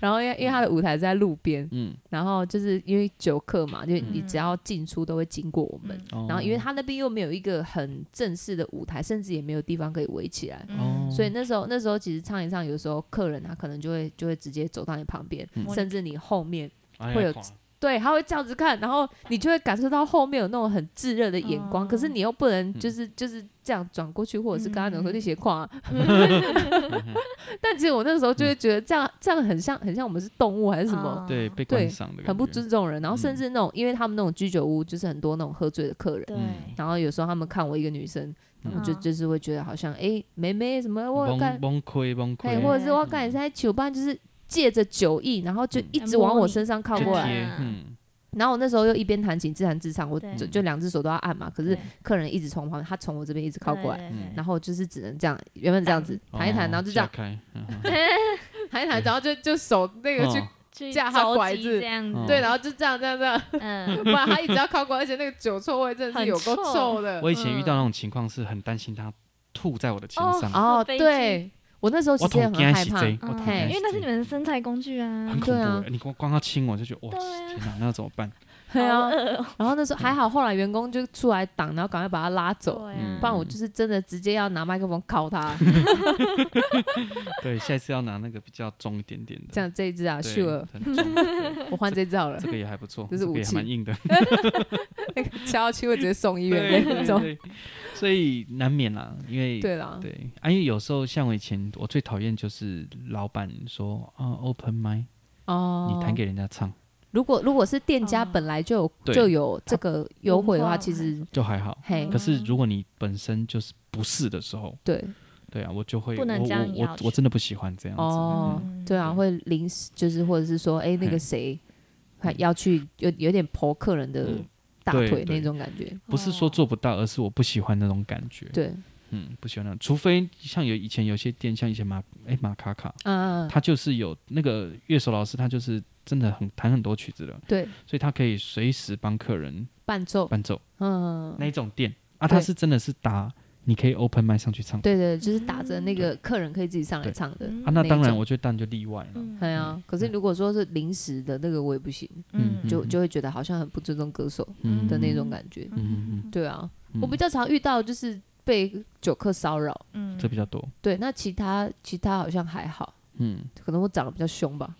S3: 然后因为因为他的舞台是在路边， [laughs]
S1: 嗯，
S3: 然后就是因为酒客嘛，就你
S2: 嗯
S3: 只要进出都会经过我们。
S2: 嗯
S1: 哦
S3: 然后因为他那边又没有一个很正式的舞台，甚至也没有地方可以围起
S2: 嗯
S3: 来，
S1: 哦，
S3: 所以那时候那时候其实唱一唱，有时候客人他可能就会就会直接走到你旁边，
S1: 嗯
S3: 甚至你后面。
S1: 哎呀
S3: 会有
S1: 垮了
S3: 对，他会这样子看，然后你就会感受到后面有那种很炙热的眼光，
S2: 哦
S3: 可是你又不能
S1: 嗯
S3: 就是、就是这样转过去，或者是跟他讲
S2: 嗯
S3: 说那些话、啊
S2: [laughs]
S3: [laughs] 但其实我那时候就会觉得这样、这样很像很像我们是动物还是什么，
S2: 哦
S1: 对被
S3: 啊对
S1: 观赏的感
S3: 很不
S1: 觉
S3: 尊重人，然后
S1: 嗯
S3: 甚至那种，因为他们那种居酒屋就是很多那种喝醉的客人，
S2: 对，
S1: 嗯
S3: 然后有时候他们看我一个女生，
S1: 嗯
S3: 然后就
S2: 嗯
S3: 就是会觉得好像哎，妹妹什么我有
S1: 崩
S3: 干，
S1: 崩溃崩
S3: 哎，
S1: 溃，
S3: 或者
S2: 嗯
S3: 是我干你在酒吧就是借着酒意，然后就一直往我身上靠
S1: 嗯就
S3: 过来，
S1: 贴
S2: 啊
S1: 嗯，
S3: 然后我那时候又一边弹琴自弹自唱，我
S2: 对
S3: 就就两只手都要按嘛，可是
S2: 对
S3: 客人一直从旁，他从我这边一直靠过来。
S2: 对对对
S1: 嗯
S3: 然后我就是只能这样，原本这样子弹一弹，
S1: 哦
S3: 然后就这样
S1: 架开，嗯嗯
S3: 弹一弹，然后就就手那个去
S1: 哦
S3: [laughs]
S2: 去
S3: 架他
S2: 着
S3: 拐
S2: 急
S3: 子
S2: 这样子，
S1: 哦
S3: 对，然后就这样这样这样，
S2: 嗯，
S3: 不然他一直要靠过来，而且那个酒臭味真的是有够
S2: 很臭
S3: 臭的。
S1: 我以前遇到那种情况是很担心他吐在我的钱上，
S3: 哦
S2: 好，悲剧
S3: 对我那时候其
S1: 我
S3: 实也
S1: 捅
S3: 很
S1: 惊
S3: 害
S1: 是 [laughs]
S3: 怕，[laughs]
S1: 贼，我
S2: 嗯
S1: 捅
S3: 嘿
S1: 惊
S2: 因为那是你
S1: 贼
S2: 们的生财工具啊
S1: 很，恐
S3: 对啊
S1: 怖，欸你光光要亲我就觉得哇，
S2: 对啊
S1: 天哪，那怎么
S3: [laughs]
S1: 办？
S3: 对啊
S2: 好。饿哦
S3: 然后那时候还好，后来员工就出来挡，然后赶快把他拉走，
S2: 对
S1: 嗯
S2: 啊
S3: 不然我就是真的直接要拿麦克风敲他。
S1: 对，下一次要拿那个比较重一点点的，
S3: 这样这一只啊，
S1: 对
S3: 秀儿，
S1: 很重对
S3: 我换这只好了
S1: 这，个也还不错，
S3: [laughs] 这是
S1: 个
S3: 武
S1: 也还
S3: 器
S1: 蛮硬的，
S3: 那个敲下去会直接送医
S1: 对
S3: 院
S1: 对
S3: [laughs] 那种。
S1: 对，所以难免啦，因为
S3: 对啦，
S1: 对啊，因为有时候像我以前，我最讨厌就是老板说啊，open m i
S3: 哦，
S1: 你弹给人家唱
S3: 如果如果是店家
S2: 哦
S3: 本来就有
S1: 对
S3: 就有这个优惠的话，
S2: 文化
S3: 其实
S1: 就还好，
S3: 嘿
S1: 可，是如果你本身就是不是的时候，
S3: 对
S1: 对啊，我就会
S2: 不能
S1: 我
S2: 这样
S1: 我
S2: 要
S1: 我我真的不喜欢这样子，
S3: 哦
S2: 嗯，
S3: 对啊，会临时就是或者是说，哎，那个
S1: 嘿
S3: 谁还要去有有点剖客人的
S1: 嗯
S3: 大
S1: 对
S3: 腿
S1: 对
S3: 那种感觉，
S1: 不是说做不到，而是我不喜欢那种感觉，
S3: 对，
S1: 嗯，不喜欢那种，除非像有以前有些店，像以前马哎马卡卡，
S3: 嗯，嗯嗯
S1: 他就是有那个乐手老师，他就是真的很弹很多曲子的，
S3: 对，
S1: 所以他可以随时帮客人
S3: 伴奏，
S1: 伴奏
S3: 嗯，
S1: 那一种店啊，他
S3: 对
S1: 是真的是打你可以 open m i 上去唱。
S3: 对对，就是打着那个客人可以自己上来
S1: 对
S3: 唱的，
S2: 嗯
S1: 啊，那
S3: 那
S1: 当然，
S3: 种
S1: 我觉得当然就例外了。
S2: 嗯
S3: 对啊。可是如果说是临时的那个，我也不行，
S1: 嗯
S3: 就就会觉得好像很不尊重歌手
S1: 嗯
S3: 的那种感觉。
S1: 嗯嗯
S3: 对啊，
S1: 嗯
S3: 我比较常遇到就是被酒客骚扰，
S2: 嗯
S1: 嗯，这比较多。
S3: 对，那其他其他好像还好，
S1: 嗯，
S3: 可能我长得比较凶吧。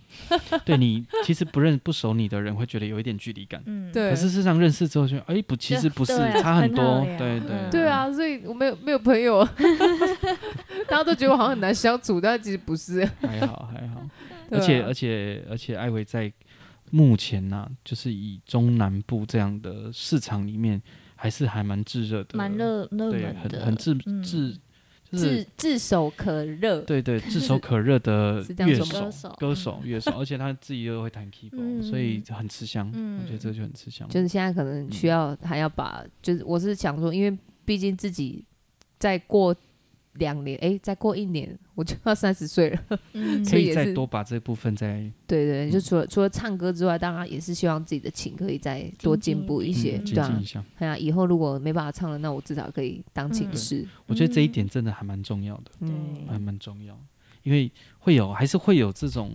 S1: 对你其实不认不熟你的人会觉得有一点距离感，
S2: 嗯
S3: 对
S1: 可是事实上认识之后就哎不，其实不是
S2: 对啊
S1: 差很
S2: 很好
S1: 多。
S2: 聊
S1: 对
S2: 嗯
S3: 对啊，所以我没有没有朋友， [laughs] 大家都觉得我好像很难相处，但其实不是。
S1: 还好还好。而
S3: 对啊
S1: 且而且而且，艾维在目前呐、就是以中南部这样的市场里面，还是还蛮炙热的，
S2: 蛮热热
S1: 对，
S2: 门
S1: 很
S2: 的，
S1: 很炙
S2: 嗯
S1: 炙，就是
S3: 炙炙手可热，
S1: 对
S3: [laughs]
S1: 对炙手可热的
S3: 是这样
S1: 乐
S3: 说
S1: 手、歌
S2: 吗
S1: 手、歌手、乐手，而且他自己又会
S3: [laughs]
S1: 弹 keyboard，、
S2: 嗯
S1: 所以很吃香。
S2: 嗯
S1: 我觉得这就很吃香。
S3: 就是现在可能需要还要把，就是我是想说，因为毕竟自己再过两年，诶，再过一年我就要三十岁了。
S2: 嗯
S1: 可
S3: 所以
S1: 以
S3: 也
S1: 再
S3: 是
S1: 多把这部分再
S3: 对对，
S1: 嗯
S3: 就除了除了唱歌之外，当然也是希望自己的琴可以再多进步一
S1: 嗯
S3: 些，
S1: 精
S3: 对啊
S1: 进一，下。
S3: 哎呀、以后如果没办法唱了，那我至少可以当琴
S2: 嗯
S3: 师。
S1: 我觉得这一点真的还蛮重要的，
S3: 嗯，
S1: 还蛮重要，因为会有还是会有这种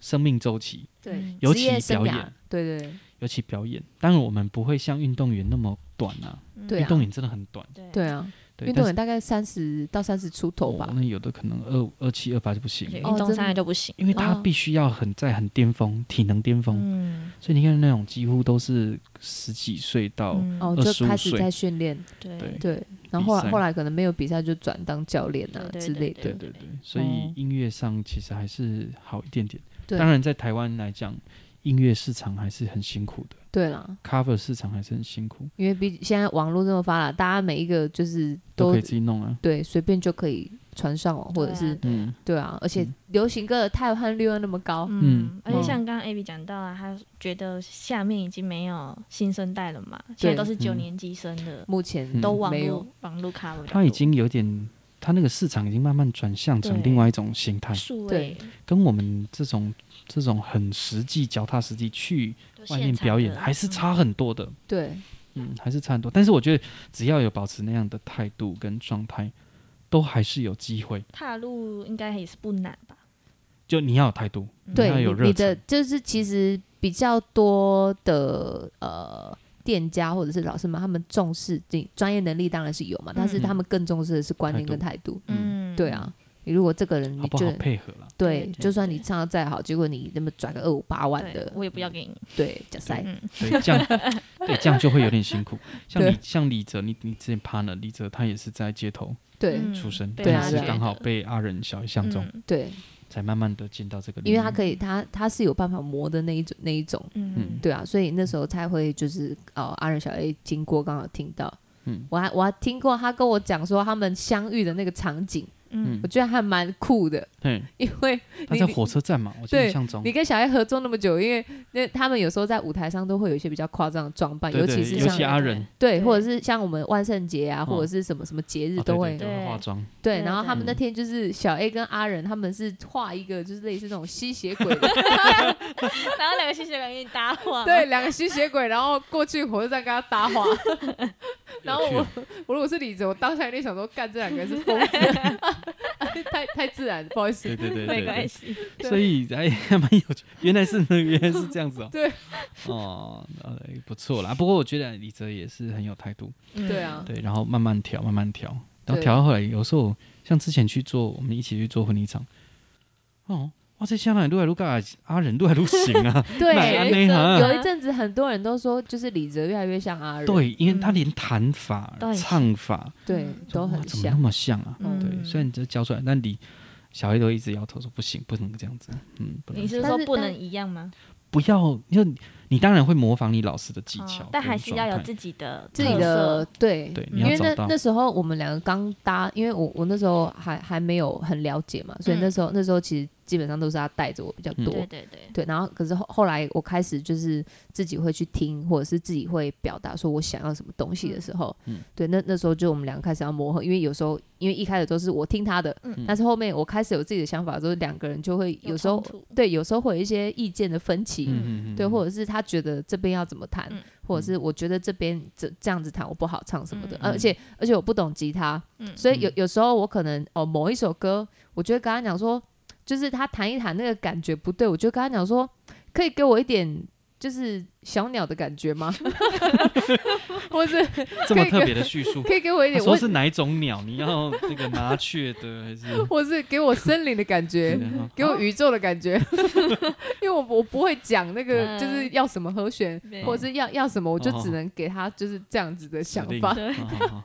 S1: 生命周期。
S3: 对，
S1: 嗯尤
S3: 职
S1: 其
S3: 业生
S1: 表
S3: 涯
S1: 演，
S3: 对对
S1: 尤其表演，当然我们不会像运动员那么短啊，
S3: 对
S1: 运
S3: 啊
S1: 动员真的很短，
S2: 对
S3: 对啊，
S1: 对，
S3: 运动员大概三十到三十出头
S1: 但
S3: 吧
S1: 是、哦。那有的可能二二七二八就不行
S2: 运
S1: 了，
S3: 哦
S2: 动
S3: 真
S2: 伤
S3: 的
S2: 害就不行，
S1: 因为他
S3: 哦
S1: 必须要很在很巅峰，体能巅峰，
S2: 嗯
S1: 所以你看那种几乎都是十几岁到，
S2: 嗯
S3: 哦，
S1: 25
S3: 就开始
S1: 岁
S3: 在训练，
S1: 对
S2: 对
S3: 对，然后后
S1: 比赛
S3: 来后来可能没有比赛就转当教练啊
S2: 对对
S3: 之类
S1: 对
S3: 的，
S1: 对对，所以音乐上其实还是好一点点。
S3: 对
S1: 当然在台湾来讲，音乐市场还是很辛苦的
S3: 对啦，
S1: ，cover 市场还是很辛苦，
S3: 因为毕竟现在网络这么发达，大家每一个就是
S1: 都
S3: 都
S1: 可以自己弄啊。
S3: 对随便就可以船上哦，或者是
S2: 对啊
S1: 嗯，
S3: 对啊，而且流行歌的汰换率又那么高，
S1: 嗯
S2: 嗯，而且像刚刚 a b 讲到啊，他觉得下面已经没有新生代了嘛，现在都是九年级生的，
S3: 目前
S1: 嗯
S2: 都网
S3: 没
S2: 络
S3: 有
S2: 网络卡了，
S1: 它已经有点，它那个市场已经慢慢转向成
S2: 对
S1: 另外一种形态，
S2: 数
S3: 对
S2: 位
S1: 跟我们这种这种很实际、脚踏实地去外面表演还
S3: 嗯
S2: 嗯
S1: 是差很多的，
S3: 对
S1: 嗯，还是差很多。但是我觉得只要有保持那样的态度跟状态，都还是有机会。
S2: 踏入应该也是不难吧？
S1: 就你要有态度，
S3: 对
S1: 你要有
S3: 你
S1: 热
S3: 你的
S1: 忱，
S3: 就是其实比较多的呃店家或者是老师们，他们重视这专业能力当然是有嘛，但是
S1: 嗯
S3: 他们更重视的是观念
S1: 态度
S3: 跟态度。
S1: 嗯
S2: 嗯，
S3: 对，啊，你如果这个人
S1: 好
S3: 你
S1: 不
S3: 觉
S1: 好
S3: 得
S1: 配合啦。
S3: 对
S2: 对，
S3: 就算你唱的再好，结果你那么转个二五八万
S2: 对
S3: 的，，哎
S2: 我也不要给你，
S3: 对，假赛
S2: 嗯，
S1: 对，这样
S3: [laughs]
S1: 对这样就会有点辛苦。像
S3: 对
S1: 李像李哲，你你之前 partner 李哲，他也是在街头
S3: 对啊
S2: 嗯
S1: 出生，
S2: 被
S1: 但
S3: 他
S1: 也
S3: 觉
S1: 是
S3: 得
S1: 刚好被阿仁小一相中，
S2: 嗯
S3: 对，
S1: 才慢慢的进到这个领域。
S3: 因为他可以，他他是有办法磨的那一种那一种，
S2: 嗯，
S3: 对啊，所以那时候才会就是哦，阿仁小 A 经过刚好听到，
S1: 嗯
S3: 我还我还听过他跟我讲说他们相遇的那个场景，
S2: 嗯
S3: 我觉得还蛮酷的，
S1: 对，
S3: 因为
S1: 他在火车站嘛，我印
S3: 对
S1: 象中
S3: 你，跟小 A 合作那么久，因为那他们有时候在舞台上都会有一些比较夸张的装扮，
S1: 对
S3: 尤其
S1: 对，
S3: 是
S1: 尤
S3: 像
S1: 其阿仁
S3: 对，
S2: 对
S3: 或者是像我们万圣节啊，
S1: 嗯
S3: 或者是什么什么节日
S1: 哦对
S3: 都会
S1: 对都会
S2: 对
S1: 化
S3: [laughs]
S1: 妆，
S3: 对，
S2: 对
S3: 然后他们
S1: 对
S3: 那天就是小 A 跟阿仁，他们是画一个就是类似那种吸血鬼的，
S2: 然后两个吸血鬼给你搭话，
S3: 对，，两个吸血鬼，然后过去火车站跟他搭
S1: [laughs]
S3: 话。然后
S1: 有
S3: 我 [laughs]
S1: 趣
S3: 我如果是李子，我当下一定想说，干这两个人是疯子， [laughs] 太太自然，不好意思
S1: 对。对对
S2: 没
S1: 对
S2: 关
S1: 对，
S2: 系，
S3: 对
S1: 所以哎还蛮有趣，原来是那原来是这样子哦，
S3: [laughs] 对，
S1: 哦，呃不错啦，不过我觉得李哲也是很有态度，
S2: 嗯
S3: 对啊
S1: 对，然后慢慢调，慢慢调，然后
S3: 对
S1: 调到后来，有时候像之前去做，我们一起去做婚礼场，哦，哇，这香港撸来撸嘎，阿仁撸来撸行啊，哪安
S3: [laughs] 对，
S1: 内哈
S3: 有一阵子很多人都说，就是李泽越来越像阿仁，
S1: 对，因为他连弹法、
S2: 对
S1: 唱法
S3: 对都
S1: 哇
S3: 很
S1: 怎么那
S3: 像。
S1: 么像啊？
S2: 嗯
S1: 对，虽然你这教出来，但你小黑都一直摇头说不行，不能这样子，嗯，不能
S2: 你
S1: 这
S2: 是
S1: 样，
S2: 说
S3: 但是
S2: 不
S3: 但
S2: 能一样吗？
S1: 不要，就你当然会模仿你老师的技巧
S2: 哦
S1: 跟状态，
S2: 但还是要有自嗯己的
S3: 自己
S2: 特
S3: 的
S2: 色，
S3: 对
S1: 对你
S3: 因
S1: 要
S3: 为
S1: 找
S3: 那
S1: 到
S3: 那时候我们两个刚搭，因为我我那时候还还没有很了解嘛，所以
S2: 嗯
S3: 那时候、那时候其实基本上都是他带着我比较多，
S1: 嗯
S2: 对对对，
S3: 对，然后可是后后来我开始就是自己会去听，或者是自己会表达说我想要什么东西的时候，
S1: 嗯嗯
S3: 对，那那时候就我们两个开始要磨合，因为有时候因为一开始都是我听他的，
S2: 嗯
S3: 但是后面我开始有自己的想法之后，两个人就会有时
S2: 有
S3: 候
S2: 冲突
S3: 对，有时候会有一些意见的分歧。
S1: 嗯，嗯嗯
S3: 对，
S1: 嗯
S3: 或者是他觉得这边要怎么弹，
S2: 嗯
S3: 或者是我觉得这边这这样子弹我不好唱什么的，
S2: 嗯
S3: 而且而且我不懂吉他，
S2: 嗯
S3: 所以有
S1: 嗯
S3: 有时候我可能哦某一首歌，我就会跟他讲说，就是他弹一弹那个感觉不对，我就跟他讲说，可以给我一点就是小鸟的感觉吗？ [laughs] 或者
S1: 这么
S3: [laughs] 可以
S1: 特
S3: 跟
S1: 别的叙述，
S3: 可以给我一
S1: 他
S3: 点，
S1: 说
S3: 我
S1: 是哪一种鸟？你
S3: [laughs]
S1: 要这个麻雀的还是？
S3: 或是给我森林的感觉，
S2: 嗯
S3: 给
S2: 哦
S3: 我宇宙的感觉， [laughs] 因为我我不会讲那个
S2: 嗯
S3: 就是要什么和弦，
S2: 对
S3: 或者是要要什么，我就
S1: 哦
S3: 只能给他就是这样子的想
S1: 指令
S2: [laughs]
S3: 法。
S2: 对
S1: 好好好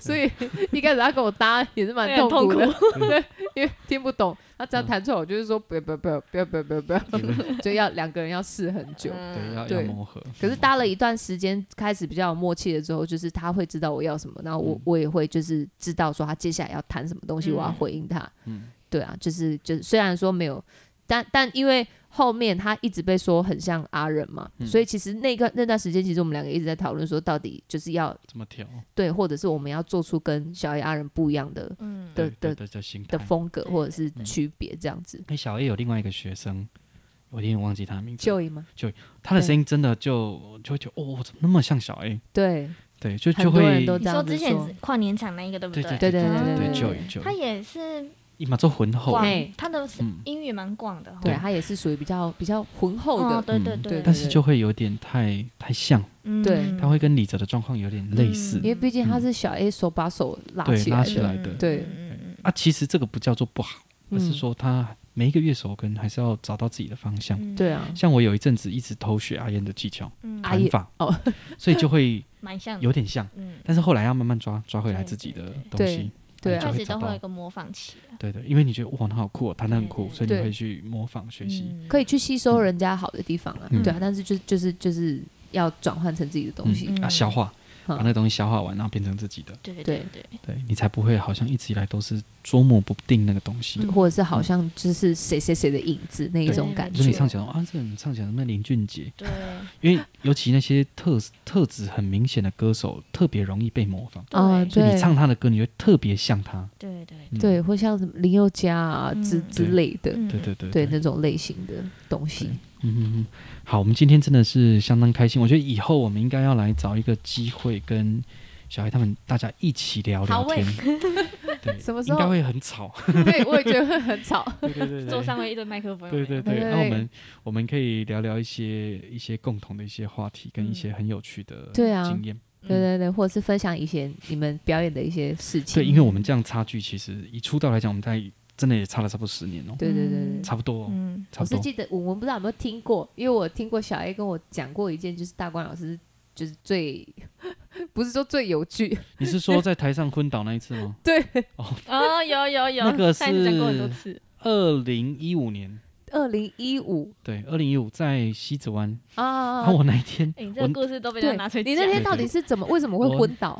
S3: 所以一开始他跟我搭也是蛮
S2: 对
S3: 痛
S2: 很
S3: 苦的，
S1: 苦
S3: [laughs] 对，因为听不懂。他只要
S1: 嗯
S3: 弹出来，我就是说不要不要不要不要不要不要不要，
S1: 对对
S2: 嗯
S3: 就要两个人要试很久。
S1: 对，要要
S3: 对
S1: 磨合。
S3: 可是搭了一段时间，开始比较有默契了之后，就是他会知道我要什么，然后我
S1: 嗯
S3: 我也会就是知道说他接下来要弹什么东西，
S2: 嗯
S3: 我要回应他。
S1: 嗯，
S3: 对啊，就是就是虽然说没有，但但因为后面他一直被说很像阿仁嘛，
S1: 嗯
S3: 所以其实那个那段时间，其实我们两个一直在讨论说，到底就是要
S1: 怎么调
S3: 对，或者是我们要做出跟小野阿仁不一样的
S2: 嗯
S3: 的
S1: 对对
S3: 的
S1: 对的心态
S3: 的？风格
S2: 对
S3: 或者是
S1: 嗯
S3: 区别这样子。
S1: 那小 A 有另外一个学生，我有点忘记他的名字，
S3: Joy 吗？
S1: 他的声音真的就就会觉得哦，怎么那么像小 A？
S3: 对
S1: 对，就
S3: 很
S1: 就
S3: 多人
S1: 会
S3: 都
S2: 你
S3: 这
S2: 说
S3: 样子
S2: 之前
S3: 说
S2: 是跨年场那一个对不
S1: 对对
S3: 对对
S2: 对
S1: 对
S2: 对
S1: 就
S2: 对
S1: 就
S2: 他也是
S1: 一马做浑厚
S2: 广
S3: 哇，嘿
S2: 他的
S1: 嗯
S2: 英语蛮广的哦，
S3: 对，他也是属于比较比较浑厚
S2: 哦，
S3: 的，
S2: 对对
S1: 嗯
S3: 对
S1: 但是就会有点太太像，
S2: 嗯
S3: 对
S1: 他会跟李哲的状况有点类似
S2: 嗯
S3: 因为毕竟他是小 A 手把手拉
S1: 对
S3: 起
S1: 拉
S3: 来
S1: 起
S3: 的
S1: 来的
S3: 对
S2: 嗯
S1: 啊。其实这个不叫做不好，而是
S3: 嗯
S1: 说他每一个乐手可能还是要找到自己的方向。
S2: 嗯
S3: 对啊，
S1: 像我有一阵子一直偷学阿燕的技巧
S2: 嗯
S3: 阿
S1: 弹
S3: 燕
S1: 法
S3: 哦，
S1: [laughs] 所以就会
S2: 蛮像的，
S1: 啊有点像。
S2: 嗯，
S1: 但是后来要慢慢抓抓回来自己的东
S3: 对
S1: 西，
S3: 对
S1: 那你
S2: 确
S3: 啊
S1: 就会
S2: 实
S1: 找
S2: 都
S1: 到
S2: 会有一个模仿期，
S1: 对对，因为你觉得哇，他好酷、哦，弹的很酷，
S2: 对
S1: 所以你
S3: 对
S1: 会去模仿学习。
S2: 嗯
S3: 可以去吸收人家好的地方啊
S1: 嗯，
S3: 对啊，但是就就是就是要转换成自己的东西
S1: 嗯，啊，消化，把
S3: 嗯
S1: 那个东西消化完，然后变成自己的，
S2: 对
S3: 对
S2: 对，
S1: 对你才不会好像一直以来都是捉摸不定那个东西，
S2: 嗯
S3: 或者是好像就是谁谁谁的影子那一
S1: 对
S3: 种感
S1: 就是你
S3: 觉
S1: 唱
S2: 上。
S1: 起来啊，这你唱起来什么林俊杰，
S3: [laughs]
S2: 对
S1: 因为尤其那些特特质很明显的歌手，特别容易被模仿。
S3: 啊
S2: 对
S1: 就你
S3: 对
S1: 唱他的歌，你会特别像他。
S2: 对对，
S1: 嗯
S3: 对，或像什么林宥嘉啊之
S2: 嗯
S3: 之类的，
S2: 嗯
S1: 对对对
S3: 对那种类型的东西
S1: 对。嗯嗯嗯，好，我们今天真的是相当开心。我觉得以后我们应该要来找一个机会跟小孩他们大家一起聊聊
S2: 好喂
S1: 天。对，
S3: [laughs] 什么时
S1: 应该
S3: 候？
S1: 会很吵。
S3: [laughs] 对，我也觉得会很 [laughs] 吵。
S1: 对对对
S2: 坐上了一堆麦克风，
S1: 嗯对对对，
S3: 对
S1: 那我们我们可以聊聊一些一些共同的一些话题，跟一些很有趣的
S3: 嗯对啊
S1: 经验。
S3: 对对对，或者是分享一些你们表演的一些事情
S1: 对，。因为我们这样差距，其实以出道来讲，我们大概真的也差了差不多十年哦，
S3: 对对对对对
S1: 差不多、哦，
S2: 嗯，
S1: 差
S3: 我
S1: 不
S3: 是
S1: 多。
S3: 记得我们不知道有没有听过，因为我听过小 A 跟我讲过一件，就是大关老师就是最 [laughs] 不是说最有趣，
S1: 你
S3: [laughs]
S1: 是说在台上昏倒那一次吗？
S3: 对，
S2: 哦，有有有，
S1: 那个
S2: 上一次讲过很
S1: 是
S2: 多次，
S1: 二零一五年，
S3: 二零
S1: [laughs]
S3: 一五
S1: 对，二零一五在西子湾，然
S3: 啊
S1: 后。我那一
S3: [laughs]
S1: 天，
S2: 哎诶你这个故事都被
S3: 对，
S2: 他拿出来
S3: 你
S2: 讲，
S3: 那天
S1: 对
S3: 到底是怎么？为什么会
S1: 我
S3: 昏倒？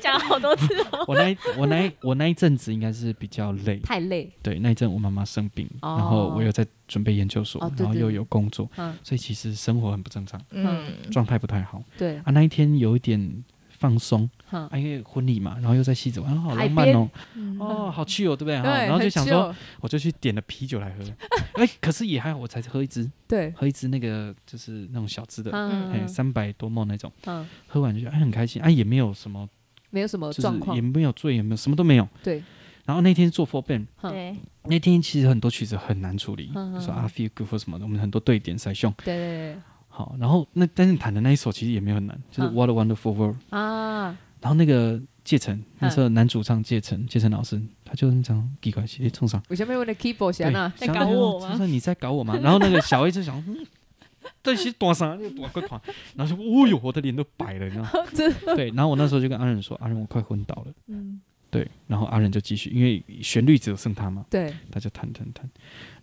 S2: 讲了好多
S3: [laughs]
S2: 次哦，
S1: 我那一我那一我那一阵子应该是比较累，
S3: 太累，
S1: 对，那一阵我妈妈生病，
S3: 哦
S1: 然后我又在准备研究所，
S3: 哦对
S1: 然后
S3: 对
S1: 又有工作，
S3: 嗯，
S1: 所以其实生活很不正常，
S2: 嗯，
S1: 状态不太好
S3: 对，
S1: 啊。那一天有一点放松
S3: 哈，
S1: 啊，因为婚礼嘛，然后又在西子湾，啊好
S3: 海
S1: 浪漫哦，
S2: 嗯
S1: 哦，好去哦，对不对？哈
S3: 对，
S1: 然后就
S3: 很
S1: 想说，
S3: chill，
S1: 我就去点了啤酒来
S3: [laughs]
S1: 喝，哎，可是也还好，我才喝一支，
S3: 对，
S1: 喝一支那个就是那种小支的，
S3: 嗯
S1: 哎，三百多梦那种，
S3: 嗯，
S1: 喝完就觉得哎很开心，哎也没有什么，
S3: 没有什么
S1: 就是
S3: 状况
S1: 也，没有醉，也没有什么都没有。
S3: 对，
S1: 然后那天做 four band，
S3: 嗯
S2: 对，
S1: 那天其实很多曲子很难处理，
S3: 嗯嗯
S1: 就说
S3: 嗯
S1: 啊 feel good 或什么的，我们很多对点塞胸。
S3: 对对
S1: 好，然后那但是弹的那一首其实也没有很难，就是
S3: 嗯
S1: What a Wonderful World。
S3: 对，啊，
S1: 然后那个介晨，那时候
S3: 嗯
S1: 男主唱介晨，介晨老师他就这样奇怪，哎，冲上。
S3: 我前面问的 keyboard
S1: 对，
S3: 弦啊，
S2: 在
S1: 想
S2: 搞
S1: 到就
S2: 我
S1: 说
S2: 吗
S1: 就说你在搞我吗？然 [laughs] 后那个小 A 就想，嗯，这是短啥？你短快狂，然后就，哦呦，我的脸都白了，你知道
S2: [laughs]
S1: 吗？
S3: 真
S1: 对，然后我那时候就跟阿仁说，阿仁，我快昏倒了。
S2: 嗯，
S1: 对，然后阿仁就继续，因为旋律只有剩他嘛，
S3: 对，
S1: 他就弹弹弹，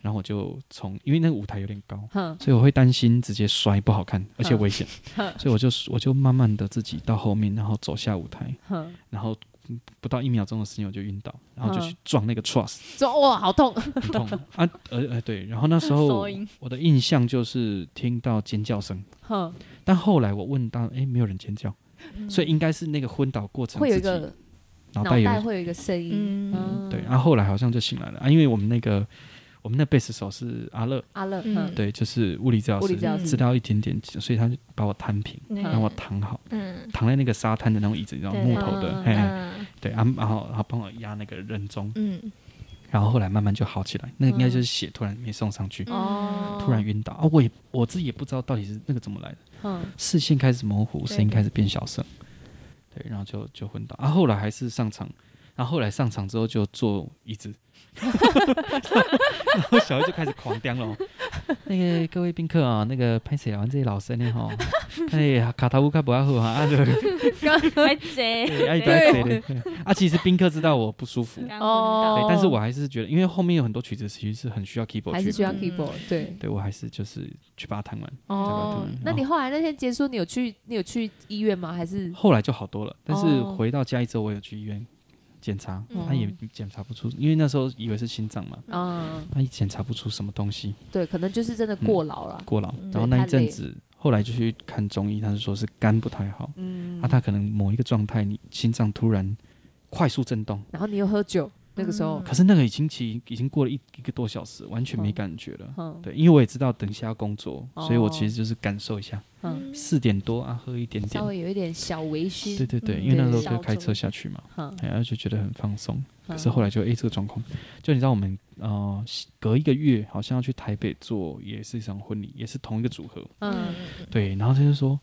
S1: 然后我就从，因为那个舞台有点高，
S3: 哼，
S1: 所以我会担心直接摔不好看，而且
S3: 嗯
S1: 危
S2: [laughs]
S1: 险，
S3: 哼
S1: 所以我就我就慢慢的自己到后面，然后走下舞台，
S3: 哼，
S1: 然后嗯不到一秒钟的时间我就晕倒，然后就
S3: 嗯
S1: 去撞那个 truss，
S3: 说哇，好痛，
S1: 很痛
S2: [laughs]
S1: 啊，呃呃对，然后那时候
S2: 收音
S1: 我的印象就是听到尖叫声，
S3: 哼，
S1: 但后来我问到，诶，没有人尖叫，
S2: 嗯
S1: 所以应该是那个昏倒过程
S3: 会
S1: 自
S3: 有一
S1: 己
S3: 个
S1: 脑
S3: 脑
S1: 袋有
S3: 袋会有一个声音，
S2: 嗯，
S1: 对，啊然后后来好像就醒来了啊，因为我们那个我们那贝斯手是阿乐，
S3: 阿乐，
S2: 嗯
S3: 嗯，
S1: 对，就是物理治疗
S3: 物理
S1: 师
S3: 治疗，
S2: 师
S1: 知道一点点，所以他就把我摊平，
S2: 对
S1: 让我躺好，
S2: 嗯
S1: 躺在那个沙滩的那种椅子，你知道
S2: 对
S1: 木头的，
S3: 嗯
S1: 嘿嘿，
S2: 嗯
S1: 对，啊，然后然后帮我压那个人中，
S2: 嗯，
S1: 然后后来慢慢就好起来，那应该就是血突然没送上去。
S3: 哦，
S1: 突然，晕倒啊！我也我自己也不知道到底是那个怎么来的，
S3: 哼，
S1: 视线开始模糊，
S2: 对
S1: 声音开始变小声，对，然后就就昏倒啊。后来还是上场，然后后来上场之后就坐椅
S3: [laughs]
S1: 子，然后小孩就开始狂颠了哦。 [laughs] 那个各位宾客啊，那个拍谁啊？这些老师呢哈，
S3: [laughs]
S1: 哎，卡塔乌卡不要喝啊，啊，对，
S2: 还贼，
S1: 哎，对对对，对啊，其实宾客知道我不舒服，对，
S2: 刚
S3: 哦
S2: 昏倒
S1: 但是我还是觉得，因为后面有很多曲子其实是很需要 keyboard
S3: 还
S1: 去
S3: 是需要
S1: 的
S3: keyboard，对，
S1: 对我还是就是去把它弹完。
S3: 哦
S1: 对对对，
S3: 那你后来那天结束，你有去你有去医院吗？还是
S1: 后来就好多了，但是
S3: 哦
S1: 回到家一周，我有去医院检查，他、
S2: 嗯
S1: 也检查不出，因为那时候以为是心脏嘛，
S3: 嗯，
S1: 他也检查不出什么东西
S3: 对，可能就是真
S1: 嗯
S3: 的过劳了，
S1: 过劳。
S2: 嗯
S1: 然后那一阵子，后来就去看中医，他就说是肝不太好，
S3: 嗯
S1: 啊，，他可能某一个状态，你心脏突然快速震动，
S3: 然后你又喝酒，那个时候
S2: 嗯，
S1: 可是那个已经其已经过了一一个多小时，完全没
S3: 嗯
S1: 感觉了。
S3: 嗯，
S1: 对，因为我也知道等一下要工作，
S3: 哦
S1: 所以我其实就是感受一下，
S3: 嗯，
S1: 四点多啊，喝一点点
S3: 稍，微有一点小微醺，
S1: 对对对，
S2: 嗯
S1: 因为那时候
S3: 对
S1: 就开车下去嘛，
S3: 哼，
S1: 然后就觉得很放松。可
S3: 可
S1: 是后来就诶，这个状况，就你知道我们呃隔一个月好像要去台北做也是一场婚礼，也是同一个组合，
S3: 嗯
S1: 对，然后他就说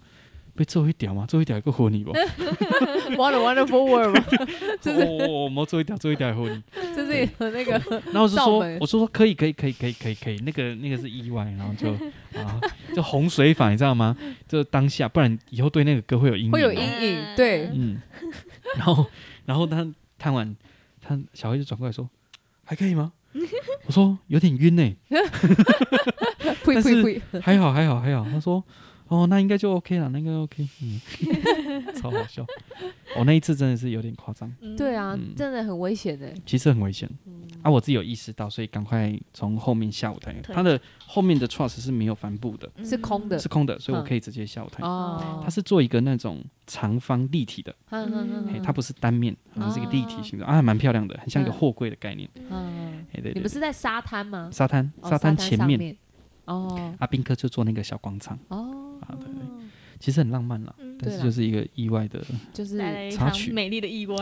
S1: 被做一屌嘛，做一屌一个婚礼
S3: [laughs]
S1: 吧，
S3: 嗯，What a wonderful world，嘛
S1: [laughs]
S3: 就是
S1: 哦，嗯我们做一屌做一屌的婚礼，
S3: 就是有那个
S1: 然后我就
S3: 罩
S1: 说
S3: 门
S1: 我就说可以可以可以可以可以可以，那个那个是意外，然后就啊就洪水法你知道吗？就当下，不然以后对那个歌会有阴影，
S3: 会有
S1: 哦
S3: 阴影，
S2: 嗯
S3: 对，
S1: 嗯，然后然后他看完，他小黑就转过来说还可以吗？ [laughs] 我说有点晕呢、欸
S3: 呸
S1: 但是嗯
S3: 呸呸， [laughs]
S1: 还好还好还好。他说哦，那应该就 OK 了，那应该 OK，嗯， [laughs] 超好笑。我、那一次真的是有点夸张，
S3: 对啊，
S1: 嗯
S3: 真的很危险的。
S1: 其实很危险。
S3: 嗯
S1: 啊，我自己有意识到，所以赶快从后面下舞台。
S2: 退
S1: 它的后面的 truss 是没有帆布的，
S2: 嗯
S3: 是空的
S1: 是空的，所以我
S3: 嗯
S1: 可以直接下舞台。
S3: 哦
S1: 哎它，是做一个那种长方立体的，
S3: 嗯
S2: 嗯
S1: 嘿它哎不是单面，它是一个立体
S3: 哦
S1: 形状，啊，还蛮漂亮的，很像一个
S3: 嗯
S1: 货柜的概念。
S3: 嗯，
S1: 哎，对
S3: 你
S1: 对
S3: 们
S1: 对，
S3: 是在沙滩吗？
S1: 沙滩
S3: 哦
S1: 沙滩前
S3: 上
S1: 面，
S3: 哦
S1: 阿宾哥就做那个小广场，
S3: 哦，
S1: 啊对其实很浪漫啦，
S2: 嗯
S1: 但
S3: 对
S1: 是
S3: 啦
S1: 就是一个意外的，
S3: 就是
S2: 带来一
S1: 插
S2: 场
S1: 曲
S2: 美丽的意外。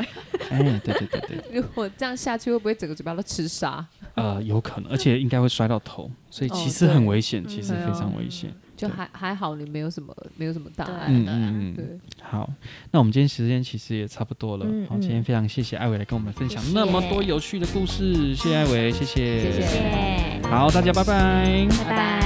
S1: 哎，对对对对，
S3: 如果这样下去，会不会整个嘴巴都吃沙？
S1: 呃，有可能，而且应该会摔到头，所以
S3: 哦
S1: 其实
S3: 对
S1: 很危险，
S2: 嗯
S1: 其实
S3: 对啊
S1: 非常危险。
S3: 就
S1: 对
S3: 还还好，你没有什么没有什么大碍。
S1: 嗯
S2: 对啊
S1: 嗯嗯，
S3: 对，
S1: 好，那我们今天时间其实也差不多了，
S2: 嗯
S1: 好，
S2: 嗯
S1: 今天非常谢谢艾伟来跟我们分享
S2: 谢谢
S1: 那么多有趣的故事，谢谢艾伟，谢谢，
S3: 谢谢
S2: 谢谢，
S1: 好，大家拜拜
S2: 拜拜。